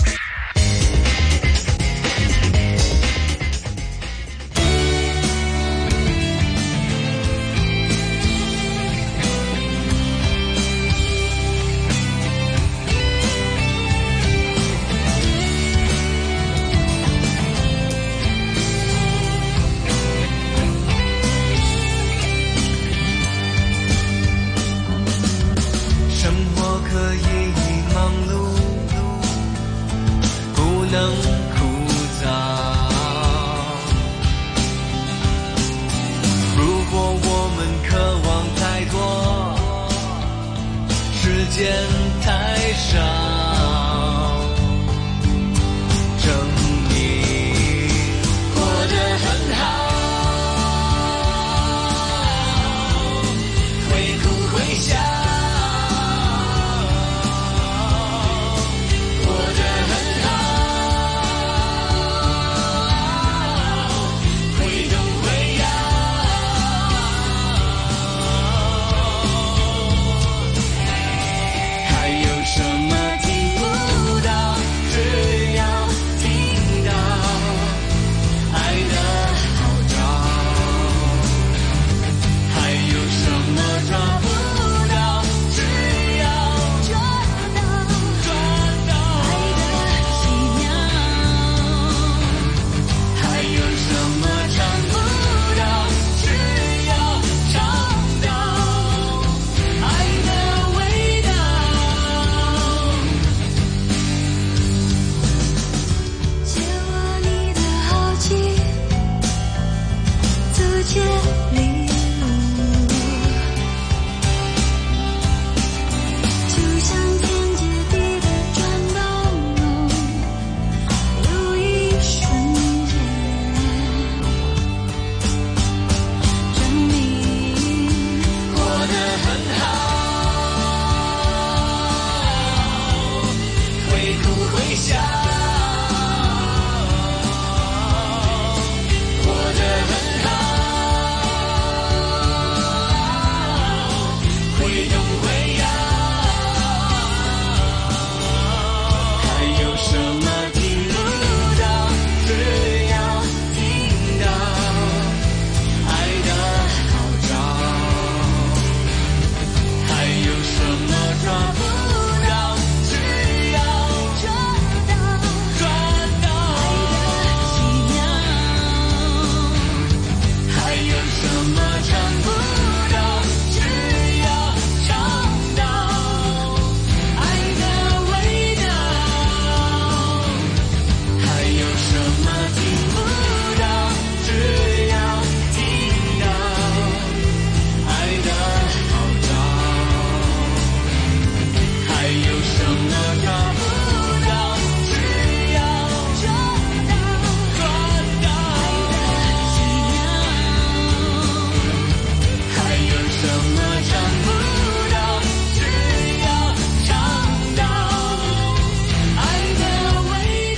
Speaker 7: 生活可以忙碌，不能枯燥。如果我们渴望太多，时间太少，证明过得很好，会哭会笑。过得很好，会痛会痒。还有什么听不到？只要听到，爱的号召。还有什么抓不到？只要抓到，抓到爱的奇妙。还有什么尝不到？只要尝到爱的味道。
Speaker 20: 借我你的好奇，自荐领悟，就像天阶地的转动，有一瞬间，证明
Speaker 7: 过得很好，会哭会笑，过得很好，会痛会痒。还有什么听不到？只要听到爱的号召。还有什么抓不到？只要抓到，抓到爱的奇妙。还有什么尝不到？只要尝到爱的味道。还有什么听不到？只要听到。爱的号召，还有什么抓不到？只要抓到，抓到爱的奇妙。还有什么尝不到？只要尝到爱的味道。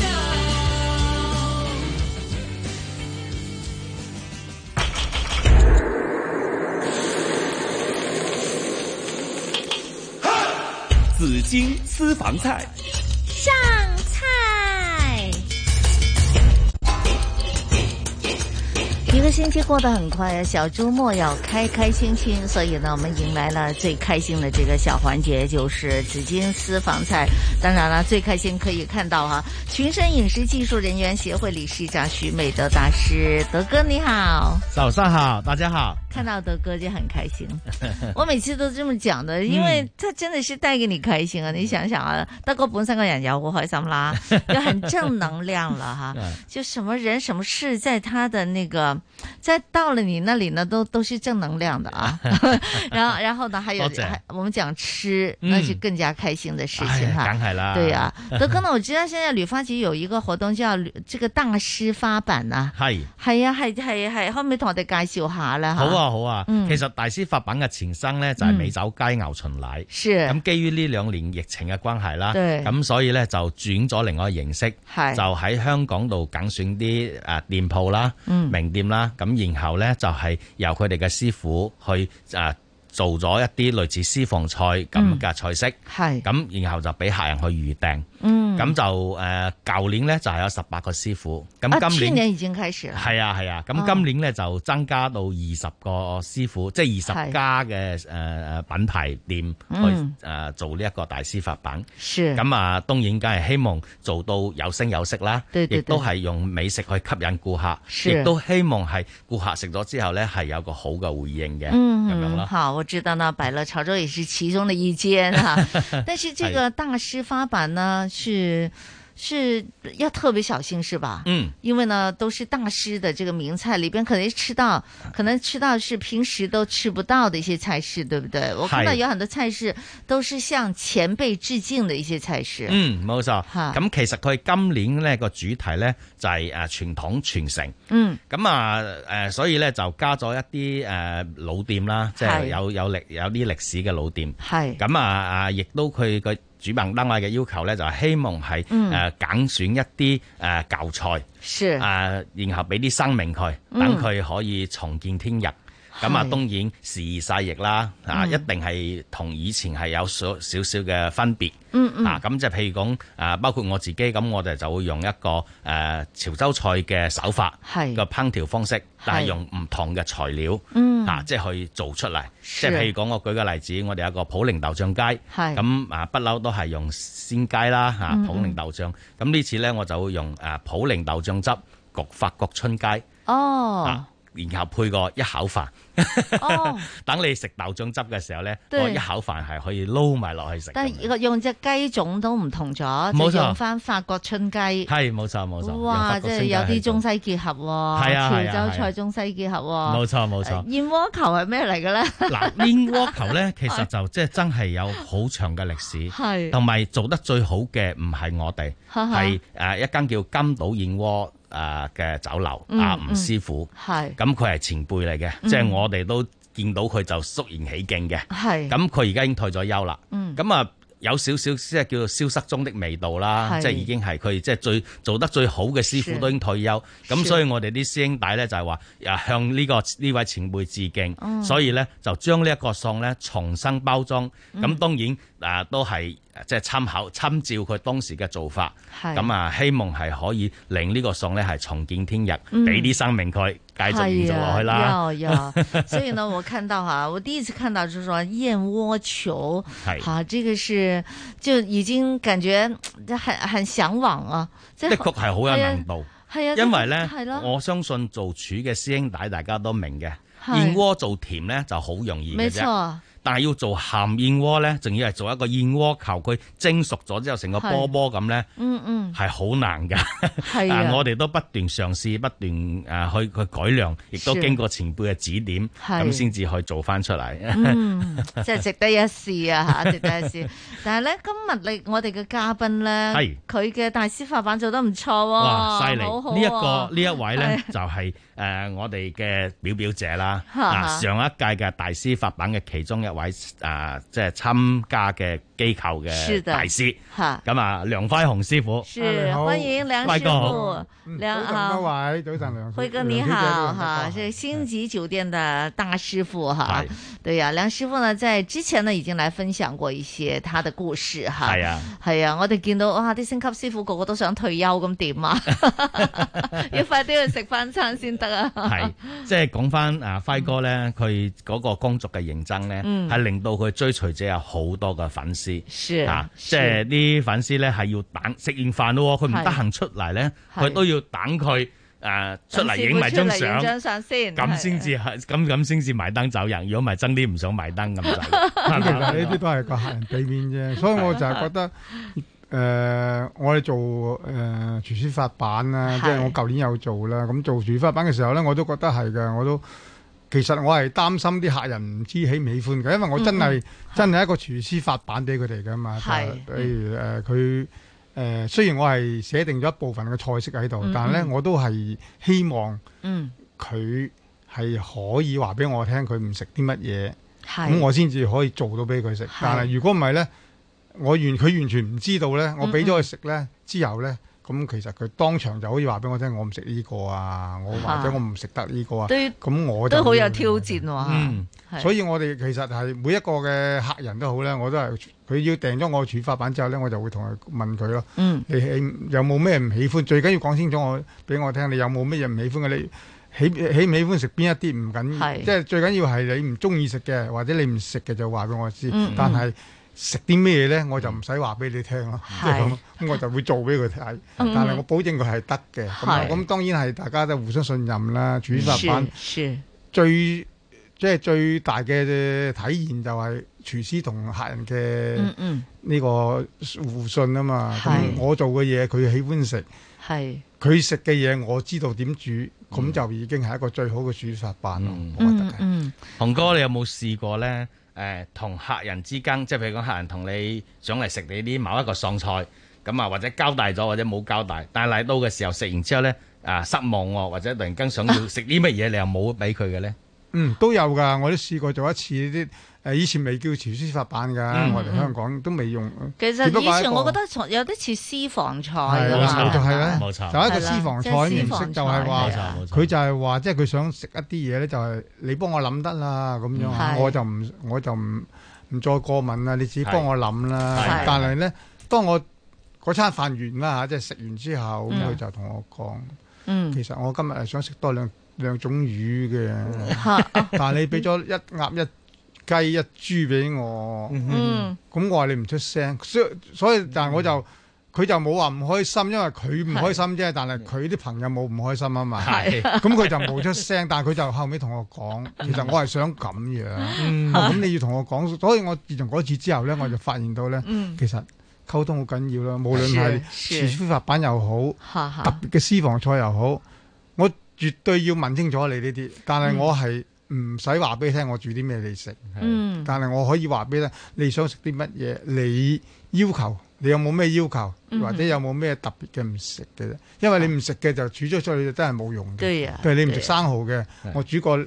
Speaker 4: 紫金私房菜，
Speaker 23: 上菜。
Speaker 5: 一个星期过得很快呀，小周末要开开心心，所以呢，我们迎来了最开心的这个小环节，就是紫金私房菜。当然了，最开心可以看到哈、群生饮食技术人员协会理事长徐美德大师，德哥你好，
Speaker 23: 早上好，大家好。
Speaker 5: 看到德哥就很开心。 我每次都这么講
Speaker 23: 嗯
Speaker 5: 的，因為他真的是帶給你開心啊！你想想啊，德哥本身個人又好開 心啦，又很正能量了哈
Speaker 23: 嗯，
Speaker 5: 就什麼人什麼事，在他的那個，在到了你那裡呢，都都是正能量 的啊。然後然後呢，還有
Speaker 23: 多謝
Speaker 5: 還我們講吃，那是更加開心的事情哈。
Speaker 23: 哎梗係啦
Speaker 5: 對呀、德哥呢，我知道現在旅發局有一個活動叫旅這個大師發版啊。
Speaker 23: 係。
Speaker 5: 係啊，係係係，可唔可以同我哋介紹下咧？
Speaker 23: 好啊，好啊。
Speaker 5: 嗯
Speaker 23: 其實大師發品嘅前身呢，就係美酒佳肴巡禮。
Speaker 5: 是
Speaker 23: 咁基於呢兩年疫情嘅關係啦，
Speaker 5: 對
Speaker 23: 咁所以呢，就轉咗另外嘅形式，
Speaker 5: 係
Speaker 23: 就喺香港度揀選啲誒店鋪啦、
Speaker 5: 嗯
Speaker 23: 名店啦，咁然後呢，就係由佢哋嘅師傅去誒。做咗一啲類似私房菜
Speaker 5: 嗯
Speaker 23: 咁嘅菜式，
Speaker 5: 係
Speaker 23: 咁然後就俾客人去預訂，
Speaker 5: 嗯
Speaker 23: 咁就誒舊年呢，就係有十八個師傅，
Speaker 5: 啊
Speaker 23: 咁
Speaker 5: 去
Speaker 23: 今
Speaker 5: 年
Speaker 23: 年
Speaker 5: 已經開始了。
Speaker 23: 係啊係啊，咁、
Speaker 5: 哦
Speaker 23: 今年咧就增加到二十個師傅，即係二
Speaker 5: 係
Speaker 23: 十家嘅誒誒品牌店去誒
Speaker 5: 嗯、
Speaker 23: 呃做呢一個大師發版。
Speaker 5: 是
Speaker 23: 咁啊，當然梗係希望做到有聲有色啦，
Speaker 5: 對對
Speaker 23: 亦都
Speaker 5: 對
Speaker 23: 係用美食去吸引顧客，
Speaker 5: 是
Speaker 23: 亦都希望係顧客食咗之後咧係有個好嘅回應嘅咁、樣
Speaker 5: 嗯，
Speaker 23: 咯。
Speaker 5: 好，我知道呢，百乐潮州也是其中的一间 哈、但是
Speaker 23: 哎
Speaker 5: 这个大师发版呢，是是要特别小心，是吧？
Speaker 23: 嗯。
Speaker 5: 因为呢，都是大师的这个名菜，里边可能吃到，可能吃到是平时都吃不到的一些菜式，对不对？我看到
Speaker 23: 是
Speaker 5: 有很多菜式都是向前辈致敬的一些菜式。，
Speaker 23: 嗯，冇錯。
Speaker 5: 嚇
Speaker 23: 咁其實佢今年呢個主題咧就係、呃誒傳統傳承。
Speaker 7: Ừ.
Speaker 5: 嗯，
Speaker 23: 咁啊誒，所以咧就加咗一啲誒、呃老店啦，即
Speaker 5: 係
Speaker 23: 係有有歷有啲歷史嘅老店。
Speaker 5: 係
Speaker 23: 咁啊啊，亦都佢個主辦單位嘅要求咧，就係希望係
Speaker 5: 嗯
Speaker 23: 誒揀選一啲誒舊菜，
Speaker 5: 是
Speaker 23: 啊，然後俾啲生命佢，
Speaker 5: 嗯
Speaker 23: 等佢可以重見天日。咁啊，
Speaker 5: 係
Speaker 23: 當然時移世易啦，啊，
Speaker 5: 嗯
Speaker 23: 一定係同以前係有少少少嘅分別。
Speaker 5: 嗯嗯
Speaker 23: 啊，咁就譬如講啊，包括我自己咁，我哋就會用一個誒、呃潮州菜嘅手法，
Speaker 5: 係
Speaker 23: 個烹調方式，但係用唔同嘅材料，
Speaker 5: 嗯
Speaker 23: 啊，即係去做出嚟。
Speaker 5: 是
Speaker 23: 即係譬如講，我舉個例子，我哋有一個普寧豆醬雞，
Speaker 5: 係
Speaker 23: 咁啊不嬲都係用鮮雞啦嚇、
Speaker 5: 嗯
Speaker 23: 普寧豆醬。咁呢次呢，我就會用誒普寧豆醬汁焗法國春雞，
Speaker 5: 哦，
Speaker 23: 啊然後配個一口飯。
Speaker 5: 哦，
Speaker 23: 等你食豆醬汁嘅時候呢，
Speaker 5: 對
Speaker 23: 我一口飯係可以撈埋落去食。
Speaker 5: 但係用只雞種都唔同咗，
Speaker 23: 冇
Speaker 5: 就
Speaker 23: 錯
Speaker 5: 用翻法國春雞。
Speaker 23: 係冇錯冇錯，
Speaker 5: 哇！
Speaker 23: 用法
Speaker 5: 即
Speaker 23: 國
Speaker 5: 係
Speaker 23: 星
Speaker 5: 有
Speaker 23: 雞去
Speaker 5: 啲中西結合喎，
Speaker 23: 係啊係啊
Speaker 5: 潮州
Speaker 23: 係
Speaker 5: 菜
Speaker 23: 啊
Speaker 5: 中西結合喎。
Speaker 23: 冇錯冇錯。
Speaker 5: 燕窩球係咩嚟嘅咧？
Speaker 23: 嗱，燕窩球咧，其
Speaker 5: 哎
Speaker 23: 實就即係真係有好長嘅歷
Speaker 5: 係
Speaker 23: 史，同埋做得最好嘅唔係我哋，
Speaker 5: 哈哈
Speaker 23: 係誒一間叫金島燕窩誒嘅酒樓
Speaker 5: 嗯
Speaker 23: 啊，
Speaker 5: 嗯
Speaker 23: 吳師傅，
Speaker 5: 係
Speaker 23: 咁佢係前輩嚟嘅，
Speaker 5: 嗯
Speaker 23: 即係我哋都見到佢就肅然起敬 嘅，
Speaker 5: 係
Speaker 23: 咁佢而家已經退咗休啦，
Speaker 5: 嗯
Speaker 23: 咁啊。有少少即係叫做消失中的味道啦，
Speaker 5: 係
Speaker 23: 即係已經係佢即係最做得最好嘅師
Speaker 5: 是
Speaker 23: 傅都已經退休，咁
Speaker 5: 是
Speaker 23: 所以我哋啲師兄弟咧就係話啊向呢、個呢位前輩致敬，
Speaker 5: 嗯
Speaker 23: 所以咧就將呢一個餸咧重新包裝，咁、
Speaker 5: 嗯
Speaker 23: 當然啊都係啊即係參考參照佢當時嘅做法，
Speaker 5: 係
Speaker 23: 咁啊希望係可以令呢個餸咧係重見天日，
Speaker 5: 嗯
Speaker 23: 俾啲生命佢繼續延續落去
Speaker 5: 哎
Speaker 23: 啦
Speaker 5: 呀， 要要。所以呢，我看到哈，我第一次看到就是说燕窝球，
Speaker 23: 係
Speaker 5: 好，这个是就已經感覺嗯很很向往啊，即
Speaker 23: 的確係好有難度。
Speaker 5: 係啊，
Speaker 23: 因為咧
Speaker 5: 係咯，，
Speaker 23: 我相信做廚嘅師兄弟大家都明嘅，
Speaker 5: 係
Speaker 23: 燕窩做甜咧就好容易
Speaker 5: 沒
Speaker 23: 嘅
Speaker 5: 錯
Speaker 23: 啫。但係要做鹹燕窩咧，仲要係做一個燕窩球，佢蒸熟咗之後成個波波咁咧，
Speaker 5: 嗯嗯，
Speaker 23: 係好難㗎。
Speaker 5: 係
Speaker 23: 啊
Speaker 5: 啊，
Speaker 23: 我哋都不斷嘗試，不斷誒、呃去去改良，亦都
Speaker 5: 是
Speaker 23: 經過前輩嘅指點，
Speaker 5: 係
Speaker 23: 咁先至去做翻出嚟。
Speaker 5: 嗯，即係值得一試啊 嚇，值得一試。但係咧，今日你我哋嘅嘉賓咧
Speaker 23: 係，
Speaker 5: 佢嘅大師法版做得唔錯喎，
Speaker 23: 哇！犀利！
Speaker 5: 好好
Speaker 23: 呢
Speaker 5: 喎
Speaker 23: 一 個呢一位呢，
Speaker 5: 係
Speaker 23: 就係誒我哋嘅表表姐啦，
Speaker 5: 哈
Speaker 23: 啊
Speaker 5: 哈
Speaker 23: 上一屆嘅大師法版嘅其中一位啊，即係參加嘅機構
Speaker 5: 是
Speaker 23: 嘅
Speaker 5: 的
Speaker 23: 大師。
Speaker 5: 吓，
Speaker 23: 咁啊，梁輝雄師傅，
Speaker 5: 是歡迎梁
Speaker 23: 輝
Speaker 5: 師
Speaker 23: 哥好
Speaker 5: 傅，梁
Speaker 1: 各
Speaker 5: 啊。
Speaker 1: 位早晨，梁
Speaker 5: 辉哥你好哈，是星级酒店的大师傅哈，对呀、梁师傅呢，在之前呢已經來分享過一些他的故事哈，
Speaker 23: 係啊，
Speaker 5: 係啊，我哋見到哇啲星級師傅個個都想退休咁點 啊，要快啲去食翻餐先得啊，
Speaker 23: 係即係講翻啊輝哥咧，佢嗰個工作嘅認真咧，
Speaker 5: 嗯
Speaker 23: 係令到佢追隨者有好多嘅粉絲，
Speaker 5: 是
Speaker 23: 啊，即
Speaker 5: 是
Speaker 23: 係啲粉絲咧係要等食完飯咯，佢唔得閒出嚟咧，
Speaker 5: 係
Speaker 23: 佢都要等佢誒出嚟
Speaker 5: 咁
Speaker 23: 影埋
Speaker 5: 師傅
Speaker 23: 張
Speaker 5: 出嚟影
Speaker 23: 相
Speaker 5: 張。相先，
Speaker 23: 咁先至係，咁咁先至埋單走人。如果唔係，真啲唔想埋單咁 就。
Speaker 1: 咁其實
Speaker 23: 係
Speaker 1: 呢啲都係個客人俾面啫，所以我就係覺得。誒、我哋做誒、廚師法版啦，即係
Speaker 5: 係
Speaker 1: 我舊年有做啦。咁做廚師法版嘅時候咧，我都覺得係嘅，我都其實我係擔心啲客人唔知喜唔喜歡嘅，因為我真係、
Speaker 5: 嗯
Speaker 1: 真係一個廚師法版俾佢哋噶嘛。
Speaker 5: 係嗯
Speaker 1: 譬如誒佢誒，雖然我係寫定咗一部分嘅菜式喺度，
Speaker 5: 嗯
Speaker 1: 但係咧
Speaker 5: 嗯
Speaker 1: 我都係希望。
Speaker 5: 嗯，
Speaker 1: 佢係可以話俾我聽佢唔食啲乜嘢，
Speaker 5: 係
Speaker 1: 咁我先至可以做到俾佢食。但係如果唔係呢，我完佢完全唔知道呢，
Speaker 5: 嗯
Speaker 1: 我俾咗佢食呢之後呢，咁其實佢當場就可以話俾我聽，我唔食呢個啊，我
Speaker 5: 嚇
Speaker 1: 或者我唔食得呢個啊，
Speaker 5: 都
Speaker 1: 咁我就
Speaker 5: 都好有挑戰喎，
Speaker 1: 嗯
Speaker 5: 係
Speaker 1: 所以我哋其實係每一個嘅客人都好咧，我都係佢要訂咗我嘅煮法版之後咧，我就會同佢問佢咯。
Speaker 5: 嗯，
Speaker 1: 你喜有冇咩唔喜歡？最緊要講清楚我俾我聽，你有冇乜嘢唔喜歡嘅？你喜喜唔喜歡食邊一啲唔緊要，
Speaker 5: 係
Speaker 1: 即係最緊要係你唔中意食嘅，或者你唔食嘅就話俾我知。
Speaker 5: 嗯
Speaker 1: 但
Speaker 5: 嗯
Speaker 1: 係食啲咩咧，我就唔使話俾你聽咯。即係咁
Speaker 5: 係，
Speaker 1: 咁我就會做俾佢睇。但
Speaker 5: 嗯
Speaker 1: 係我保證佢係得嘅。咁啊
Speaker 5: 係
Speaker 1: 咁當然係大家都互相信任啦，煮法版。
Speaker 5: 是
Speaker 1: 最即係最大嘅體現就係廚師同客人
Speaker 5: 嗯
Speaker 1: 嘅
Speaker 5: 嗯
Speaker 1: 呢個互信啊嘛。咁、
Speaker 5: 係
Speaker 1: 我做嘅嘢佢喜歡食，
Speaker 5: 係。
Speaker 1: 佢食嘅嘢我知道點煮，咁、就已經係一個最好嘅煮法辦咯。我覺得
Speaker 5: 嗯嗯，
Speaker 23: 洪哥，你有冇試過咧？誒、同客人之間，即係譬如講客人同你想嚟食你啲某一個餸菜，咁啊或者交代咗，或者冇交代，但係嚟到嘅時候食完之後咧，啊失望喎，或者突然間想要 食啲乜嘢，你又冇俾佢嘅咧？
Speaker 1: 嗯，都有㗎，我都試過做一次啲誒、呃以前未叫廚師法版㗎，
Speaker 23: 嗯
Speaker 1: 我哋香港都未用。
Speaker 5: 其實
Speaker 1: 只不過係
Speaker 5: 以
Speaker 1: 一
Speaker 5: 前
Speaker 1: 個
Speaker 5: 我覺得從有啲似私房菜
Speaker 1: 係
Speaker 5: 㗎
Speaker 1: 啦
Speaker 5: 嘛，
Speaker 1: 就係啦，
Speaker 5: 係嘛
Speaker 1: 就係一個私房菜嘅形式，就係話
Speaker 5: 係啦即係私房菜啊
Speaker 1: 佢就係話，即係佢想食一啲嘢咧，就係你幫我諗得啦咁樣啊，
Speaker 5: 係
Speaker 1: 我就唔我就唔唔再過問啦，你自己
Speaker 5: 係
Speaker 1: 幫我諗啦
Speaker 5: 係。
Speaker 1: 但係咧，當我嗰餐飯完啦嚇，即係食完之後，咁
Speaker 5: 嗯
Speaker 1: 佢就同我講，
Speaker 5: 嗯
Speaker 1: 其實我今日係想食多兩兩種魚嘅
Speaker 5: 嚇，哦
Speaker 1: 但係你俾咗一鴨一雞一豬俾我，
Speaker 5: 嗯
Speaker 1: 咁我話你唔出聲，所以所以但係我就佢就冇話唔開心，因為佢唔開心啫，但係佢啲朋友冇唔開心啊嘛，
Speaker 23: 係
Speaker 1: 咁佢就冇出聲，但係佢就後尾同我講，其實我係想咁樣，
Speaker 23: 嗯
Speaker 1: 咁你要同我講，所以我自從嗰次之後咧，我就發現到咧
Speaker 5: 嗯，
Speaker 1: 其實溝通好緊要啦，無論係
Speaker 5: 是是
Speaker 1: 廚師法版又
Speaker 5: 哈
Speaker 1: 好，
Speaker 5: 哈
Speaker 1: 特別嘅私房菜又好，我絕對要問清楚你呢啲，但係我係唔使話俾你聽我煮啲咩你食。
Speaker 5: 嗯
Speaker 1: 但係我可以話俾你聽，你想食啲乜嘢，你要求，你有冇咩要求，
Speaker 5: 嗯
Speaker 1: 或者有冇咩特別嘅唔食嘅啫？因為你唔食嘅就煮咗出去就真係冇用嘅。
Speaker 5: 對啊
Speaker 1: 譬如你唔食
Speaker 5: 對啊
Speaker 1: 生蠔嘅，我煮個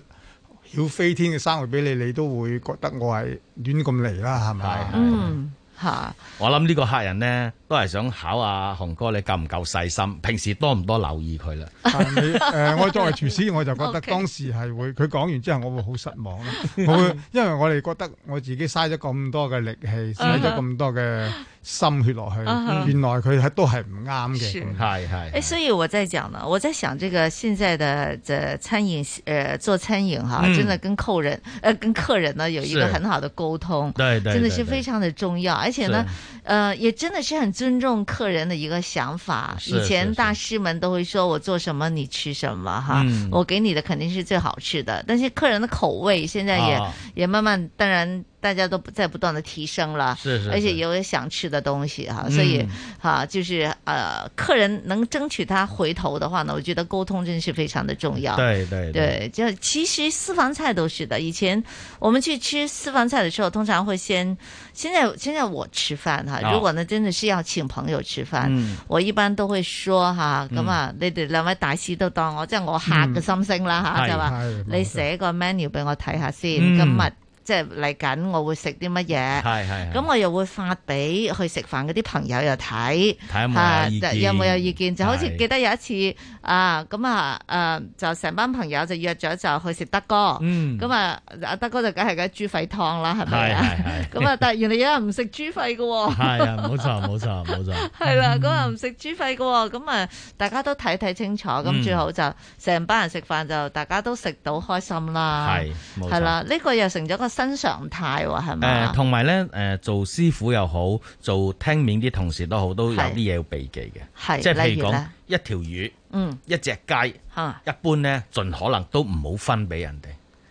Speaker 1: 曉飛天嘅生蠔俾你，你都會覺得我係亂咁嚟啦，係咪？
Speaker 5: 嗯嚇，
Speaker 23: 我諗呢個客人咧，都係想考下洪哥你夠唔夠細心，平時多唔多留意佢 啦？
Speaker 1: 但係你誒，我作為廚師，我就覺
Speaker 23: OK
Speaker 1: 得當時係會，佢講完之後，我會好失望啦。 我會，因為我哋覺得我自己嘥咗咁多嘅力氣，嘥咗咁多嘅心血落去，
Speaker 5: 啊哈
Speaker 1: 原來佢係都係唔啱
Speaker 5: 是
Speaker 1: 嘅。
Speaker 23: 係 係
Speaker 5: 哎，所以我在講呢，我在想這個現在的這餐飲，呃，做餐飲哈，
Speaker 23: 嗯
Speaker 5: 真的跟客人，呃，跟客人呢有一個
Speaker 23: 是
Speaker 5: 很好的溝通，
Speaker 23: 對對
Speaker 5: 真的
Speaker 23: 對對
Speaker 5: 是非常的重要，而且呢，呃，也真的是很尊重客人的一个想法。
Speaker 23: 是
Speaker 5: 以前
Speaker 23: 是
Speaker 5: 大师们都会说我做什么你吃什么哈，
Speaker 23: 嗯
Speaker 5: 我给你的肯定是最好吃的，但是客人的口味现在也、
Speaker 23: 啊
Speaker 5: 也慢慢，当然大家都不在不断的提升了，
Speaker 23: 是是
Speaker 5: 而且
Speaker 23: 是
Speaker 5: 有想吃的东西哈，
Speaker 23: 嗯
Speaker 5: 所以。 哈，就是呃，客人能争取他回头的话呢，我觉得沟通真是非常的重要。
Speaker 23: 對對
Speaker 5: 对，就其实私房菜都是的。以前我们去吃私房菜的时候，通常会先，现在现在我吃饭哈，
Speaker 24: 哦
Speaker 5: 如果呢真的是要请朋友吃饭，
Speaker 24: 嗯
Speaker 5: 我一般都会说哈，咁啊，你哋两位大師都當我即係我客嘅心聲啦吓，
Speaker 24: 嗯
Speaker 5: 就
Speaker 24: 係
Speaker 5: 話
Speaker 24: 係
Speaker 5: 你寫個 menu 俾我睇下先，
Speaker 24: 嗯
Speaker 5: 今日。即係嚟緊，我會食啲乜嘢。
Speaker 23: 係係係
Speaker 5: 咁我又會發俾去食飯嗰啲朋友又睇，
Speaker 23: 睇有冇
Speaker 5: 啊
Speaker 23: 意見
Speaker 5: 有冇有意見？就好似
Speaker 23: 係
Speaker 5: 記得有一次啊，咁啊誒，就成班朋友就約咗就去食德哥。
Speaker 23: 嗯
Speaker 5: 咁啊，阿德哥就梗係梗豬肺湯啦，係咪
Speaker 23: 係
Speaker 5: 啊
Speaker 23: 係係？
Speaker 5: 咁啊，但係原來有人唔食豬肺嘅喎。
Speaker 23: 係啊，冇錯冇錯冇錯。 嗯
Speaker 5: 係啦，咁啊唔食豬肺嘅喎，咁啊大家都睇睇清楚，咁
Speaker 23: 嗯
Speaker 5: 最好就成班人食飯就大家都食到開心啦，
Speaker 23: 係冇錯
Speaker 5: 係啦，呢個又成咗個新常態喎，係
Speaker 23: 誒，
Speaker 5: 咪？
Speaker 23: 同埋咧，誒做師傅又好，做聽面啲同事都好，都有啲嘢要避忌
Speaker 5: 係
Speaker 23: 嘅，即係譬
Speaker 5: 例
Speaker 23: 如
Speaker 5: 如
Speaker 23: 講
Speaker 5: 咧
Speaker 23: 一條魚、
Speaker 5: 嗯，
Speaker 23: 一隻雞，
Speaker 5: 嚇，
Speaker 23: 一般咧盡可能都唔好分俾人哋。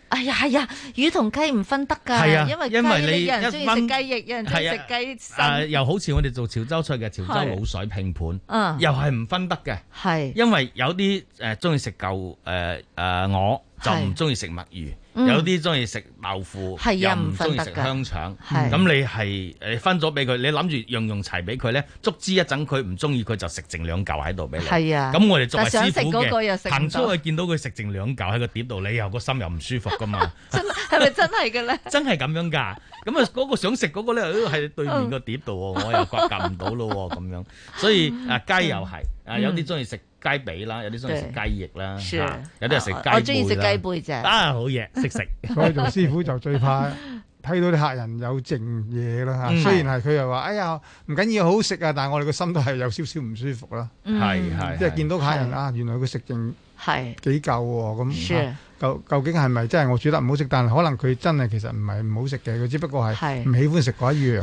Speaker 5: 哎呀係呀，魚同雞唔分得
Speaker 23: 係啊
Speaker 5: 㗎，因為雞
Speaker 23: 因為
Speaker 5: 你
Speaker 23: 你
Speaker 5: 有人中意
Speaker 23: 一
Speaker 5: 食
Speaker 23: 蚊
Speaker 5: 雞翼，有人中意
Speaker 23: 係啊
Speaker 5: 食雞
Speaker 23: 啊，
Speaker 5: 腎，
Speaker 23: 又好似我哋做潮州菜嘅潮州
Speaker 5: 係
Speaker 23: 滷水拼
Speaker 5: 嗯
Speaker 23: 盤，又係唔分得嘅，
Speaker 5: 係
Speaker 23: 因為有啲誒中意食嚿誒誒鵝，就
Speaker 5: 係
Speaker 23: 唔中意食墨魚；
Speaker 5: 嗯
Speaker 23: 有啲中意食豆腐，
Speaker 5: 係
Speaker 23: 又
Speaker 5: 啊唔
Speaker 23: 唔
Speaker 5: 分
Speaker 23: 中意
Speaker 5: 得
Speaker 23: 食
Speaker 5: 㗎
Speaker 23: 香腸。
Speaker 5: 係
Speaker 23: 咁你係你分咗俾佢，你諗住樣樣齊俾佢咧，足之一陣佢唔中意，佢就食剩兩嚿喺度俾你。
Speaker 5: 係啊
Speaker 23: 咁我哋作為
Speaker 5: 但想
Speaker 23: 師
Speaker 5: 食
Speaker 23: 傅
Speaker 5: 嗰個又食唔
Speaker 23: 嘅，行
Speaker 5: 到
Speaker 23: 出去見到佢食剩兩嚿喺個碟度，你又個心又唔舒服噶嘛。
Speaker 5: 真係咪真係嘅 咧？
Speaker 23: 真係咁樣㗎。咁 啊，嗰個想食嗰個咧，都喺對面個碟度喎，我又夾夾唔到咯喎，咁樣。所以啊，雞又係啊，
Speaker 5: 嗯
Speaker 23: 有啲中意食雞髀啦，有啲中意食雞翼啦，
Speaker 5: 是
Speaker 23: 啊有啲人食雞
Speaker 5: 我我中意食雞
Speaker 23: 啦
Speaker 5: 背啫
Speaker 23: 啊，好嘢，識食。
Speaker 1: 所以做師傅就最怕睇到啲客人有剩嘢啦
Speaker 23: 嗯
Speaker 1: 嚇。雖然係佢又話：哎呀，唔緊要，好食啊！但係我哋個心都係有少少唔舒服啦。
Speaker 5: 嗯係係
Speaker 1: 即係見到客人
Speaker 5: 係
Speaker 1: 啊，原來佢食剩
Speaker 5: 係
Speaker 1: 幾嚿喎
Speaker 5: 是
Speaker 1: 咁。啊究究竟係咪真係我煮得唔好食？但係可能佢真係其實唔係唔好食嘅，佢只不過係
Speaker 5: 係嗯
Speaker 1: 唔喜歡食嗰一樣。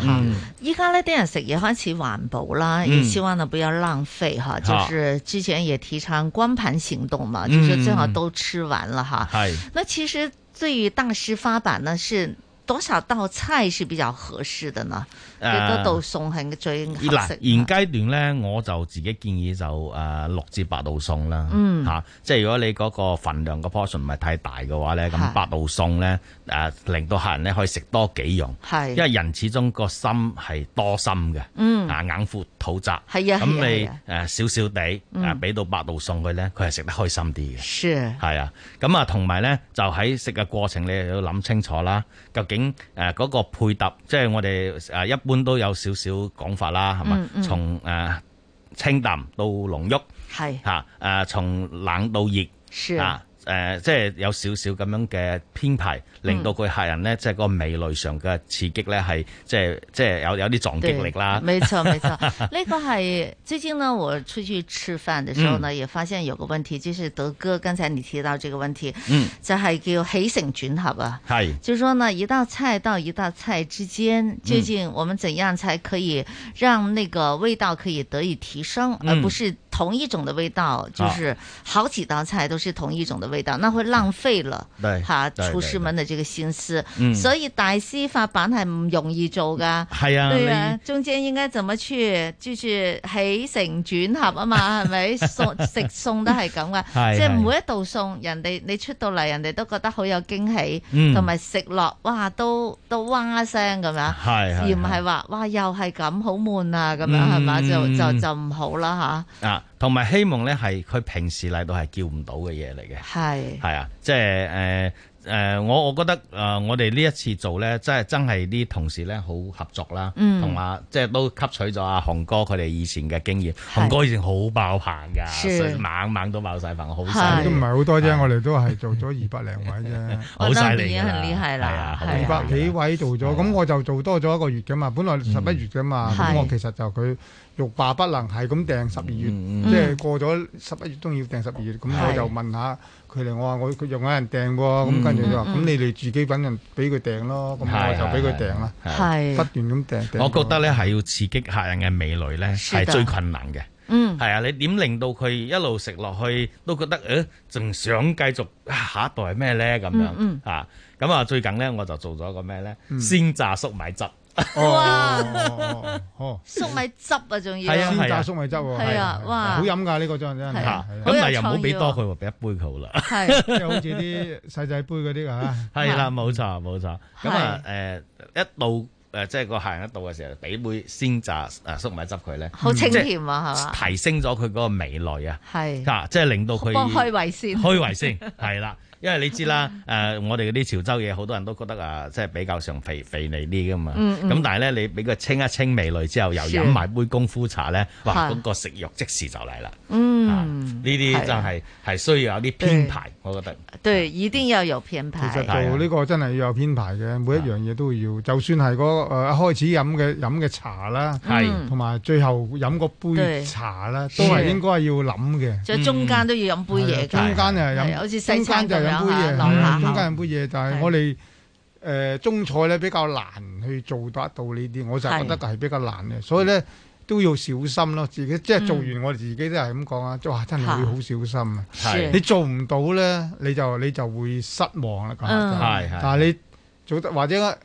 Speaker 5: 依家呢啲人食嘢開始環保啦，
Speaker 1: 嗯
Speaker 5: 也希望呢不要浪費哈。就
Speaker 1: 好
Speaker 5: 是之前也提倡光盘行动嘛，就
Speaker 1: 嗯
Speaker 5: 是最好都吃完了哈。
Speaker 23: 係
Speaker 5: 那其实对于大师发版呢，是多少道菜是比较合适的呢？幾
Speaker 23: 誒
Speaker 5: 多道餸係最合
Speaker 23: 嗱，
Speaker 5: 適？
Speaker 23: 現階段咧，我就自己建議就誒六至八道餸啦，
Speaker 5: 嗯
Speaker 23: 嚇即係如果你嗰個份量個 portion 唔係太大嘅話咧，咁八道餸咧誒，令到客人咧可以食多幾樣，
Speaker 5: 係
Speaker 23: 因為人始終個心係多心嘅，
Speaker 5: 嗯
Speaker 23: 啊眼闊肚窄，
Speaker 5: 係啊
Speaker 23: 咁
Speaker 5: 係
Speaker 23: 你
Speaker 5: 啊
Speaker 23: 誒少少地
Speaker 5: 嗯
Speaker 23: 誒俾到八道餸佢咧，佢係食得開心啲嘅。
Speaker 5: 是
Speaker 23: 係啊，咁啊，同埋咧，就喺食嘅過程，你又要諗清楚啦。究竟呃誒嗰、個配搭，即係我哋誒、一般都有少少講法啦，係嘛
Speaker 5: 嗯？嗯
Speaker 23: 從誒、呃清淡到濃郁，
Speaker 5: 係
Speaker 23: 嚇誒，從冷到熱，
Speaker 5: 是
Speaker 23: 啊誒、即係有少少咁樣嘅編排，令
Speaker 5: 嗯
Speaker 23: 到佢客人咧，即係個味蕾上嘅刺激咧，係即係即係有有啲撞擊力 啦。
Speaker 5: 對沒 錯沒錯，那个还最近呢，我出去吃饭的时候呢，
Speaker 23: 嗯
Speaker 5: 也发现有个问题，就是德哥刚才你提到这个问题，
Speaker 23: 嗯
Speaker 5: 就系叫起承转合啊。
Speaker 3: 嗯
Speaker 23: 係。
Speaker 5: 就是说呢，一道菜到一道菜之间，究竟我们怎样才可以让那个味道可以得以提升，
Speaker 3: 嗯
Speaker 5: 而不是同一种的味道，就是好几道菜都是同一种的味道，那会浪费了
Speaker 3: 对
Speaker 5: 哈
Speaker 3: 对
Speaker 5: 厨师们的这个心思。
Speaker 23: 嗯
Speaker 5: 所以大师法版系唔容易做噶。
Speaker 23: 係啊
Speaker 5: 对啊
Speaker 23: 你，
Speaker 5: 中间应该怎么去，就是起承转合啊嘛，系咪？餸食餸都系咁噶，
Speaker 3: 係
Speaker 5: 即系
Speaker 3: 係
Speaker 5: 每一道餸，人哋你出到嚟，人哋都覺得好有驚喜，
Speaker 3: 嗯
Speaker 5: 同埋食落，哇，都都哇聲咁樣，
Speaker 23: 係係
Speaker 5: 而唔係話哇又係咁好悶啊咁樣
Speaker 23: 嗯
Speaker 5: 係嘛，就就就唔好啦
Speaker 23: 啊，同埋希望咧係佢平時嚟到係叫唔到嘅嘢嚟嘅。
Speaker 5: 吓，係
Speaker 23: 係啊，即係誒誒，我我覺得誒、呃我哋呢一次做咧，真係真係啲同事咧好合作啦，
Speaker 5: 嗯
Speaker 23: 同埋即係都吸取咗阿洪哥佢哋以前嘅經驗。洪哥以前好爆棚㗎，
Speaker 1: 是
Speaker 23: 所以猛猛都爆晒棚，好犀
Speaker 1: 都唔
Speaker 23: 利。
Speaker 1: 係好多啫，我哋都係做咗二百零位啫，
Speaker 23: 好犀利
Speaker 5: 已經
Speaker 23: 㗎
Speaker 5: 很
Speaker 23: 啦啊
Speaker 5: 厲害啦，啊
Speaker 1: 二百幾位做咗，咁我就做多咗一個月噶嘛，本來十一月噶嘛，咁
Speaker 5: 嗯係
Speaker 1: 我其實就佢欲罷不能，係咁訂十二月，
Speaker 5: 嗯
Speaker 1: 即係過咗十一月都要訂十二月，咁我
Speaker 5: 係
Speaker 1: 就問下佢哋，我話我佢又有人訂喎，咁跟住佢話
Speaker 5: 嗯
Speaker 1: 咁你哋自己揾人俾佢訂咯，咁
Speaker 23: 係
Speaker 1: 我就俾佢訂啦，
Speaker 23: 係
Speaker 5: 係
Speaker 1: 不斷咁訂訂
Speaker 23: 我覺得咧係要刺激客人嘅味蕾咧
Speaker 1: 是的
Speaker 23: 係最困難嘅。
Speaker 5: 嗯
Speaker 23: 係啊，你點令到佢一路食落去都覺得誒，仲、想繼續啊下一代係咩咧咁樣、
Speaker 5: 嗯
Speaker 23: 啊？咁啊，最近咧我就做咗個咩咧？
Speaker 5: 嗯
Speaker 23: 鮮榨粟米汁。
Speaker 5: 哇，
Speaker 1: 哦，
Speaker 5: 粟米汁啊仲要，
Speaker 23: 係啊
Speaker 1: 鮮榨粟米汁喎，
Speaker 5: 係啊
Speaker 1: 係
Speaker 5: 哇
Speaker 1: 好飲㗎呢個真真係係
Speaker 5: 係啊
Speaker 23: 嚇
Speaker 1: 啊
Speaker 5: 好有
Speaker 23: 咁但係又唔好俾
Speaker 5: 創意喎
Speaker 23: 多佢喎，俾一杯佢好啦。
Speaker 5: 係
Speaker 1: 即係好似啲細仔杯嗰啲啊，
Speaker 23: 係啦，冇錯冇錯。咁啊誒，一到誒即係個客人一到嘅時候，俾杯鮮榨誒粟米汁佢咧，
Speaker 5: 好清
Speaker 23: 嗯即係
Speaker 5: 甜啊，係嘛？
Speaker 23: 提升咗佢嗰個味蕾啊，
Speaker 5: 係
Speaker 23: 啊，即係令到佢
Speaker 5: 幫開胃先
Speaker 23: 開胃 先，係啦。因為你知啦，
Speaker 3: 嗯
Speaker 23: 誒、我哋嗰啲潮州嘢好多人都覺得啊，即係比較上肥肥膩啲噶嘛。咁、
Speaker 3: 嗯嗯
Speaker 23: 但係咧，你俾佢清一清味蕾之後，又
Speaker 3: 是
Speaker 23: 飲埋杯功夫茶咧，哇！
Speaker 3: 是
Speaker 23: 嗰、個食慾即時就嚟啦。
Speaker 5: 嗯，
Speaker 23: 呢啲真係係需要有啲編排，我覺得。
Speaker 5: 對，一定要有編
Speaker 1: 其實
Speaker 5: 排。
Speaker 1: 做呢個真係要有編排嘅，每一樣嘢都要，就算係嗰呃誒一開始飲嘅飲嘅茶啦，
Speaker 5: 係嗯
Speaker 1: 同埋最後飲嗰杯
Speaker 5: 對
Speaker 1: 茶啦，都係應該係要諗嘅。
Speaker 5: 就中
Speaker 1: 嗯
Speaker 5: 間都要飲杯嘢㗎
Speaker 1: 啊中間又
Speaker 5: 係
Speaker 1: 飲，
Speaker 5: 好似西
Speaker 1: 中
Speaker 5: 餐
Speaker 1: 間就
Speaker 5: 咁樣
Speaker 1: 飲杯嘢，
Speaker 5: 嚇諗下
Speaker 1: 嗯中
Speaker 5: 口
Speaker 1: 間飲杯嘢，但係我哋誒中菜咧比較難去做得到呢啲，我就係覺得係比較難嘅，所以咧。都要小心咯，自己即
Speaker 5: 嗯
Speaker 1: 係做完我哋自己都係咁講啊，即係哇真係會好小心啊！
Speaker 23: 係
Speaker 1: 你做唔到咧，你就你就會失望啦。講真
Speaker 23: 嗯係係
Speaker 1: 但係你做得或者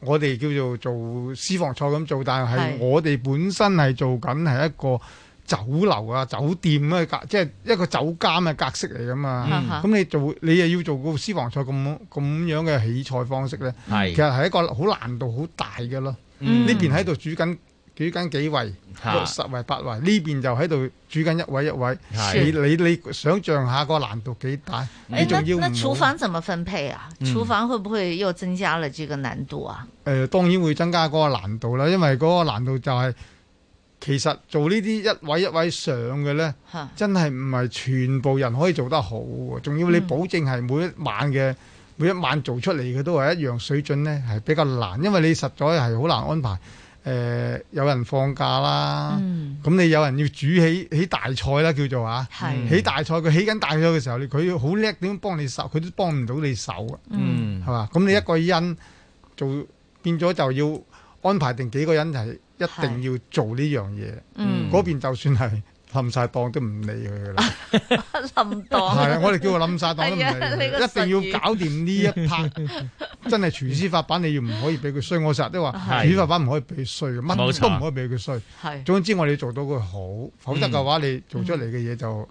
Speaker 1: 我哋叫做做私房菜咁做，但係
Speaker 3: 係
Speaker 1: 我哋本身係做緊係一個酒樓啊、酒店啊格，即係一個酒監嘅格式嚟噶
Speaker 3: 嗯
Speaker 1: 嘛。
Speaker 3: 嗯
Speaker 1: 咁你做你又要做個私房菜咁咁樣嘅起菜方式咧，
Speaker 3: 係
Speaker 1: 其實係一個好難度好大嘅咯。
Speaker 3: 嗯
Speaker 1: 呢邊喺度煮緊。煮緊幾位，
Speaker 3: 嚇
Speaker 1: 十位八位，呢邊就喺度煮緊一位一位。
Speaker 5: 係
Speaker 1: 你你你想象下個難度幾大？
Speaker 5: 哎
Speaker 1: 你，
Speaker 5: 那
Speaker 1: 仲要
Speaker 5: 那
Speaker 1: 唔
Speaker 5: 廚
Speaker 1: 好
Speaker 5: 房怎麼分配啊？
Speaker 1: 嗯
Speaker 5: 廚房會不會又增加了這個難度啊？
Speaker 1: 誒、呃當然會增加嗰個難度啦，因為嗰個難度就係、其實做呢啲一位一位上嘅咧
Speaker 5: 嚇，
Speaker 1: 真係唔係全部人可以做得好喎，仲要你
Speaker 3: 嗯
Speaker 1: 保證係每一晚嘅每一晚做出嚟嘅都係一樣水準咧，係比較難，因為你實在係好難安排。誒、有人放假啦，咁、
Speaker 3: 嗯
Speaker 1: 你有人要煮起起大菜啦，叫做啊
Speaker 3: 係，
Speaker 1: 起大菜佢起緊大菜嘅時候，你佢好叻點樣幫你手，佢都幫唔到你手啊，
Speaker 3: 嗯
Speaker 1: 係嘛？咁你一個人做變咗就要安排定幾個人係一定要做呢樣嘢，
Speaker 5: 嗯
Speaker 1: 嗰邊就算係冧晒檔都唔理佢㗎啦。
Speaker 5: 冧檔
Speaker 1: 係啊，我哋叫佢冧晒檔都唔理
Speaker 5: 係啊你
Speaker 1: 佢，
Speaker 5: 個
Speaker 1: 一定
Speaker 5: 術
Speaker 1: 要
Speaker 5: 語
Speaker 1: 搞掂呢一 part。真係廚師法版，你要唔可以俾佢衰。我成日都話
Speaker 3: 係
Speaker 1: 廚師法版唔可以俾佢衰嘅，乜
Speaker 3: 冇
Speaker 1: 都
Speaker 3: 錯
Speaker 1: 唔可以俾佢衰。
Speaker 5: 係
Speaker 1: 總之我哋做到佢好，否則嘅話你做出嚟嘅嘢就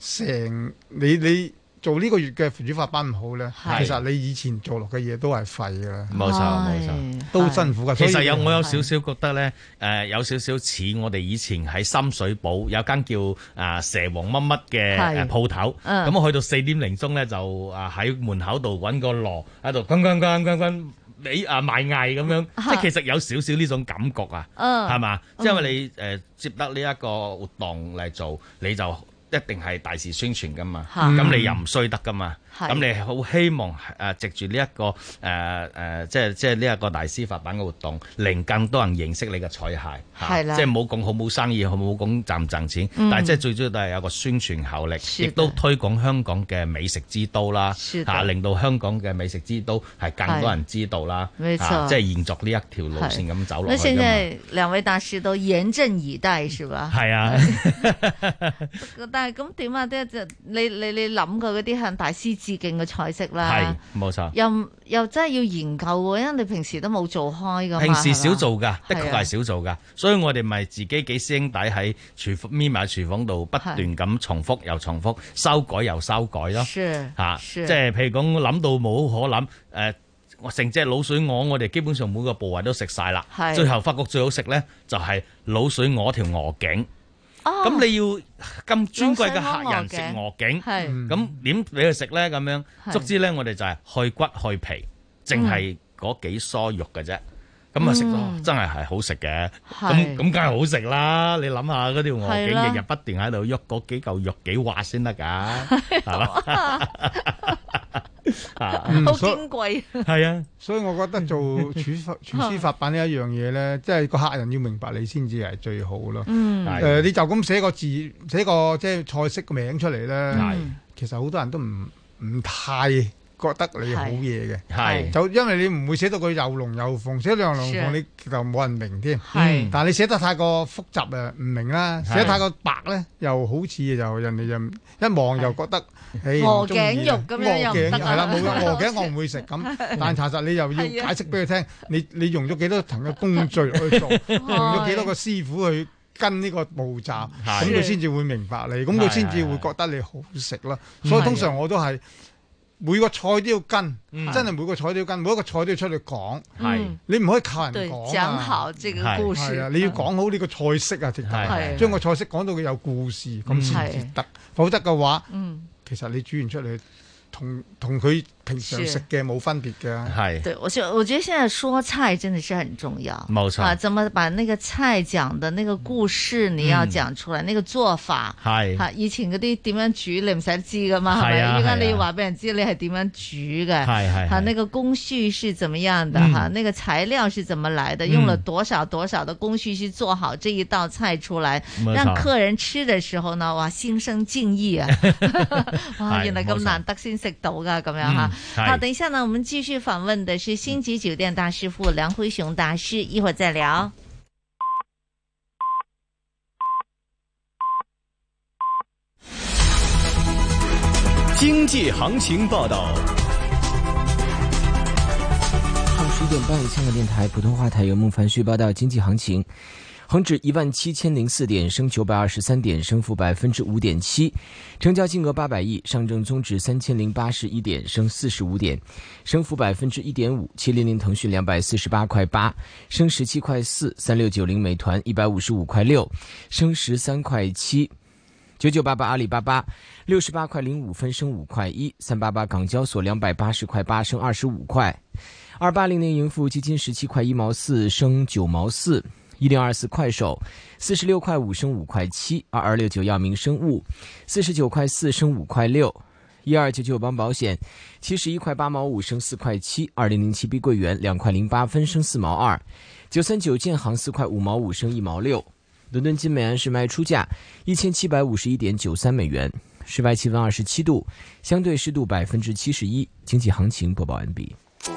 Speaker 1: 成你你做呢個月嘅廚師法版唔好咧，
Speaker 23: 係
Speaker 1: 其實你以前做落嘅嘢都係廢㗎啦。
Speaker 23: 冇錯冇錯，
Speaker 1: 都辛苦㗎。
Speaker 23: 其
Speaker 1: 所
Speaker 23: 實
Speaker 1: 以
Speaker 23: 有我有少少覺得咧，誒、有少少似我哋以前喺深水埗有間叫啊蛇王乜乜嘅
Speaker 3: 係
Speaker 23: 誒鋪頭，
Speaker 3: 嗯
Speaker 23: 咁我去到四點零鐘咧就啊喺門口度揾個籮喺度轟轟轟轟轟。你啊賣藝咁樣，即係其實有少少呢種感覺啊，
Speaker 3: 嗯
Speaker 23: 係嘛？
Speaker 3: 嗯
Speaker 23: 即係因為你誒接得呢一個活動嚟做，你就一定係大肆宣傳噶嘛，
Speaker 3: 嚇
Speaker 23: 咁你又唔衰得噶嘛，
Speaker 3: 係
Speaker 23: 咁你係好希望誒藉住呢一個誒誒、呃呃即係即係呢一個大師發版嘅活動，令更多人認識你嘅彩鞋嚇
Speaker 3: 係啦
Speaker 23: 即係冇講好冇生意，好冇講賺唔賺錢，
Speaker 3: 嗯
Speaker 23: 但係即係最主要都係有個宣傳效力，
Speaker 3: 是
Speaker 23: 亦
Speaker 3: 的
Speaker 23: 都推廣香港嘅美食之都啦，
Speaker 3: 是
Speaker 23: 嚇、
Speaker 3: 的
Speaker 23: 令到香港嘅美食之都係更多人知道啦，
Speaker 5: 係冇錯
Speaker 23: 嚇即係延續呢一條路
Speaker 5: 係
Speaker 23: 線咁走落
Speaker 5: 那
Speaker 23: 去㗎
Speaker 5: 現
Speaker 23: 嘛。
Speaker 5: 在兩位大師都嚴陣以待，是吧？
Speaker 23: 係 啊，
Speaker 5: 但係咁點啊？即係就你你你諗過嗰啲向大師致敬嘅菜式啦
Speaker 23: 係，冇錯。
Speaker 5: 又又真係要研究喎，因為你平時都冇做開噶嘛。
Speaker 23: 平時
Speaker 5: 係
Speaker 23: 少
Speaker 5: 嘛
Speaker 23: 做㗎，的確
Speaker 5: 係啊
Speaker 23: 係少做㗎，所以我哋咪自己幾師兄弟喺廚房咪埋廚房度不斷咁重複又重複，修改又修改咯。
Speaker 5: 是
Speaker 23: 嚇，
Speaker 5: 是
Speaker 23: 即係譬如講諗到冇可諗，誒、我成隻老鼠鵝，我哋基本上每個部位都食晒啦
Speaker 3: 係。
Speaker 23: 最後發覺最好食呢，就係老鼠鵝條鵝頸。
Speaker 7: 哦 Ờ.
Speaker 23: 咁、你要咁尊貴嘅客人食鵝頸，
Speaker 1: 嗯
Speaker 3: 係
Speaker 23: 咁點俾佢食呢？咁樣，
Speaker 3: 係
Speaker 23: 足之呢，我哋就係去骨去皮，淨係嗰幾梳肉嘅啫。咁啊食
Speaker 3: 嗯
Speaker 23: 到真係係好食嘅，
Speaker 3: 係
Speaker 23: 咁咁梗係好食啦！你諗下嗰條鵝
Speaker 3: 係啦
Speaker 23: 頸日日不斷喺度喐嗰幾嚿肉幾滑先得㗎，係嘛？啊
Speaker 1: 嗯所
Speaker 5: 貴。
Speaker 23: 係啊，
Speaker 1: 所以我覺 得做廚法廚師法版呢一樣嘢咧，即係個客人要明白你先至係最好咯。
Speaker 3: 嗯
Speaker 1: 誒、
Speaker 3: 係
Speaker 1: 你就咁寫個字，寫個即係菜式個名出嚟咧
Speaker 3: 係，
Speaker 1: 其實好多人都唔唔太覺得你好嘢嘅。
Speaker 3: 係係
Speaker 1: 就因為你唔會寫到佢又龍又鳳，寫到又龍
Speaker 3: 是
Speaker 1: 鳳你就冇人明添。
Speaker 3: 係
Speaker 1: 但係你寫得太過複雜誒唔明啦，寫
Speaker 3: 係
Speaker 1: 得太過白咧又好似就人哋就一望又覺得，誒
Speaker 3: 鵝頸肉咁樣又唔得啊
Speaker 1: 係啦，冇嘅鵝頸我唔會食咁， 但查實你又要
Speaker 3: 係啊
Speaker 1: 解釋俾佢聽，你你用咗幾多層嘅工序去 做，用咗幾多個師傅去跟呢個步驟，
Speaker 3: 係
Speaker 1: 咁佢先至會明白你，咁佢先至會覺得你好食啦。
Speaker 3: 係
Speaker 1: 所以通常我都係每個菜都要跟，
Speaker 5: 嗯
Speaker 1: 真係每個菜都要跟，每一個菜都要出去講。
Speaker 5: 係
Speaker 1: 你唔可以靠人
Speaker 5: 嗯對
Speaker 1: 講啊。
Speaker 5: 講好這個故事
Speaker 1: 係啊，你要講好呢個菜式啊，直頭
Speaker 5: 係
Speaker 1: 將個菜式講到佢有故事咁先至得，否則嘅話，
Speaker 5: 嗯，
Speaker 1: 其實你煮完出嚟同同佢平常食嘅冇分別嘅。
Speaker 5: 对，我就我觉得现在说菜真的是很重要，
Speaker 1: 冇错
Speaker 5: 啊，怎么把那个菜讲的那个故事你要
Speaker 1: 嗯
Speaker 5: 讲出来，那个做法
Speaker 23: 系
Speaker 5: 吓，以前嗰啲點樣煮你唔使知噶嘛，係
Speaker 23: 係啊
Speaker 5: 咪？依家
Speaker 23: 係啊
Speaker 5: 你要話俾人知你係點樣煮嘅，
Speaker 23: 係係
Speaker 5: 嚇
Speaker 23: 係
Speaker 5: 那個工序是怎麼樣的
Speaker 23: 嗯
Speaker 5: 嚇，那個材料是怎麼來的，
Speaker 23: 嗯
Speaker 5: 用了多少多少的工序去做好這一道菜出來
Speaker 23: 冇，錯
Speaker 5: 讓客人吃的時候呢，哇，心生敬意 啊！ 哇，
Speaker 23: 係
Speaker 5: 原來咁
Speaker 23: 冇錯
Speaker 5: 難得先食到噶咁樣哈。
Speaker 23: 嗯係
Speaker 5: 好，等一下呢，我們繼續訪問的是星級酒店大師傅梁輝雄大師，一會兒再聊。
Speaker 2: 经济行情报道。
Speaker 9: 上午十一点半，香港电台普通话台由孟凡旭报道经济行情。恒指一万七千零四点，升九百二十三点，升幅百分之五点七，成交金额八百亿。上证综指三千零八十一点，升四十五点，升幅百分之一点五。七零零腾讯两百四十八块八，升十七块四；三六九零美团一百五十五块六，升十三块七。九九八八阿里巴巴六十八块零五分升五块一，三八八港交所两百八十块八升二十五块，二八零零盈富基金十七块一毛四升九毛四，一零二四快手四十六块五升五块七，二二六九药明生物四十九块四升五块六。一二九九邦保险七十一块八毛五升四块七，二零零七碧桂园两块零八分升四毛二，九三九建行四块五毛五升一毛六。伦敦金美安市卖出价一千七百五十一点九三美元，室外气温二十七度，相对湿度百分之七十一。经济行情播报完毕。
Speaker 24: AM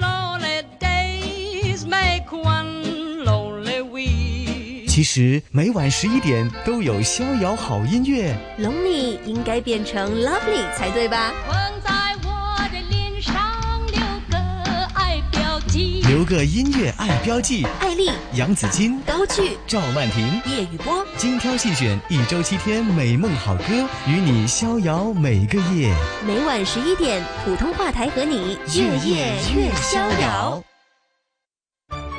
Speaker 25: lonely days make one lonely week.
Speaker 12: 其实每晚十一点都有逍遥好音乐。
Speaker 25: Lonely 应该变成 lovely 才对吧？
Speaker 11: 困在我的脸上留个爱标记。
Speaker 12: 留个音乐爱标记。
Speaker 25: 艾丽、
Speaker 12: 杨紫金、
Speaker 25: 高聚、
Speaker 12: 赵曼婷、
Speaker 25: 叶雨波，
Speaker 12: 精挑细选，一周七天美梦好歌，与你逍遥每个夜。
Speaker 25: 每晚十一点，普通话台和你越夜越逍遥。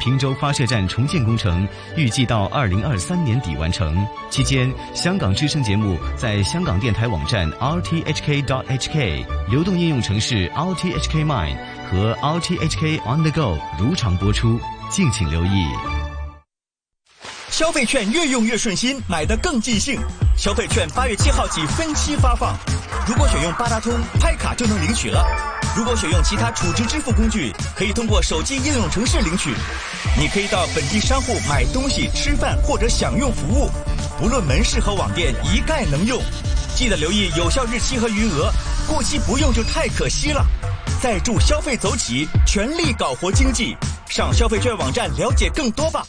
Speaker 15: 平洲发射站重建工程预计到二零二三年底完成。期间，香港之声节目在香港电台网站 rthk.hk、流动应用程式 rthk Mine 和 rthk On the Go 如常播出，敬请留意。
Speaker 26: 消费券越用越顺心，买得更尽兴。消费券八月七号起分期发放，如果选用八达通拍卡就能领取了。如果选用其他储值支付工具，可以通过手机应用程式领取。你可以到本地商户买东西、吃饭或者享用服务，不论门市和网店一概能用。记得留意有效日期和余额，过期不用就太可惜了。再助消费走起，全力搞活经济。上消费券网站了解更多吧。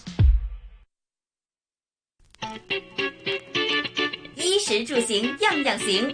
Speaker 24: 衣食住行样样行，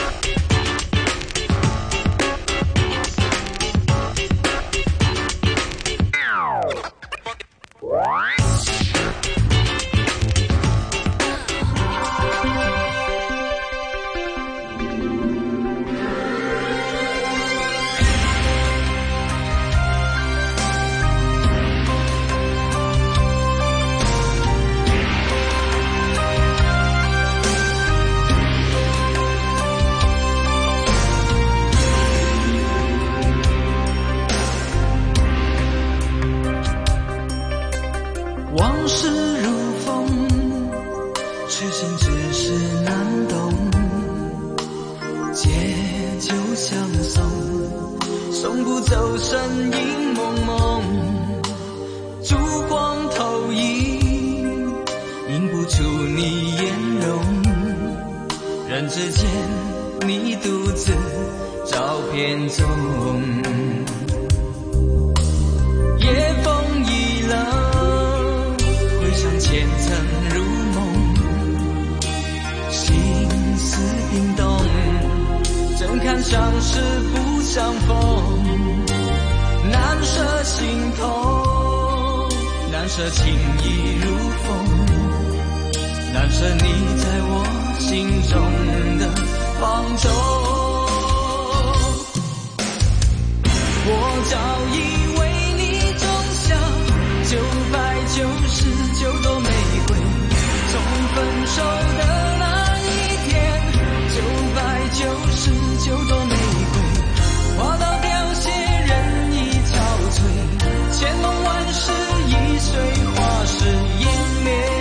Speaker 7: 天
Speaker 10: 事情只是难懂，借酒相送，送不走身影蒙蒙，烛光投影，映不出你颜容，人之间你独自照片中。夜风已冷，回想前尘如梦，心思冰冻，怎堪相识不相逢，难舍心痛，难舍情意如风，难舍你在我心中的放纵。我早已为你种下九百九十九朵玫瑰，从分手的那一天，九百九十九朵玫瑰，花到凋谢人已憔悴，千梦万世已碎，花事湮灭。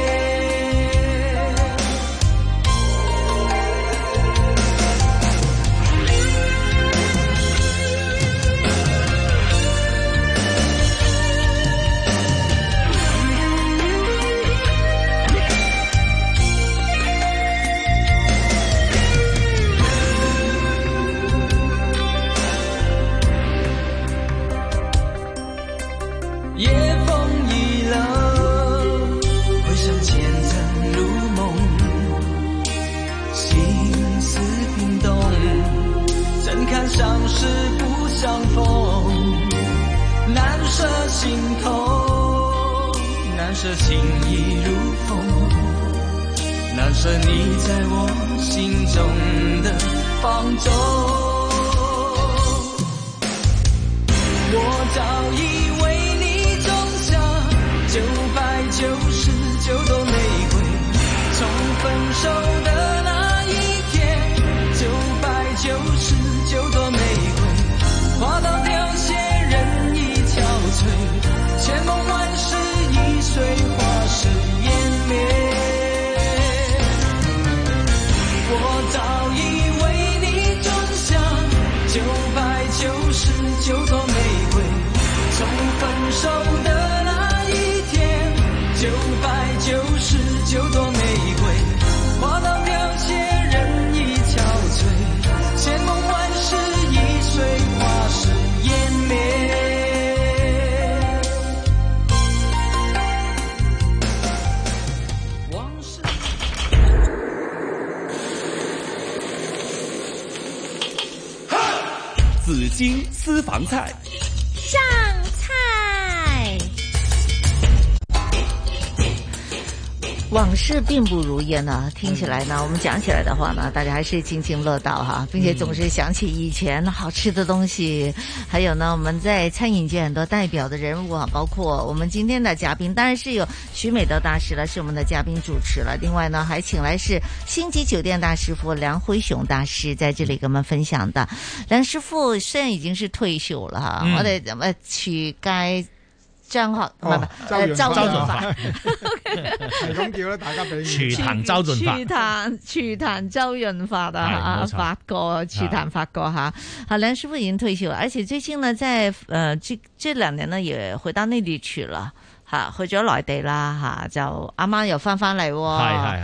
Speaker 10: 夜风已冷，回想前尘如梦，心思冰冻，怎堪相识不相逢，难舍心痛，难舍情意如风，难舍你在我心中的放纵。我早已为你种下九百九十九朵玫瑰，从分手的那一天，九百九十九朵玫瑰，花到凋谢人已憔悴，千梦万世已碎，花事湮灭。我早已为你种下九百九十九朵玫瑰，从分手的那一天，九百九十九朵玫瑰，花到凋谢人已憔悴，千梦万世已碎，花事湮灭。往事。
Speaker 26: 紫金私房菜，
Speaker 7: 上菜。
Speaker 5: 往事并不如烟呢，听起来呢，我们讲起来的话呢，大家还是津津乐道哈，并且总是想起以前好吃的东西。还有呢，我们在餐饮界很多代表的人物啊，包括我们今天的嘉宾，当然是有徐美德大师了，是我们的嘉宾主持了。另外呢，还请来是星级酒店大师傅梁辉雄大师在这里跟我们分享的。梁师傅现在已经是退休了哈，
Speaker 27: 嗯
Speaker 5: 我呃哋誒廚界張學唔係
Speaker 23: 啊
Speaker 5: 唔係
Speaker 1: 哦周
Speaker 5: 誒
Speaker 1: 潤
Speaker 5: 周
Speaker 1: 發
Speaker 5: 潤發。
Speaker 1: 係咁叫啦，大家俾
Speaker 23: 廚壇周潤發
Speaker 5: 廚壇廚壇周潤發啊，啊
Speaker 23: 係冇錯啊
Speaker 5: 發哥廚壇發哥哈，好啊梁師傅已經退休了，而且最近呢，在呃這這兩年呢，也回到內地去了，吓去咗內地啦吓，就啱啱又翻翻嚟喎，
Speaker 23: 係係係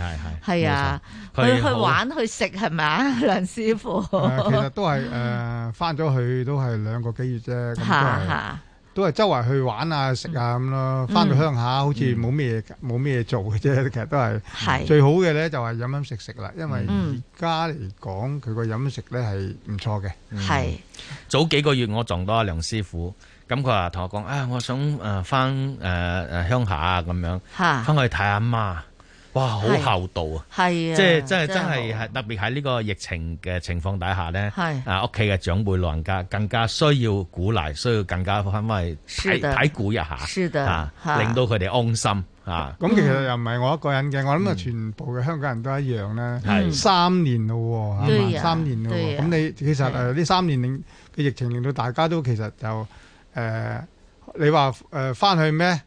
Speaker 23: 係
Speaker 5: 係啊，
Speaker 1: 冇錯
Speaker 5: 去
Speaker 1: 佢
Speaker 5: 去
Speaker 1: 好
Speaker 5: 玩去食係咪啊， 梁師傅？
Speaker 1: 誒其實都係誒翻咗去都係兩個幾月啫，咁都
Speaker 5: 嚇
Speaker 1: 係
Speaker 5: 嚇
Speaker 1: 都係周圍去玩啊、食啊咁咯。翻到鄉下好似冇咩冇咩做嘅啫， 其實都
Speaker 5: 係
Speaker 1: 係最好嘅咧，就係飲飲食食啦。因為
Speaker 5: 嗯
Speaker 1: 而家嚟講，佢個飲食咧係唔錯嘅。
Speaker 5: 係
Speaker 23: 嗯早幾個月我撞到阿梁師傅，咁佢話同我講啊，我想誒翻誒誒鄉下啊咁樣，
Speaker 5: 嚇
Speaker 23: 翻去睇阿媽，哇，好
Speaker 5: 係
Speaker 23: 厚道啊！
Speaker 5: 係啊，
Speaker 23: 即係真係真
Speaker 5: 好
Speaker 23: 係係特別喺呢個疫情嘅情況底下咧
Speaker 5: 係，
Speaker 23: 啊屋企嘅長輩老人家更加需要鼓勵，需要更加翻翻去
Speaker 1: 是
Speaker 23: 睇
Speaker 1: 的
Speaker 23: 睇估一下，
Speaker 1: 是的
Speaker 23: 啊
Speaker 1: 嚇
Speaker 23: 令到佢哋安心啊。
Speaker 1: 咁其
Speaker 5: 嗯
Speaker 1: 實又唔係我一個人嘅，我諗啊全部嘅香港人都一樣咧。
Speaker 23: 係
Speaker 1: 三年咯喎，係
Speaker 23: 對
Speaker 1: 嘛
Speaker 23: 呀
Speaker 1: 三年咯
Speaker 23: 對
Speaker 1: 喎。
Speaker 23: 呀
Speaker 1: 咁你其實誒呢三年令嘅疫情令到大家都其實就呃誒，呃你話誒翻去咩？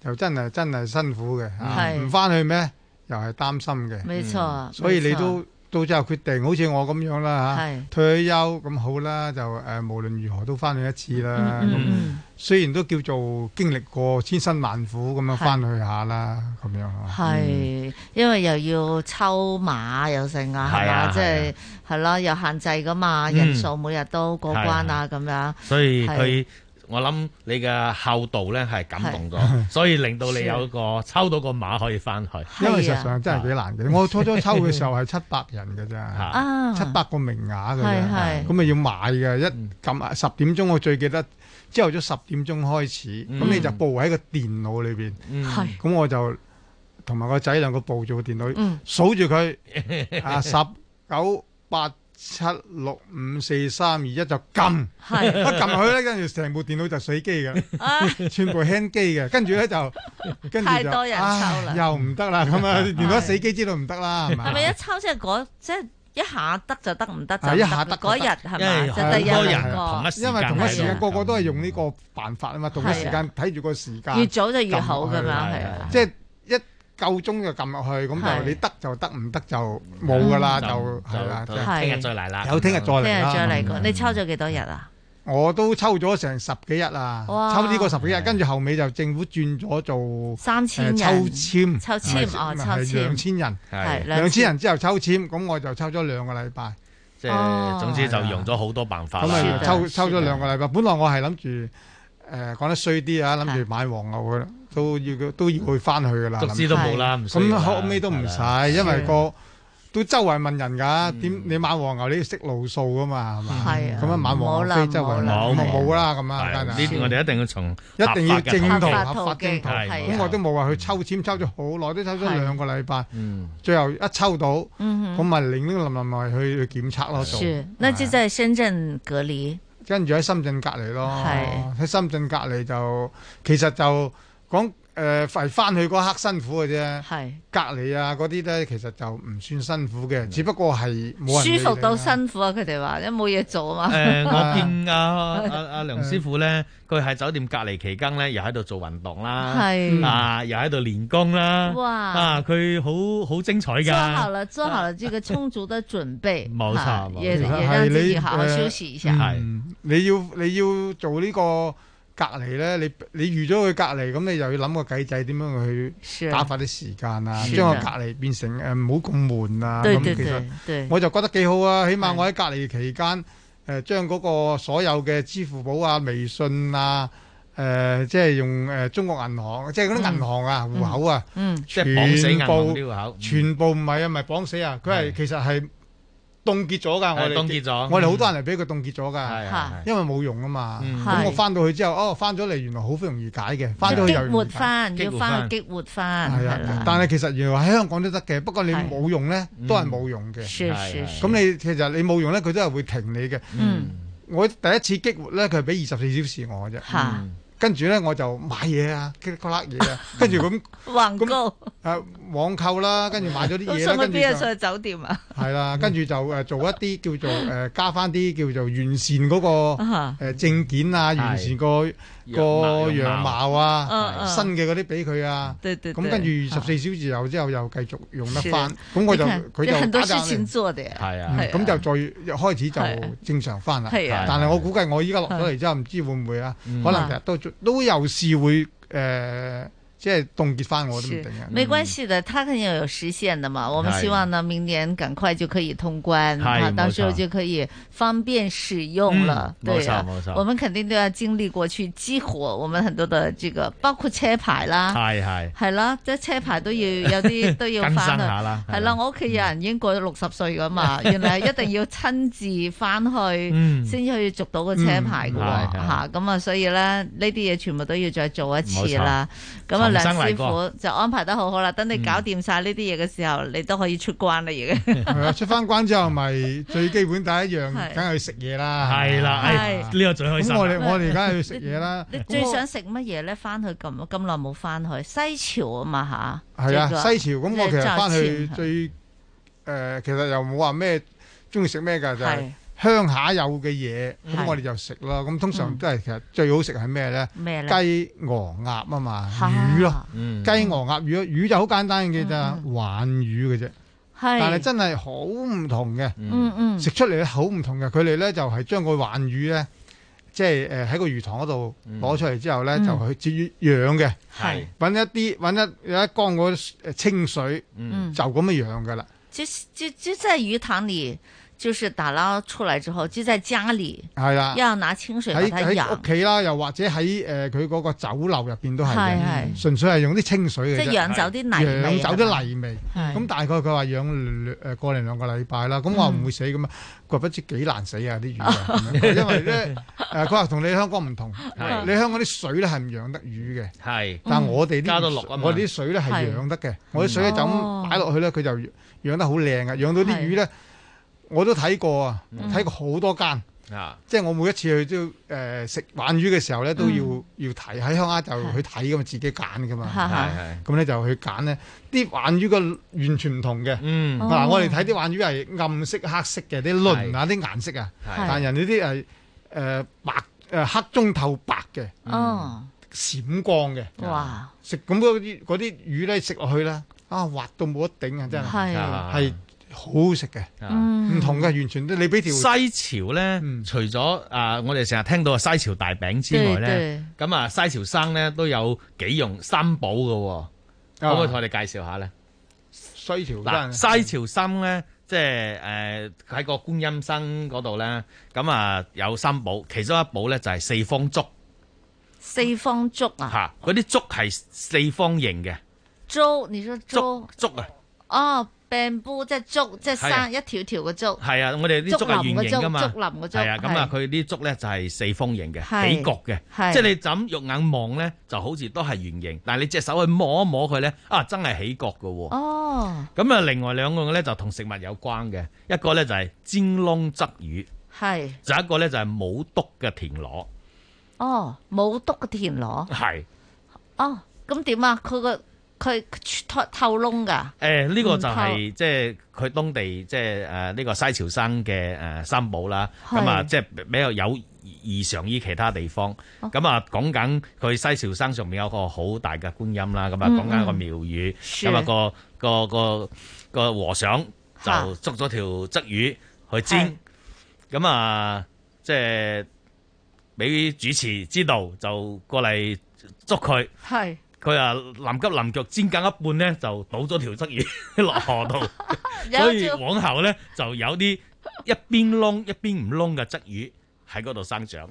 Speaker 1: 就真係真係辛苦嘅嚇。啊
Speaker 5: 係
Speaker 1: 唔翻去咩？又係擔心嘅。
Speaker 5: 沒錯
Speaker 1: 嗯
Speaker 5: 沒
Speaker 1: 所以你
Speaker 5: 錯
Speaker 1: 都到最後決定，好似我咁樣啦嚇
Speaker 5: 係，
Speaker 1: 退休咁好啦，就誒、呃、無論如何都翻去一次啦。
Speaker 5: 嗯
Speaker 1: 咁、
Speaker 5: 嗯嗯
Speaker 1: 雖然都叫做經歷過千辛萬苦咁樣
Speaker 5: 係
Speaker 1: 翻去下啦，咁啊嗯樣咯
Speaker 5: 係， 因為又要抽碼又剩啊，係
Speaker 23: 係啊
Speaker 5: 嘛，即
Speaker 23: 係
Speaker 5: 係係咯，有限制噶嘛，
Speaker 23: 嗯
Speaker 5: 人數每日都過關啊，咁樣。
Speaker 23: 所以佢
Speaker 5: 係。
Speaker 23: 我諗你嘅厚道咧係感動
Speaker 1: 係 啊
Speaker 23: 咗，所以令到你有個抽到個馬可以翻去。啊
Speaker 1: 因為
Speaker 5: 啊
Speaker 1: 實上真係幾難嘅。我初初抽嘅時候係七百人嘅咋，
Speaker 5: 啊嗯
Speaker 1: 七百個名額嘅
Speaker 5: 係
Speaker 1: 啫，
Speaker 5: 係
Speaker 1: 咁咪要買嘅。一撳十點鐘，我最記得朝頭早十點鐘開始，
Speaker 5: 嗯
Speaker 1: 咁你就報喺個電腦裏邊
Speaker 5: 嗯係。
Speaker 1: 咁我就同埋個仔兩個報住個電腦
Speaker 5: 嗯，
Speaker 1: 數住 佢啊十九八。七六五四三二一就撳，
Speaker 5: 係
Speaker 1: 一撳入去咧，跟住成部電腦就死機嘅，全部 hand 機嘅，跟住咧就跟住就
Speaker 5: 太多人抽啦
Speaker 1: 唉又唔得啦，咁 啊，連咗死機知道唔得啦，係
Speaker 5: 係咪
Speaker 1: 咪？
Speaker 5: 一抽即係嗰即係一下得就得，唔得就
Speaker 1: 啊
Speaker 5: 唔
Speaker 1: 一下得
Speaker 5: 嗰日係咪？就得一
Speaker 1: 好多
Speaker 5: 兩
Speaker 1: 人
Speaker 5: 個
Speaker 1: 因為同一時間
Speaker 5: 係啊
Speaker 1: 個個都係用呢個辦法啊嘛，同一時間睇住個時間，
Speaker 5: 越早就越好咁樣
Speaker 1: 撳落去
Speaker 5: 係啊
Speaker 1: 即係一夠鐘就撳入去，咁
Speaker 5: 係
Speaker 1: 就你得就得，唔得就冇噶啦，
Speaker 23: 嗯
Speaker 1: 就係啦，
Speaker 23: 就
Speaker 1: 就
Speaker 5: 係
Speaker 23: 聽日再嚟啦，
Speaker 1: 有聽日再
Speaker 5: 聽
Speaker 1: 嚟
Speaker 5: 日
Speaker 1: 啦。嗯
Speaker 5: 再嚟過，你抽咗幾多日啊？
Speaker 1: 我都抽咗成十幾日啦，
Speaker 5: 哇
Speaker 1: 抽呢個十幾日，跟住後尾就政府轉咗做呃
Speaker 5: 三千人
Speaker 1: 抽籤，
Speaker 5: 抽籤
Speaker 1: 係
Speaker 5: 哦抽
Speaker 1: 係
Speaker 5: 籤
Speaker 1: 兩千人，
Speaker 5: 係
Speaker 1: 兩千人之後抽籤，咁我就抽咗兩個禮拜。
Speaker 23: 即係總之就用咗好多辦法
Speaker 1: 咁
Speaker 23: 啦。
Speaker 1: 哦啊抽抽咗兩個禮拜，本來我係諗住誒講得衰啲啊，諗住買黃牛嘅啦，都要都要去翻去嘅啦。
Speaker 23: 足之都冇啦
Speaker 1: 諗
Speaker 23: 唔需要
Speaker 1: 咁
Speaker 23: 啦嗯
Speaker 1: 後尾都唔使，因為個都周圍問人㗎，點你買黃牛你要識路數㗎嘛，係嘛？
Speaker 5: 係啊
Speaker 1: 咁啊買黃
Speaker 5: 冇
Speaker 1: 牛
Speaker 5: 啦
Speaker 1: 飛周圍問
Speaker 5: 冇啦
Speaker 1: 咁啊冇啦咁啊，
Speaker 23: 係
Speaker 1: 梗
Speaker 23: 呢
Speaker 1: 係
Speaker 23: 啲我哋一定要從
Speaker 1: 一定要
Speaker 23: 合法嘅
Speaker 1: 正
Speaker 23: 途
Speaker 1: 途
Speaker 23: 徑
Speaker 1: 合法正途，
Speaker 23: 係冇
Speaker 1: 咁
Speaker 23: 錯
Speaker 1: 我都冇話去抽籤，抽咗好耐，都抽咗
Speaker 23: 係
Speaker 1: 兩個禮拜
Speaker 23: 嗯，
Speaker 1: 最後一抽到，
Speaker 5: 嗯哼
Speaker 1: 咁咪零零林林咪去去檢測咯，做
Speaker 5: 是，那就在深圳隔離。
Speaker 1: 跟住喺深圳隔離咯
Speaker 5: 係，
Speaker 1: 喺深圳隔離就其實就講誒係翻去嗰刻辛苦嘅啫，
Speaker 5: 係
Speaker 1: 隔離啊嗰啲咧其實就唔算辛苦
Speaker 23: 嗯
Speaker 1: 嘅，只不過係冇人
Speaker 5: 舒服到辛苦啊！佢哋話，因為冇嘢做啊嘛。
Speaker 23: 誒， 我 見阿阿阿梁師傅咧，佢喺酒店隔離期間咧，又喺度做運動啦，
Speaker 5: 係
Speaker 23: 啊，又喺度練功啦，
Speaker 5: 哇
Speaker 23: 啊，佢好好精彩
Speaker 5: 做好
Speaker 23: 㗎，
Speaker 5: 了，做好了这个充足的准 备，
Speaker 23: 冇錯
Speaker 5: 啊
Speaker 23: 冇錯
Speaker 5: 也
Speaker 1: 其
Speaker 5: 也
Speaker 1: 實
Speaker 5: 讓自己好好
Speaker 1: 誒
Speaker 5: 休息一下。
Speaker 1: 呃嗯你要你要做呢個隔離咧，你你預咗佢隔離，咁你又要諗個計仔點樣
Speaker 5: 去
Speaker 1: 打發啲時間啊，
Speaker 5: 是
Speaker 1: 將個
Speaker 5: 的
Speaker 1: 隔離變成誒唔好咁悶啊。
Speaker 5: 對
Speaker 1: 咁
Speaker 5: 對
Speaker 1: 其實
Speaker 5: 對對
Speaker 1: 我就覺得幾好啊，起碼我喺隔離期間誒將嗰個所有嘅支付寶啊、微信啊。誒、即係用誒、呃中國銀行，即係嗰啲銀行啊、戶口啊，
Speaker 5: 嗯
Speaker 23: 即係綁死銀行
Speaker 1: 全部
Speaker 23: 啲戶口嗯
Speaker 1: 全部唔係啊，唔係綁死啊，佢係其實係凍結咗㗎。我
Speaker 23: 係
Speaker 1: 哋
Speaker 23: 凍結咗嗯
Speaker 1: 我哋好多人係俾佢凍結咗
Speaker 23: 係
Speaker 1: 㗎
Speaker 23: 係，
Speaker 1: 因為冇用啊嘛。
Speaker 23: 嗯
Speaker 1: 咁我
Speaker 5: 係
Speaker 1: 翻到去之後，哦，翻咗嚟原來好容易解嘅，翻咗去
Speaker 5: 激
Speaker 1: 又容易
Speaker 5: 活
Speaker 1: 解
Speaker 5: 翻，要翻去激活翻，
Speaker 1: 係
Speaker 5: 係
Speaker 1: 啊
Speaker 5: 啦，
Speaker 1: 但係其實原來喺香港都得嘅，不過你
Speaker 5: 係
Speaker 1: 冇用咧，都係冇用嘅。
Speaker 5: 是是是
Speaker 1: 咁你其實你冇用咧，佢都係會停你嘅。
Speaker 7: Ừ.
Speaker 5: 嗯，
Speaker 1: 我第一次激活咧，佢係俾二十四小時我嘅啫。
Speaker 5: 嚇嗯
Speaker 1: 跟住咧我就買嘢啊，嗰啲嘢 啊，跟住咁
Speaker 5: 網購，
Speaker 1: 誒網購啦，跟住買咗啲
Speaker 5: 咁
Speaker 1: 嘢
Speaker 5: 送
Speaker 1: 啦，
Speaker 5: 去
Speaker 1: 跟住
Speaker 5: 邊啊？送
Speaker 1: 就
Speaker 5: 去酒店啊？
Speaker 1: 係啦，跟住就誒做一啲叫做誒加翻啲叫做完善嗰
Speaker 5: 啊
Speaker 1: 個誒證件啊，完善個
Speaker 5: 樣貌
Speaker 1: 個
Speaker 5: 樣
Speaker 1: 樣
Speaker 5: 貌
Speaker 1: 貌
Speaker 5: 嗯
Speaker 1: 啊，
Speaker 5: 嗯
Speaker 1: 新嘅嗰啲俾佢啊。
Speaker 5: 對對
Speaker 1: 咁
Speaker 5: 對，
Speaker 1: 跟住二十四小時後之後又繼續用得
Speaker 5: 是
Speaker 1: 翻，咁我就
Speaker 5: 你看
Speaker 1: 佢
Speaker 5: 有很
Speaker 1: 就
Speaker 5: 多
Speaker 1: 打
Speaker 5: 事
Speaker 1: 架
Speaker 5: 情做的，啊哎係
Speaker 23: 啊
Speaker 1: 嗯咁就再開始
Speaker 5: 係啊
Speaker 1: 就正常翻啦。
Speaker 5: 係啊
Speaker 1: 但係我估計我依家落咗嚟之後，唔知會唔會啊
Speaker 5: 嗯？
Speaker 1: 可能其實都都有時會誒，即係凍結翻我都唔定啊嗯
Speaker 5: 是
Speaker 1: 嘅。
Speaker 5: 没关系的，它肯定有时限的嘛。我们
Speaker 1: 是
Speaker 5: 希望呢，明年赶快就可以通关，
Speaker 1: 是
Speaker 5: 啊，
Speaker 1: 哎没
Speaker 5: 到时候
Speaker 1: 错
Speaker 5: 就可以方便使用了。
Speaker 1: 嗯
Speaker 5: 对啊
Speaker 1: 没错没错，
Speaker 5: 我们肯定都要经历过去激活我们很多的这个，包括车牌
Speaker 1: 哎
Speaker 5: 啦，
Speaker 23: 係係。嗯
Speaker 5: 系啦，即系车牌都要 有啲都要
Speaker 23: 更新
Speaker 5: 翻
Speaker 23: 下啦
Speaker 5: 系啦，我屋企有人已經過咗六十歲噶嘛，原來一定要親自翻去
Speaker 23: 嗯
Speaker 5: 先可以續到個車牌噶
Speaker 23: 嗯
Speaker 5: 喎
Speaker 23: 係係
Speaker 5: 嚇，咁啊，所以咧呢啲嘢全部都要再做一次啦。
Speaker 23: 冇錯
Speaker 5: 咁啊，
Speaker 23: 重
Speaker 5: 梁
Speaker 23: 新
Speaker 5: 師
Speaker 23: 嚟過
Speaker 5: 傅就安排得好好啦，等你搞掂晒呢啲嘢嘅時候，你都可以出關啦已經。
Speaker 1: 係啊，出翻關之後咪最基本第一樣，
Speaker 5: 係
Speaker 1: 梗係去食嘢啦。
Speaker 23: 係啦
Speaker 1: 係
Speaker 23: 哎
Speaker 1: 嘛
Speaker 23: 呢個最開心
Speaker 1: 咁
Speaker 23: 啦
Speaker 1: 我哋我哋而家去食嘢啦。
Speaker 5: 你
Speaker 1: 咁
Speaker 5: 最
Speaker 1: 我
Speaker 5: 想食乜嘢咧？翻去咁咁耐冇翻去西樵啊嘛嚇。
Speaker 1: 係啊，
Speaker 5: 這個
Speaker 1: 西樵咁我其實翻
Speaker 5: 即係
Speaker 1: 去
Speaker 5: 趙錢
Speaker 1: 最誒，其實又冇話咩中意食咩㗎，就係
Speaker 5: 係
Speaker 1: 鄉下有嘅嘢，
Speaker 5: 係嗯
Speaker 1: 咁我哋就食啦。咁通常都係其實最好食係咩咧？
Speaker 5: 咩呢
Speaker 1: 雞鵝鴨啊嘛，
Speaker 5: 嚇
Speaker 1: 魚咯，
Speaker 5: 嗯
Speaker 1: 雞鵝鴨魚咯，魚就好簡單嘅咋，鯇魚嘅啫。
Speaker 5: 係
Speaker 1: 但係真係好唔同嘅，
Speaker 5: 嗯嗯
Speaker 1: 食出嚟咧好唔同嘅。佢哋咧就係將個鯇魚咧，即係誒喺個魚塘嗰度攞出嚟之後咧，
Speaker 5: 嗯
Speaker 1: 就去至於養嘅，
Speaker 5: 係
Speaker 1: 揾一啲揾一有一缸嗰啲誒清水，
Speaker 5: 嗯
Speaker 1: 就咁樣養㗎啦。
Speaker 5: 就就就在魚塘里，就是打捞出来之後，就在家里，
Speaker 1: 係
Speaker 23: 啊
Speaker 1: 啦，
Speaker 5: 要拿清水把
Speaker 1: 喺
Speaker 5: 它
Speaker 1: 喺
Speaker 5: 養
Speaker 1: 屋，企啦，又或者喺誒佢嗰個酒樓入邊都係
Speaker 5: 係
Speaker 1: 嘅，
Speaker 5: 係
Speaker 1: 純粹係用啲清水嘅啫，
Speaker 5: 即係養走啲泥味啊
Speaker 1: 養走啲泥味。
Speaker 23: 嗯
Speaker 5: 係
Speaker 1: 咁大概佢話養誒過呃零兩個禮拜啦，咁我話
Speaker 23: 嗯
Speaker 1: 唔會 死咁啊，佢話不知幾難死啊啲魚啊，咁樣因為 咧誒佢話同你香港唔同
Speaker 23: 係，
Speaker 1: 你香港啲水咧係唔養得魚嘅。
Speaker 23: 係，
Speaker 1: 但係我哋啲
Speaker 23: 加多落啊嘛
Speaker 1: 我哋啲水咧係養得嘅，我啲水咧就
Speaker 23: 哦
Speaker 1: 咁擺落去咧，佢就養得好靚嘅，養到啲
Speaker 23: 係
Speaker 1: 魚咧，我都睇過啊，
Speaker 23: 嗯
Speaker 1: 睇過好多間。
Speaker 23: 啊，
Speaker 1: 即係我每一次去都誒食鯇魚嘅時候
Speaker 23: 嗯
Speaker 1: 咧，都要要睇喺鄉下就去睇噶嘛，自己揀噶嘛，
Speaker 5: 係係
Speaker 1: 係咁咧就去揀咧啲鯇魚個完全唔同嘅。
Speaker 23: 嗯
Speaker 1: 嗱，
Speaker 5: 哦
Speaker 1: 我哋睇啲鯇魚係暗色、黑色嘅，啲鱗啊、啲顏色啊，
Speaker 5: 係
Speaker 1: 但人哋啲係誒白誒黑中透白嘅，
Speaker 5: 哦，
Speaker 1: 閃光嘅。
Speaker 5: 哇，
Speaker 1: 食咁嗰啲嗰啲魚咧食落去啦，啊滑到冇得頂啊，真係
Speaker 5: 係
Speaker 1: 係好好食嘅，
Speaker 5: 嗯
Speaker 1: 唔同嘅，完全都你俾條嗯
Speaker 23: 西樵咧，除咗啊、我哋成日聽到啊西樵大餅之外咧，咁啊西樵生咧都有幾用三寶嘅
Speaker 1: 啊
Speaker 23: 喎，可唔可以同我哋介紹下咧？
Speaker 1: 西條
Speaker 23: 嗱，
Speaker 1: 真係
Speaker 23: 西樵心咧，即係誒喺個觀音生嗰度咧，咁啊有三寶，其中一寶咧就係四方竹
Speaker 5: 四方粥啊，
Speaker 23: 嚇，嗰啲竹係四方形嘅
Speaker 5: 粥，你說粥，
Speaker 23: 竹啊，
Speaker 5: 哦，病煲即係粥，即係
Speaker 23: 係啊
Speaker 5: 生一條條嘅粥，
Speaker 23: 係啊，我哋啲竹係圓形噶嘛，
Speaker 5: 竹林嘅竹
Speaker 23: 係啊，咁啊
Speaker 5: 係
Speaker 23: 佢啲竹咧就係四方形嘅，
Speaker 5: 係
Speaker 23: 幾角嘅，
Speaker 5: 係
Speaker 23: 即係你就咁肉眼望咧就好似都係圓形，但係你隻手去摸一摸佢咧，啊真係起角嘅喎。
Speaker 5: 哦，
Speaker 23: 咁啊，另外兩個咧就同食物有關嘅，一個咧就係煎窿鯽魚。
Speaker 5: 係，
Speaker 23: 就一個咧就係冇篤嘅田螺，
Speaker 5: 哦，冇篤嘅田螺，
Speaker 23: 係
Speaker 5: 哦，咁點啊？佢個佢佢透透窿㗎，
Speaker 23: 誒呢個就
Speaker 5: 唔
Speaker 23: 係即係佢當地即係誒呢個西樵生嘅誒三寶啦，
Speaker 5: 係
Speaker 23: 咁啊即係比較有異常於其他地方，
Speaker 5: 哦
Speaker 23: 咁啊講緊佢西樵生上面有個好大嘅觀音啦，咁啊
Speaker 5: 嗯
Speaker 23: 講緊一個廟宇，
Speaker 5: 是
Speaker 23: 咁啊個個個個和尚就捉咗條鯽魚去煎，咁啊即係俾主持知道就過嚟捉佢。
Speaker 5: 係
Speaker 23: 佢啊臨急臨腳煎緊一半咧，就倒咗條鯽 魚落河度，
Speaker 5: 有
Speaker 23: 所以
Speaker 5: 條
Speaker 23: 往後咧就有啲一邊窿一邊唔窿嘅鯽魚喺嗰度生長。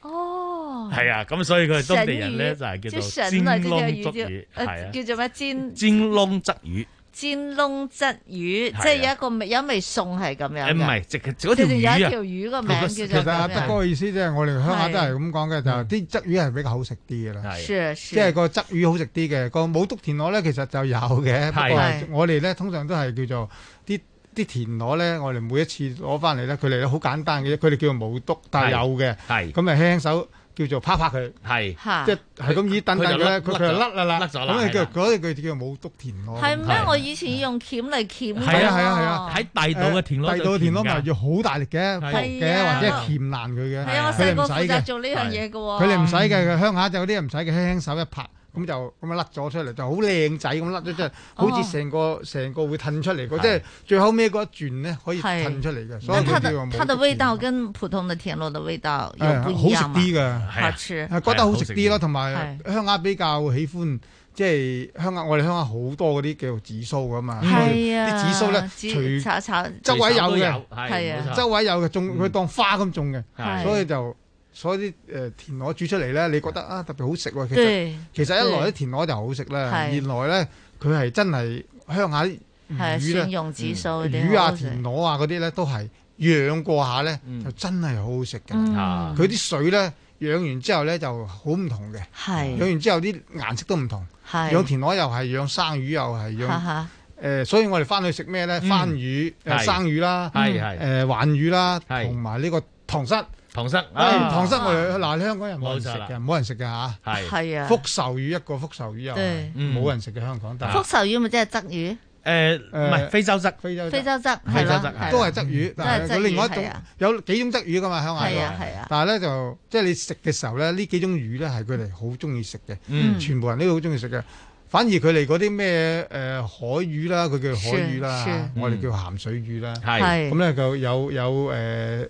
Speaker 5: 哦，
Speaker 23: 係啊，咁所以佢哋當地人咧
Speaker 5: 神魚
Speaker 23: 就係叫
Speaker 5: 即
Speaker 23: 做
Speaker 5: 係
Speaker 23: 煎
Speaker 5: 神
Speaker 23: 窿鯽
Speaker 5: 啊呢
Speaker 23: 魚，
Speaker 5: 隻魚叫誒
Speaker 23: 係啊，
Speaker 5: 叫做咩煎
Speaker 23: 煎窿鯽魚。
Speaker 5: 煎窿鯽魚，
Speaker 23: 係啊
Speaker 5: 即係有一個味有一味餸係咁樣
Speaker 23: 誒
Speaker 5: 嘅。
Speaker 23: 唔係，直嗰條
Speaker 5: 佢哋有一
Speaker 23: 魚啊，
Speaker 5: 條魚個
Speaker 1: 其
Speaker 5: 名
Speaker 1: 實
Speaker 5: 叫做
Speaker 1: 阿
Speaker 5: 咁
Speaker 1: 德哥
Speaker 5: 樣。
Speaker 1: 嘅意思即係我哋鄉下
Speaker 5: 係
Speaker 1: 都係咁講嘅，就係啲鯽魚係比較好食啲嘅啦。
Speaker 5: 是是
Speaker 1: 即係個鯽魚好食啲嘅，個冇篤田螺咧其實就有嘅，不過
Speaker 5: 係
Speaker 1: 我哋咧通常都係叫做啲啲田螺咧，我哋每一次攞翻嚟咧，佢哋咧好簡單嘅啫，佢哋叫做冇篤，但係有嘅，
Speaker 23: 係
Speaker 1: 咁咪輕輕手叫做啪啪佢，
Speaker 23: 係
Speaker 5: 嚇
Speaker 1: 即係係咁以等等佢咧，
Speaker 23: 佢
Speaker 1: 佢
Speaker 23: 就
Speaker 1: 佢就
Speaker 23: 甩
Speaker 1: 甩啦啦，
Speaker 23: 甩咗啦
Speaker 1: 咁你
Speaker 23: 係
Speaker 1: 叫
Speaker 23: 啦
Speaker 1: 嗰啲佢叫做冇篤田螺。
Speaker 5: 係咩？我以前用鉗嚟鉗㗎
Speaker 1: 係啊係啊係啊，
Speaker 23: 喺第
Speaker 1: 度嘅田
Speaker 23: 螺
Speaker 1: 第度嘅田螺
Speaker 23: 就鉗
Speaker 1: 咪
Speaker 23: 㗎
Speaker 1: 要好大力嘅，搏
Speaker 5: 係
Speaker 1: 嘅
Speaker 5: 啊
Speaker 1: 或者係鉗爛佢嘅。
Speaker 5: 係啊，我
Speaker 1: 佢哋
Speaker 5: 細
Speaker 1: 唔
Speaker 5: 個
Speaker 1: 使
Speaker 5: 負
Speaker 1: 嘅
Speaker 5: 責做呢樣嘢嘅喎。
Speaker 1: 佢哋唔使嘅，佢鄉下就有啲人唔使嘅，輕輕手一拍，咁就咁樣甩咗出嚟，就好靚仔咁甩咗出
Speaker 5: 哦
Speaker 1: 嚟，好似成個成個會褪出嚟嗰，即係最後尾嗰一轉咧可以褪出嚟嘅，所以
Speaker 5: 那它
Speaker 1: 佢叫
Speaker 5: 的
Speaker 1: 做
Speaker 5: 它的
Speaker 1: 冇
Speaker 5: 味道跟普通的田螺的味道有
Speaker 1: 誒
Speaker 5: 不
Speaker 1: 好
Speaker 5: 一
Speaker 1: 食
Speaker 5: 樣嘛？
Speaker 1: 啲嘅，
Speaker 5: 好吃，
Speaker 1: 啊覺得好食啲咯，同埋
Speaker 5: 係
Speaker 1: 鄉下比較喜歡。即係鄉下，我哋鄉下好多嗰啲叫做紫蘇噶嘛，
Speaker 5: 係啊
Speaker 1: 啲紫蘇
Speaker 5: 紫
Speaker 1: 咧，除
Speaker 5: 炒炒
Speaker 1: 周圍有
Speaker 23: 隨手都有
Speaker 1: 嘅，
Speaker 23: 係係啊冇錯
Speaker 1: 周圍有嘅，種佢當花咁種
Speaker 23: 係
Speaker 1: 嘅，所以就所以啲誒田螺煮出嚟咧，你覺得啊特別好食喎，其實
Speaker 5: 對
Speaker 1: 其實一來啲
Speaker 5: 對
Speaker 1: 田螺就好食啦，二來
Speaker 5: 係
Speaker 1: 咧佢係真係鄉下啲
Speaker 5: 係啊
Speaker 1: 魚
Speaker 5: 蒜
Speaker 1: 咧，
Speaker 5: 蓉紫蘇嗰啲
Speaker 1: 魚啊
Speaker 5: 好好食
Speaker 1: 田螺啊嗰啲咧都係養過下咧，
Speaker 23: 嗯
Speaker 1: 就真係好好食
Speaker 7: Ừ.
Speaker 1: 嘅，
Speaker 7: 啊
Speaker 5: 嗯
Speaker 1: 佢啲水咧。養完之後咧就好唔同嘅，
Speaker 5: 係
Speaker 1: 養完之後啲顏色都唔同，
Speaker 5: 係
Speaker 1: 養田螺又係養生魚又係
Speaker 5: 哈
Speaker 1: 養
Speaker 5: 哈
Speaker 1: 誒、所以我哋翻去食咩咧？番魚、
Speaker 23: 係
Speaker 1: 誒生魚啦，
Speaker 23: 係
Speaker 1: 誒
Speaker 23: 係
Speaker 1: 鯇魚啦，同埋呢個塘虱。
Speaker 23: 唐僧，
Speaker 1: 喂塘虱我哋嗱，香港人冇人食
Speaker 23: 冇錯
Speaker 1: 嘅，冇人食嘅嚇。
Speaker 23: 係
Speaker 5: 係啊
Speaker 1: 福壽魚一個，福壽魚又
Speaker 5: 對
Speaker 1: 係冇人食嘅香港，但
Speaker 5: 福壽魚咪即係鯽魚？
Speaker 23: 誒唔係非洲鯽，
Speaker 1: 非洲
Speaker 5: 非洲鯽係
Speaker 23: 非洲
Speaker 5: 啦
Speaker 23: 鯽，係啊
Speaker 1: 都係鯽魚，
Speaker 5: 都
Speaker 1: 但
Speaker 5: 係
Speaker 1: 係佢
Speaker 5: 鯽
Speaker 1: 另外一
Speaker 5: 魚
Speaker 1: 種
Speaker 5: 係啊
Speaker 1: 有幾種鯽魚噶嘛，香港
Speaker 5: 係啊係啊
Speaker 1: 但係咧就即係你食嘅時候咧，呢幾種魚咧係佢哋好中意食嘅，
Speaker 5: 嗯
Speaker 1: 全部人都好中意食嘅。反而佢哋嗰啲咩誒海魚啦，佢叫海魚
Speaker 5: 是是
Speaker 1: 啦，我
Speaker 23: 嗯
Speaker 1: 哋叫鹹水魚啦，
Speaker 5: 係係
Speaker 1: 咁咧就有有誒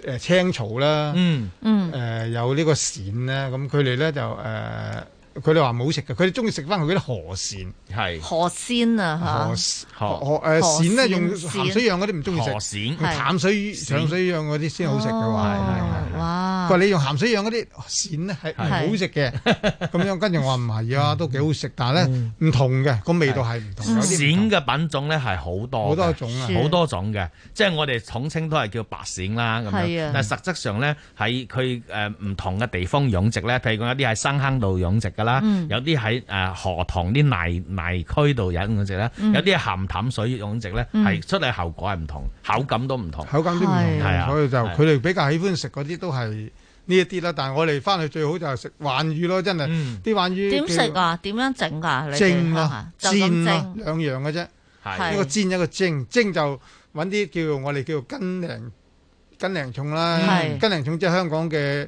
Speaker 1: 誒青草啦，
Speaker 23: 嗯
Speaker 5: 嗯
Speaker 1: 誒有呢個鱔啦，咁佢哋咧就誒佢哋話唔好食嘅，佢哋中意食翻佢啲河鱔。
Speaker 23: 係
Speaker 5: 河鮮啊
Speaker 1: 河
Speaker 5: 嚇，
Speaker 1: 河誒
Speaker 5: 河
Speaker 1: 鱔咧
Speaker 5: 鱔
Speaker 1: 呃用
Speaker 5: 鱔
Speaker 1: 鹹水釀嗰啲唔中意食，
Speaker 23: 河鱔
Speaker 1: 用淡水上水釀嗰啲先好食嘅話。係係係
Speaker 5: 哇
Speaker 20: 啊
Speaker 1: 佢！話你用鹹水釀嗰啲鱔咧係唔好食嘅，咁樣跟住我話唔係啊，都幾好食，但係咧唔同嘅，個味道係唔同，有啲唔
Speaker 23: 鱔嘅品種咧係好多嘅
Speaker 1: 好多種啊
Speaker 23: 好多種嘅，即係我哋統稱都係叫白鱔啦咁
Speaker 1: 係
Speaker 23: 樣
Speaker 1: 啊。
Speaker 23: 但係實質上咧喺佢誒唔同嘅地方養殖咧，譬如講有啲喺生坑度養殖噶啦
Speaker 19: 嗯，
Speaker 23: 有啲喺誒河塘啲泥泥區度養殖啦，
Speaker 19: 嗯
Speaker 23: 有啲係鹹淡水養殖咧，
Speaker 1: 嗯
Speaker 23: 係出嚟效果係唔同，口感都唔同，
Speaker 1: 口感都唔同，
Speaker 23: 係啊，
Speaker 1: 所以就
Speaker 23: 係
Speaker 1: 佢哋比較喜歡食嗰啲都係呢一啲啦。但係我哋翻去最好就係食鯇魚咯，真係啲鯇魚
Speaker 5: 點食啊？點樣整㗎？你哋
Speaker 1: 蒸
Speaker 5: 鄉
Speaker 1: 咯
Speaker 5: 下，就
Speaker 1: 煎
Speaker 5: 咁
Speaker 1: 咯
Speaker 5: 蒸，。
Speaker 1: 兩樣嘅啫，
Speaker 5: 係
Speaker 1: 一個煎一個蒸，蒸就揾啲叫我哋叫做斤零斤零重啦，
Speaker 5: 係
Speaker 1: 斤零重即係香港嘅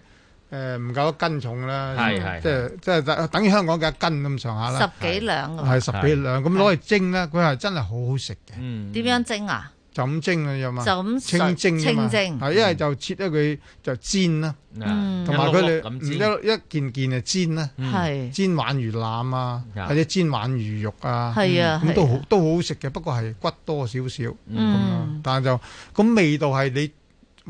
Speaker 1: 誒唔夠一斤重啦，
Speaker 5: 係係
Speaker 1: 即係即係等等於香港嘅一斤咁上下啦，
Speaker 5: 十幾兩咁
Speaker 1: 係十幾兩咁攞去蒸咧，佢係真係好好食嘅，
Speaker 5: 點樣蒸啊？
Speaker 1: 就咁蒸啊，有嘛，
Speaker 5: 就咁
Speaker 1: 清蒸㗎嘛
Speaker 5: 清蒸
Speaker 1: 係一係就切咗佢就煎啦，
Speaker 5: 嗯
Speaker 1: 同埋佢
Speaker 23: 一碌碌
Speaker 1: 哋
Speaker 23: 咁
Speaker 1: 唔
Speaker 23: 煎
Speaker 1: 一一件件啊煎啦，
Speaker 5: 嗯係
Speaker 1: 煎鯇魚腩啊，
Speaker 23: 啊
Speaker 1: 或者煎鯇魚肉啊，
Speaker 5: 係啊
Speaker 1: 咁
Speaker 5: 係啊
Speaker 1: 都好都好好食嘅，不過係骨多少少咁咯
Speaker 5: 嗯，
Speaker 1: 但係就咁味道係你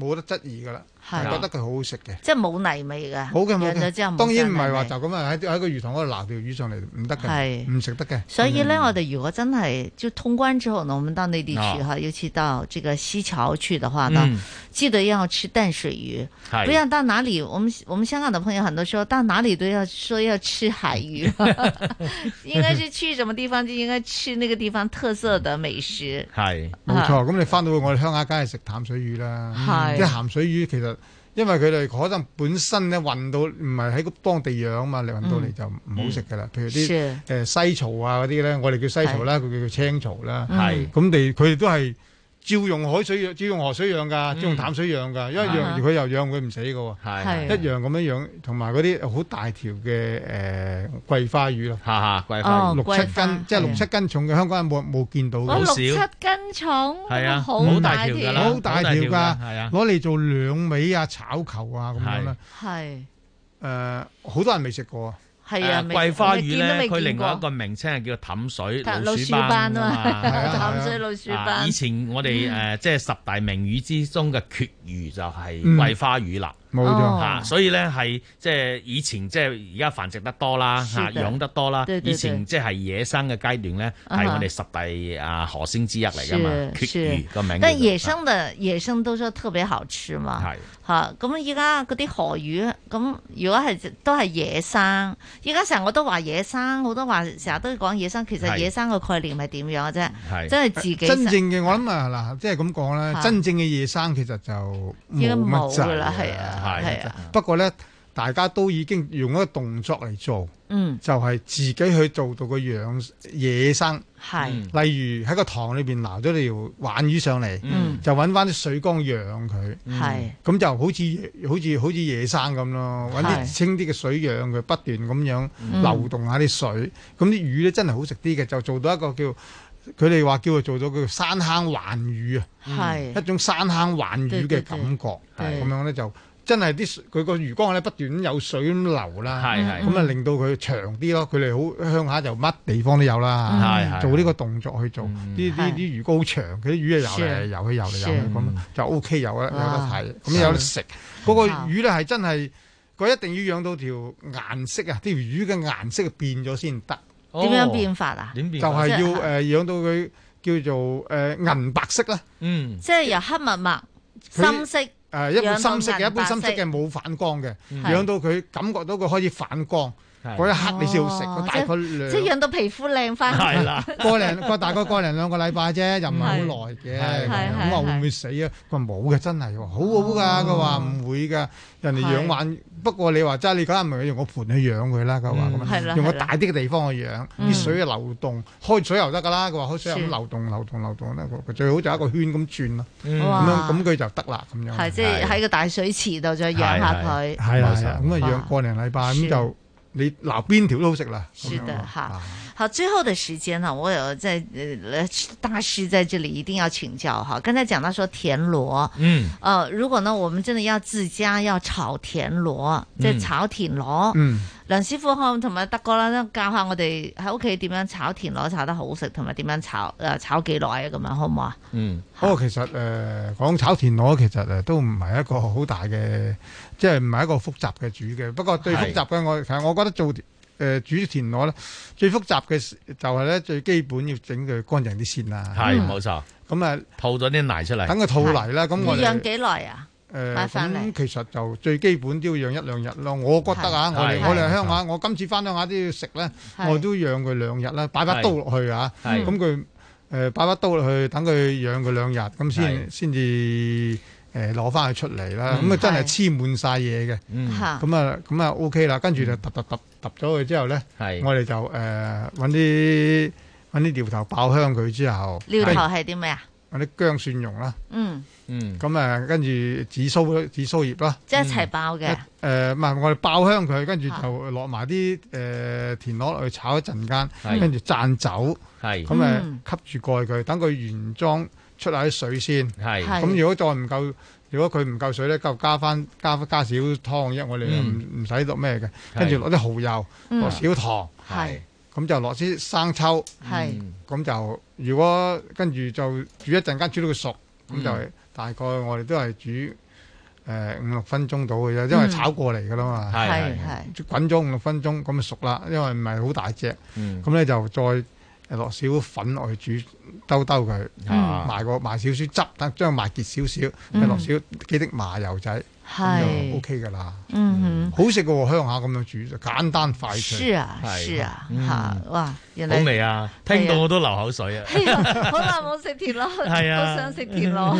Speaker 1: 冇得質疑噶啦，
Speaker 5: 係啊
Speaker 1: 係覺得佢好好食嘅。
Speaker 5: 即係冇泥味㗎。
Speaker 1: 好嘅，冇
Speaker 5: 養咗之後
Speaker 1: 嘅。
Speaker 5: 冇
Speaker 1: 當然唔係
Speaker 5: 晒泥
Speaker 1: 話
Speaker 5: 味
Speaker 1: 就咁啊，喺喺個魚塘嗰度撈條魚上嚟唔得嘅，
Speaker 5: 係
Speaker 1: 唔食得嘅。
Speaker 5: 所以呢，
Speaker 1: 嗯
Speaker 5: 我哋如果真係就通關之後呢，我们到内地去
Speaker 1: 哦
Speaker 5: 哈，尤其到这个西樵去的话呢，
Speaker 1: 嗯
Speaker 5: 记得要吃淡水鱼
Speaker 23: 嗨，
Speaker 5: 不要到哪里。我们我们香港的朋友很多时候到哪里都要说要吃海 鱼，应该是去什么地方就应该吃那个地方特色的美食。
Speaker 23: 係
Speaker 1: 冇錯，咁你翻到去我哋鄉下，梗係食淡水魚啦。
Speaker 5: 啊
Speaker 1: 嗯
Speaker 5: 係
Speaker 1: 即係鹹水魚，其實因為佢哋可能本身咧運到唔係喺當地養嘛，你運到嚟就唔好食噶啦。譬如啲
Speaker 5: 嗯是
Speaker 1: 誒西槽啊嗰啲咧，我哋叫西槽啦，佢叫青槽啦。
Speaker 5: 嗯
Speaker 23: 係
Speaker 1: 咁哋佢哋都係照用海水養，照用河水養㗎，
Speaker 23: 嗯
Speaker 1: 照用淡水養㗎，因為
Speaker 23: 啊
Speaker 1: 養佢又養佢唔死㗎喎。
Speaker 23: 係
Speaker 1: 一樣咁樣養，同埋嗰啲好大條嘅誒桂花魚啦，
Speaker 23: 下下桂
Speaker 5: 花魚
Speaker 1: 六七
Speaker 5: 哦桂花
Speaker 1: 斤，即係六七斤重嘅香港人冇冇見到嘅，
Speaker 5: 我六七斤重，
Speaker 1: 係啊
Speaker 5: 好
Speaker 1: 好
Speaker 5: 大
Speaker 1: 大
Speaker 5: 條
Speaker 1: 條㗎啦好大條㗎
Speaker 23: 係啊，
Speaker 1: 攞嚟做兩味啊、炒球啊咁樣啦。
Speaker 5: 係
Speaker 1: 誒，好多人未食過啊。
Speaker 5: 係啊
Speaker 23: 誒
Speaker 5: 未
Speaker 23: 桂花魚
Speaker 5: 我哋
Speaker 23: 咧，
Speaker 5: 見都
Speaker 23: 佢
Speaker 5: 未見
Speaker 23: 另
Speaker 5: 過
Speaker 23: 外一個名稱係叫氹水
Speaker 5: 但
Speaker 23: 老
Speaker 5: 老
Speaker 23: 鼠
Speaker 5: 鼠
Speaker 23: 斑
Speaker 5: 斑
Speaker 23: 啊
Speaker 5: 啊
Speaker 23: 嘛，
Speaker 5: 嘛，淡水老鼠嗯
Speaker 23: 啊
Speaker 5: 斑
Speaker 23: 以。前我哋誒即係十大名魚之中嘅鱈魚就係
Speaker 1: 嗯
Speaker 23: 桂花魚啦，
Speaker 1: 冇
Speaker 5: 哦
Speaker 1: 錯
Speaker 23: 嚇所以咧係即係以前即係而家繁殖得多啦，
Speaker 1: 是
Speaker 23: 嚇
Speaker 1: 的
Speaker 23: 養得多啦
Speaker 1: 對，對
Speaker 23: 以前
Speaker 1: 對
Speaker 23: 即係野生嘅階段咧
Speaker 5: 啊哈
Speaker 23: 係我哋十大啊河鮮之一嚟㗎嘛，鱈
Speaker 5: 是是
Speaker 23: 魚個名叫做。
Speaker 5: 但野生的野生都說特別好吃嘛，
Speaker 23: 係
Speaker 5: 嚇咁而家嗰啲河魚，咁如果係都係野生，而家成日我都話野生，好多話成日都講野生，其實
Speaker 1: 係
Speaker 5: 野生嘅概念係點樣嘅啫？真係自己
Speaker 1: 真正
Speaker 5: 食
Speaker 1: 嘅，我諗啊，嗱，即係咁講啦，
Speaker 5: 嚇
Speaker 1: 真正嘅夜生其實就
Speaker 5: 已
Speaker 1: 冇
Speaker 5: 經
Speaker 1: 乜
Speaker 5: 冇
Speaker 1: 滯啊
Speaker 5: 㗎啦，係啊，係啊，
Speaker 1: 不過咧，大家都已經用一個動作嚟做，
Speaker 5: 嗯
Speaker 1: 就係自己去做到個養野生。
Speaker 5: 係
Speaker 1: 例如喺個塘裏邊撈咗條鯇魚上嚟，
Speaker 5: 嗯
Speaker 1: 就揾翻啲水缸養佢，
Speaker 5: 係
Speaker 1: 咁就好似好似好似野生咁咯，揾
Speaker 5: 係
Speaker 1: 啲清啲嘅水養佢，不斷咁樣
Speaker 5: 嗯
Speaker 1: 流動下啲水，咁啲魚咧真係好食啲嘅，就做到一個叫。佢哋話叫佢做到叫山坑環魚
Speaker 23: 嗯
Speaker 1: 啊，
Speaker 5: 係
Speaker 1: 一種山坑環魚
Speaker 5: 對對
Speaker 1: 嘅感覺，
Speaker 5: 對
Speaker 1: 咁樣咧就真係啲水佢個魚缸咧不斷咁有水咁流啦，
Speaker 23: 係係
Speaker 1: 咁啊令到佢長啲咯。佢哋好鄉下就乜地方都有啦，
Speaker 23: 嗯係係嗯
Speaker 1: 做呢個動作去做，啲啲
Speaker 23: 係
Speaker 1: 啲魚膏長，佢啲魚啊游嚟
Speaker 23: 是
Speaker 1: 游去游嚟游
Speaker 23: 是
Speaker 1: 去咁就 O K 有啦，有得
Speaker 23: 哇
Speaker 1: 睇，咁有得
Speaker 23: 是
Speaker 1: 食。嗰個魚咧係真係佢一定要養到條顏色啊，條魚嘅顏色變咗先得。
Speaker 5: 點
Speaker 23: 哦
Speaker 5: 樣變法啊？
Speaker 23: 點
Speaker 1: 就係要呃誒養到佢叫做誒銀白色啦。
Speaker 23: 嗯。
Speaker 5: 即係由黑密密
Speaker 1: 佢呃
Speaker 5: 深色，
Speaker 1: 誒一般
Speaker 5: 養到
Speaker 1: 深色嘅，一般
Speaker 5: 銀白
Speaker 1: 深色
Speaker 5: 色
Speaker 1: 嘅冇反光嘅，
Speaker 5: 嗯
Speaker 1: 養到佢感覺到佢開始反光，嗰一刻你先好食，
Speaker 5: 哦
Speaker 1: 大概
Speaker 5: 即係
Speaker 1: 兩。
Speaker 5: 養到皮膚 靚翻。
Speaker 1: 係啦，個零個大概個零兩個禮拜啫，又唔係好耐嘅。
Speaker 5: 係
Speaker 1: 咁
Speaker 5: 係
Speaker 1: 啊
Speaker 5: 係
Speaker 1: 話會唔會死啊？佢話冇嘅，真係喎，好
Speaker 5: 哦
Speaker 1: 好㗎。佢話唔會㗎，人哋養玩。不過你話齋，你梗係唔係用個盤去養佢啦？佢話
Speaker 5: 嗯係啦
Speaker 1: 咁，用個
Speaker 5: 係啦
Speaker 1: 大啲嘅地方去養，
Speaker 5: 嗯
Speaker 1: 啲水嘅流動，開水又得㗎啦。佢話開水又咁
Speaker 5: 是
Speaker 1: 流動、流動、流動咧，佢最好就一個圈咁轉咯。
Speaker 5: 嗯
Speaker 1: 咁樣
Speaker 5: 哇
Speaker 1: 咁佢就得啦，咁樣。
Speaker 5: 係即係喺個大水池度再養下佢。
Speaker 1: 係啦，係啦咁啊
Speaker 5: 冇錯哇
Speaker 1: 養個零禮拜咁就你嗱邊條都好食啦。咁
Speaker 5: 是
Speaker 1: 樣
Speaker 5: 的
Speaker 1: 啊
Speaker 5: 哈，好，最后的时间呢，我有在呃大师在这里一定要请教哈。刚才讲到说田螺，
Speaker 7: 嗯
Speaker 5: 呃，如果呢我们真的要自家要炒田螺，即
Speaker 7: 嗯
Speaker 5: 係炒田螺，
Speaker 7: 嗯，
Speaker 5: 梁師傅可唔可以同埋德哥啦，教下我哋喺屋企點樣炒田螺炒得好食，同埋點樣炒誒炒幾耐啊？咁樣好唔好啊？
Speaker 1: 嗯，不過其實誒、呃、講炒田螺，其實呃誒都唔係一個好大嘅，即係唔係一個複雜嘅煮嘅。不過最
Speaker 23: 係
Speaker 1: 複雜嘅我其實我覺得做誒、呃煮田螺咧，最複雜嘅事就係咧最基本要整佢乾淨啲先啦。
Speaker 5: 嗯
Speaker 23: 係冇錯。
Speaker 1: 咁啊，
Speaker 23: 吐咗啲泥出嚟，
Speaker 1: 等佢吐泥啦。啊咁
Speaker 5: 要
Speaker 1: 我哋
Speaker 5: 養幾耐啊？
Speaker 1: 誒
Speaker 5: 買返
Speaker 1: 咁
Speaker 5: 嚟
Speaker 1: 其實就最基本都要養一兩日咯，我覺得啊，
Speaker 5: 係
Speaker 1: 我哋
Speaker 5: 係
Speaker 1: 我哋鄉下，我今次翻鄉下都要食咧，
Speaker 5: 係
Speaker 1: 我都養佢兩日啦，擺把刀落去啊，
Speaker 5: 係
Speaker 1: 咁佢誒擺把刀落去，等佢養佢兩日，咁先先至誒攞翻佢出嚟啦。
Speaker 5: 嗯
Speaker 1: 咁啊真係
Speaker 5: 係
Speaker 1: 黐滿晒嘢嘅，
Speaker 5: 嚇
Speaker 1: 咁啊咁啊 OK 啦，跟住就揼揼揼揼咗佢之後咧，我哋就誒揾啲揾啲料頭爆香佢之後，
Speaker 5: 料頭係啲咩啊？
Speaker 1: 跟住揾啲姜蒜蓉啦。
Speaker 5: 嗯，
Speaker 23: 嗯，
Speaker 1: 咁誒跟住紫蘇紫蘇葉啦，
Speaker 5: 即係一齊爆嘅。
Speaker 1: 嗯呃誒唔係我哋爆香佢，跟住就落埋啲誒田螺落去炒一陣間，
Speaker 23: 係
Speaker 1: 跟住灒酒，
Speaker 23: 係
Speaker 1: 咁誒
Speaker 23: 嗯
Speaker 1: 吸住蓋佢，等佢原裝出下啲水先。
Speaker 23: 係係
Speaker 1: 咁如果再唔夠，如果佢唔夠水咧，夠加翻加加少湯，因為我哋又唔唔使落咩嘅，
Speaker 23: 嗯係
Speaker 1: 跟住落啲蠔油，
Speaker 23: 嗯
Speaker 1: 落少糖，
Speaker 23: 係
Speaker 1: 哦咁就落啲生抽，
Speaker 5: 係
Speaker 1: 咁就如果跟住就煮一陣間煮到佢熟，咁
Speaker 23: 嗯
Speaker 1: 就大概我哋都係煮呃誒五六分鐘到嘅啫，因為
Speaker 23: 嗯
Speaker 1: 炒過嚟㗎啦嘛，
Speaker 23: 係係係
Speaker 1: 滾咗五六分鐘咁就熟啦，因為唔係好大隻，
Speaker 23: 嗯
Speaker 1: 咁咧就再誒落少粉落去煮兜兜佢，
Speaker 5: 嗯
Speaker 1: 埋個埋少少汁，等將佢埋結少少，
Speaker 5: 嗯
Speaker 1: 再落少幾滴麻油仔，咁
Speaker 5: 係
Speaker 1: 就 OK 㗎啦。
Speaker 5: 嗯
Speaker 1: 好食嘅喎，鄉下咁樣煮就簡單快脆。
Speaker 5: 是啊是啊嚇
Speaker 23: 嗯
Speaker 5: 哇原
Speaker 23: 好
Speaker 5: 來
Speaker 23: 味啊！聽到我都流口水啊！
Speaker 5: 好耐冇食田螺，
Speaker 23: 係啊
Speaker 5: 好想食田螺。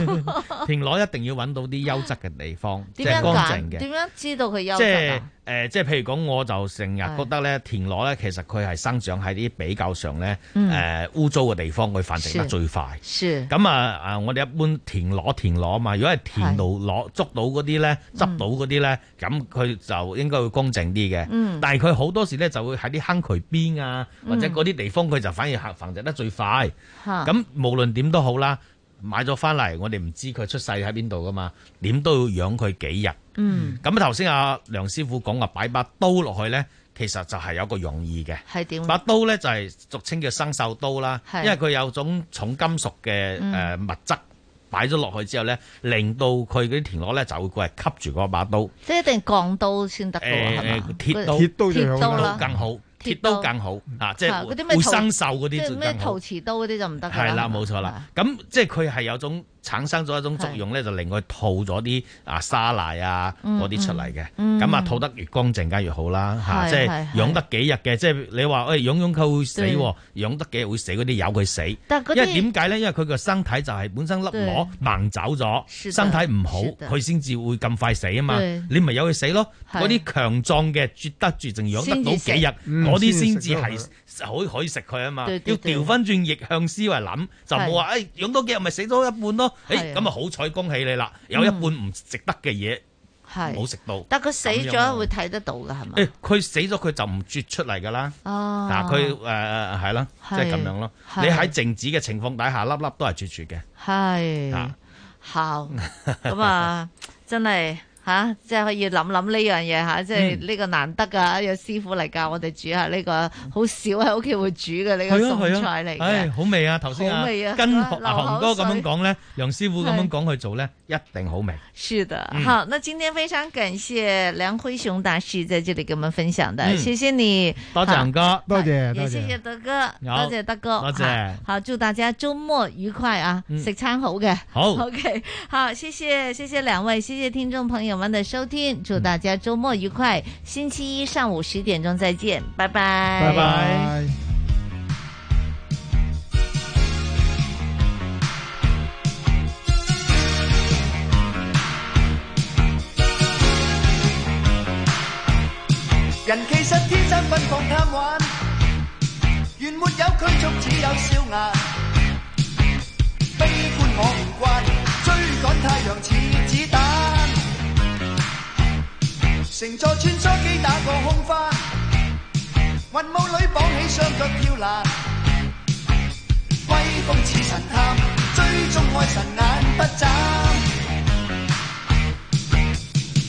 Speaker 23: 田螺一定要揾到啲優質嘅地方，即係
Speaker 5: 點樣
Speaker 23: 乾淨
Speaker 5: 揀？
Speaker 23: 嘅
Speaker 5: 點。樣知道佢優
Speaker 23: 即
Speaker 5: 質
Speaker 23: 係
Speaker 5: 啊？
Speaker 23: 誒，即係譬如講，我就成日覺得咧，田螺咧其實佢係生長喺啲比較上咧
Speaker 5: 嗯
Speaker 23: 誒污糟嘅地方，佢繁殖得
Speaker 5: 是
Speaker 23: 最快。
Speaker 5: 是
Speaker 23: 咁啊啊！我哋一般田螺田螺啊嘛，如果係田螺螺捉到嗰啲咧，執到嗰啲咧，咁佢就應該會公正啲嘅。
Speaker 19: 嗯
Speaker 23: 但係佢好多時咧就會喺啲坑渠邊啊，或者嗰啲地方佢就反而繁繁殖得最快。
Speaker 5: 嚇
Speaker 23: 咁無論點都好啦，買咗翻嚟，我哋唔知佢出世喺邊度噶嘛，點都要養佢幾日。
Speaker 7: Ừ.
Speaker 5: 嗯
Speaker 23: 咁頭先阿梁師傅講話擺把刀落去咧，其實就係有個用意嘅。
Speaker 5: 係點？
Speaker 23: 把刀咧就係俗稱叫生鏽刀啦，
Speaker 5: 係
Speaker 23: 因為佢有種重金屬嘅
Speaker 5: 嗯
Speaker 23: 誒物質擺咗落去之後咧，令到佢嗰啲田螺咧就會過嚟吸住嗰把刀。
Speaker 5: 即係一定鋼刀先得嘅
Speaker 23: 誒誒
Speaker 5: 喎，係哦嘛？
Speaker 23: 鐵
Speaker 5: 嗰
Speaker 23: 刀，
Speaker 5: 鐵刀啦，
Speaker 23: 更好，鐵
Speaker 5: 鐵
Speaker 23: 刀
Speaker 5: 刀
Speaker 23: 更好啊！即
Speaker 5: 嚇
Speaker 23: 係
Speaker 5: 嗰啲
Speaker 23: 會
Speaker 5: 咩
Speaker 23: 會
Speaker 5: 陶
Speaker 23: 生鏽嗰
Speaker 5: 即
Speaker 23: 啲
Speaker 5: 係
Speaker 23: 就
Speaker 5: 咩
Speaker 23: 更好
Speaker 5: 陶。瓷刀嗰啲就唔得㗎
Speaker 23: 係啦，冇錯啦。咁即係佢係有種產生咗一種作用咧，就令佢吐咗啲啊沙奶啊嗯嗰啲出嚟嘅。嗯咁啊，吐得越乾淨梗係越好啦嚇，係即係係養得幾日嘅。即係你話喂養養佢會死對喎，養得幾日會死嗰啲由佢死。
Speaker 5: 但嗰啲
Speaker 23: 因為點解咧？因為佢個身體就係本身粒螺盲走咗，
Speaker 5: 是的
Speaker 23: 身體唔好
Speaker 5: 是，的
Speaker 23: 佢先至會咁快死啊嘛
Speaker 5: 對。
Speaker 23: 你咪由佢死咯。
Speaker 5: 係
Speaker 23: 嗰啲強壯嘅絕得住，仲養得到幾
Speaker 5: 先至食
Speaker 23: 日，
Speaker 5: 嗯
Speaker 23: 嗰啲
Speaker 1: 先
Speaker 23: 先
Speaker 1: 至食
Speaker 23: 至
Speaker 1: 到
Speaker 23: 係可以可以食佢啊嘛。
Speaker 5: 對
Speaker 23: 要
Speaker 5: 對對
Speaker 23: 調翻轉逆向思維諗，就冇話誒養哎多幾日咪死咗一半咯。誒
Speaker 5: 係啊
Speaker 23: 咁啊好彩恭喜你啦，有一半唔食得嘅嘢
Speaker 5: 係
Speaker 23: 冇食到。
Speaker 5: 嗯但佢死
Speaker 23: 咁樣啊
Speaker 5: 咗會睇得到㗎係嘛？
Speaker 23: 誒佢死咗佢就唔啜出嚟㗎啦。
Speaker 5: 哦
Speaker 23: 嗱佢誒誒係啦，即係
Speaker 5: 係
Speaker 23: 咁樣咯。
Speaker 5: 係
Speaker 23: 你喺靜止嘅情況底下，粒粒都係啜住嘅。
Speaker 5: 係
Speaker 23: 啊
Speaker 5: 好咁 啊，真係吓、即係可以諗諗呢樣嘢吓，即
Speaker 23: 嗯
Speaker 5: 係呢個難得噶，有師傅嚟教我哋煮下呢、個好少喺屋企會煮嘅呢個餸菜嚟
Speaker 23: 啊唉
Speaker 5: 嘅。
Speaker 23: 好味啊！頭先啊
Speaker 5: 好味啊，
Speaker 23: 跟
Speaker 5: 流
Speaker 23: 阿
Speaker 5: 口
Speaker 23: 紅哥咁樣
Speaker 5: 水
Speaker 23: 講咧，梁師傅咁樣
Speaker 5: 係
Speaker 23: 講去做咧，一定好味。
Speaker 5: 是的，
Speaker 23: 嗯
Speaker 5: 好，那今天非常感謝梁輝雄大師在這裡給我們分享的，
Speaker 23: 嗯
Speaker 5: 謝謝你，
Speaker 23: 多謝
Speaker 5: 好
Speaker 23: 紅哥，
Speaker 1: 多謝
Speaker 5: 也謝謝德哥，
Speaker 23: 好
Speaker 5: 多謝德哥，
Speaker 23: 多謝
Speaker 5: 好，好祝大家周末愉快啊，
Speaker 23: 嗯
Speaker 5: 食餐好嘅，
Speaker 23: 好
Speaker 5: OK，好，謝謝謝謝兩位，謝謝聽眾朋友。友们的收听，
Speaker 23: 嗯
Speaker 5: 祝大家周末愉快，星期一上午十点钟再见，拜拜，
Speaker 1: 拜拜。
Speaker 19: 人其實天生奔放貪玩，原沒有拘束，只有笑顏。悲觀我唔慣，追趕太陽似子彈。乘坐穿梭機打個空翻，雲霧裏綁起雙腳跳欄。威風似神探，追蹤愛神眼不眨。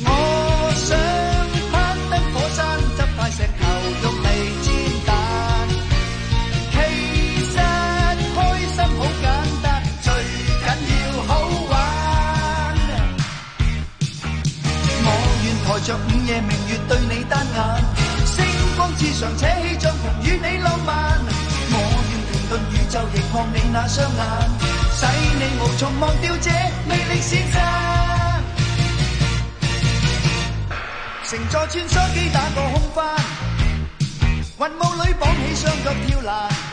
Speaker 19: 我想攀登火山，執塊石頭用嚟煎蛋。其實開心好簡單，最緊要好玩。望遠抬着午夜明月對你單眼，星光之上扯起帳篷與你浪漫。我願停頓宇宙凝望你那雙眼，使你無從忘掉這魅力先生。乘坐穿梭機打個空翻，雲霧裏綁起雙腳跳欄。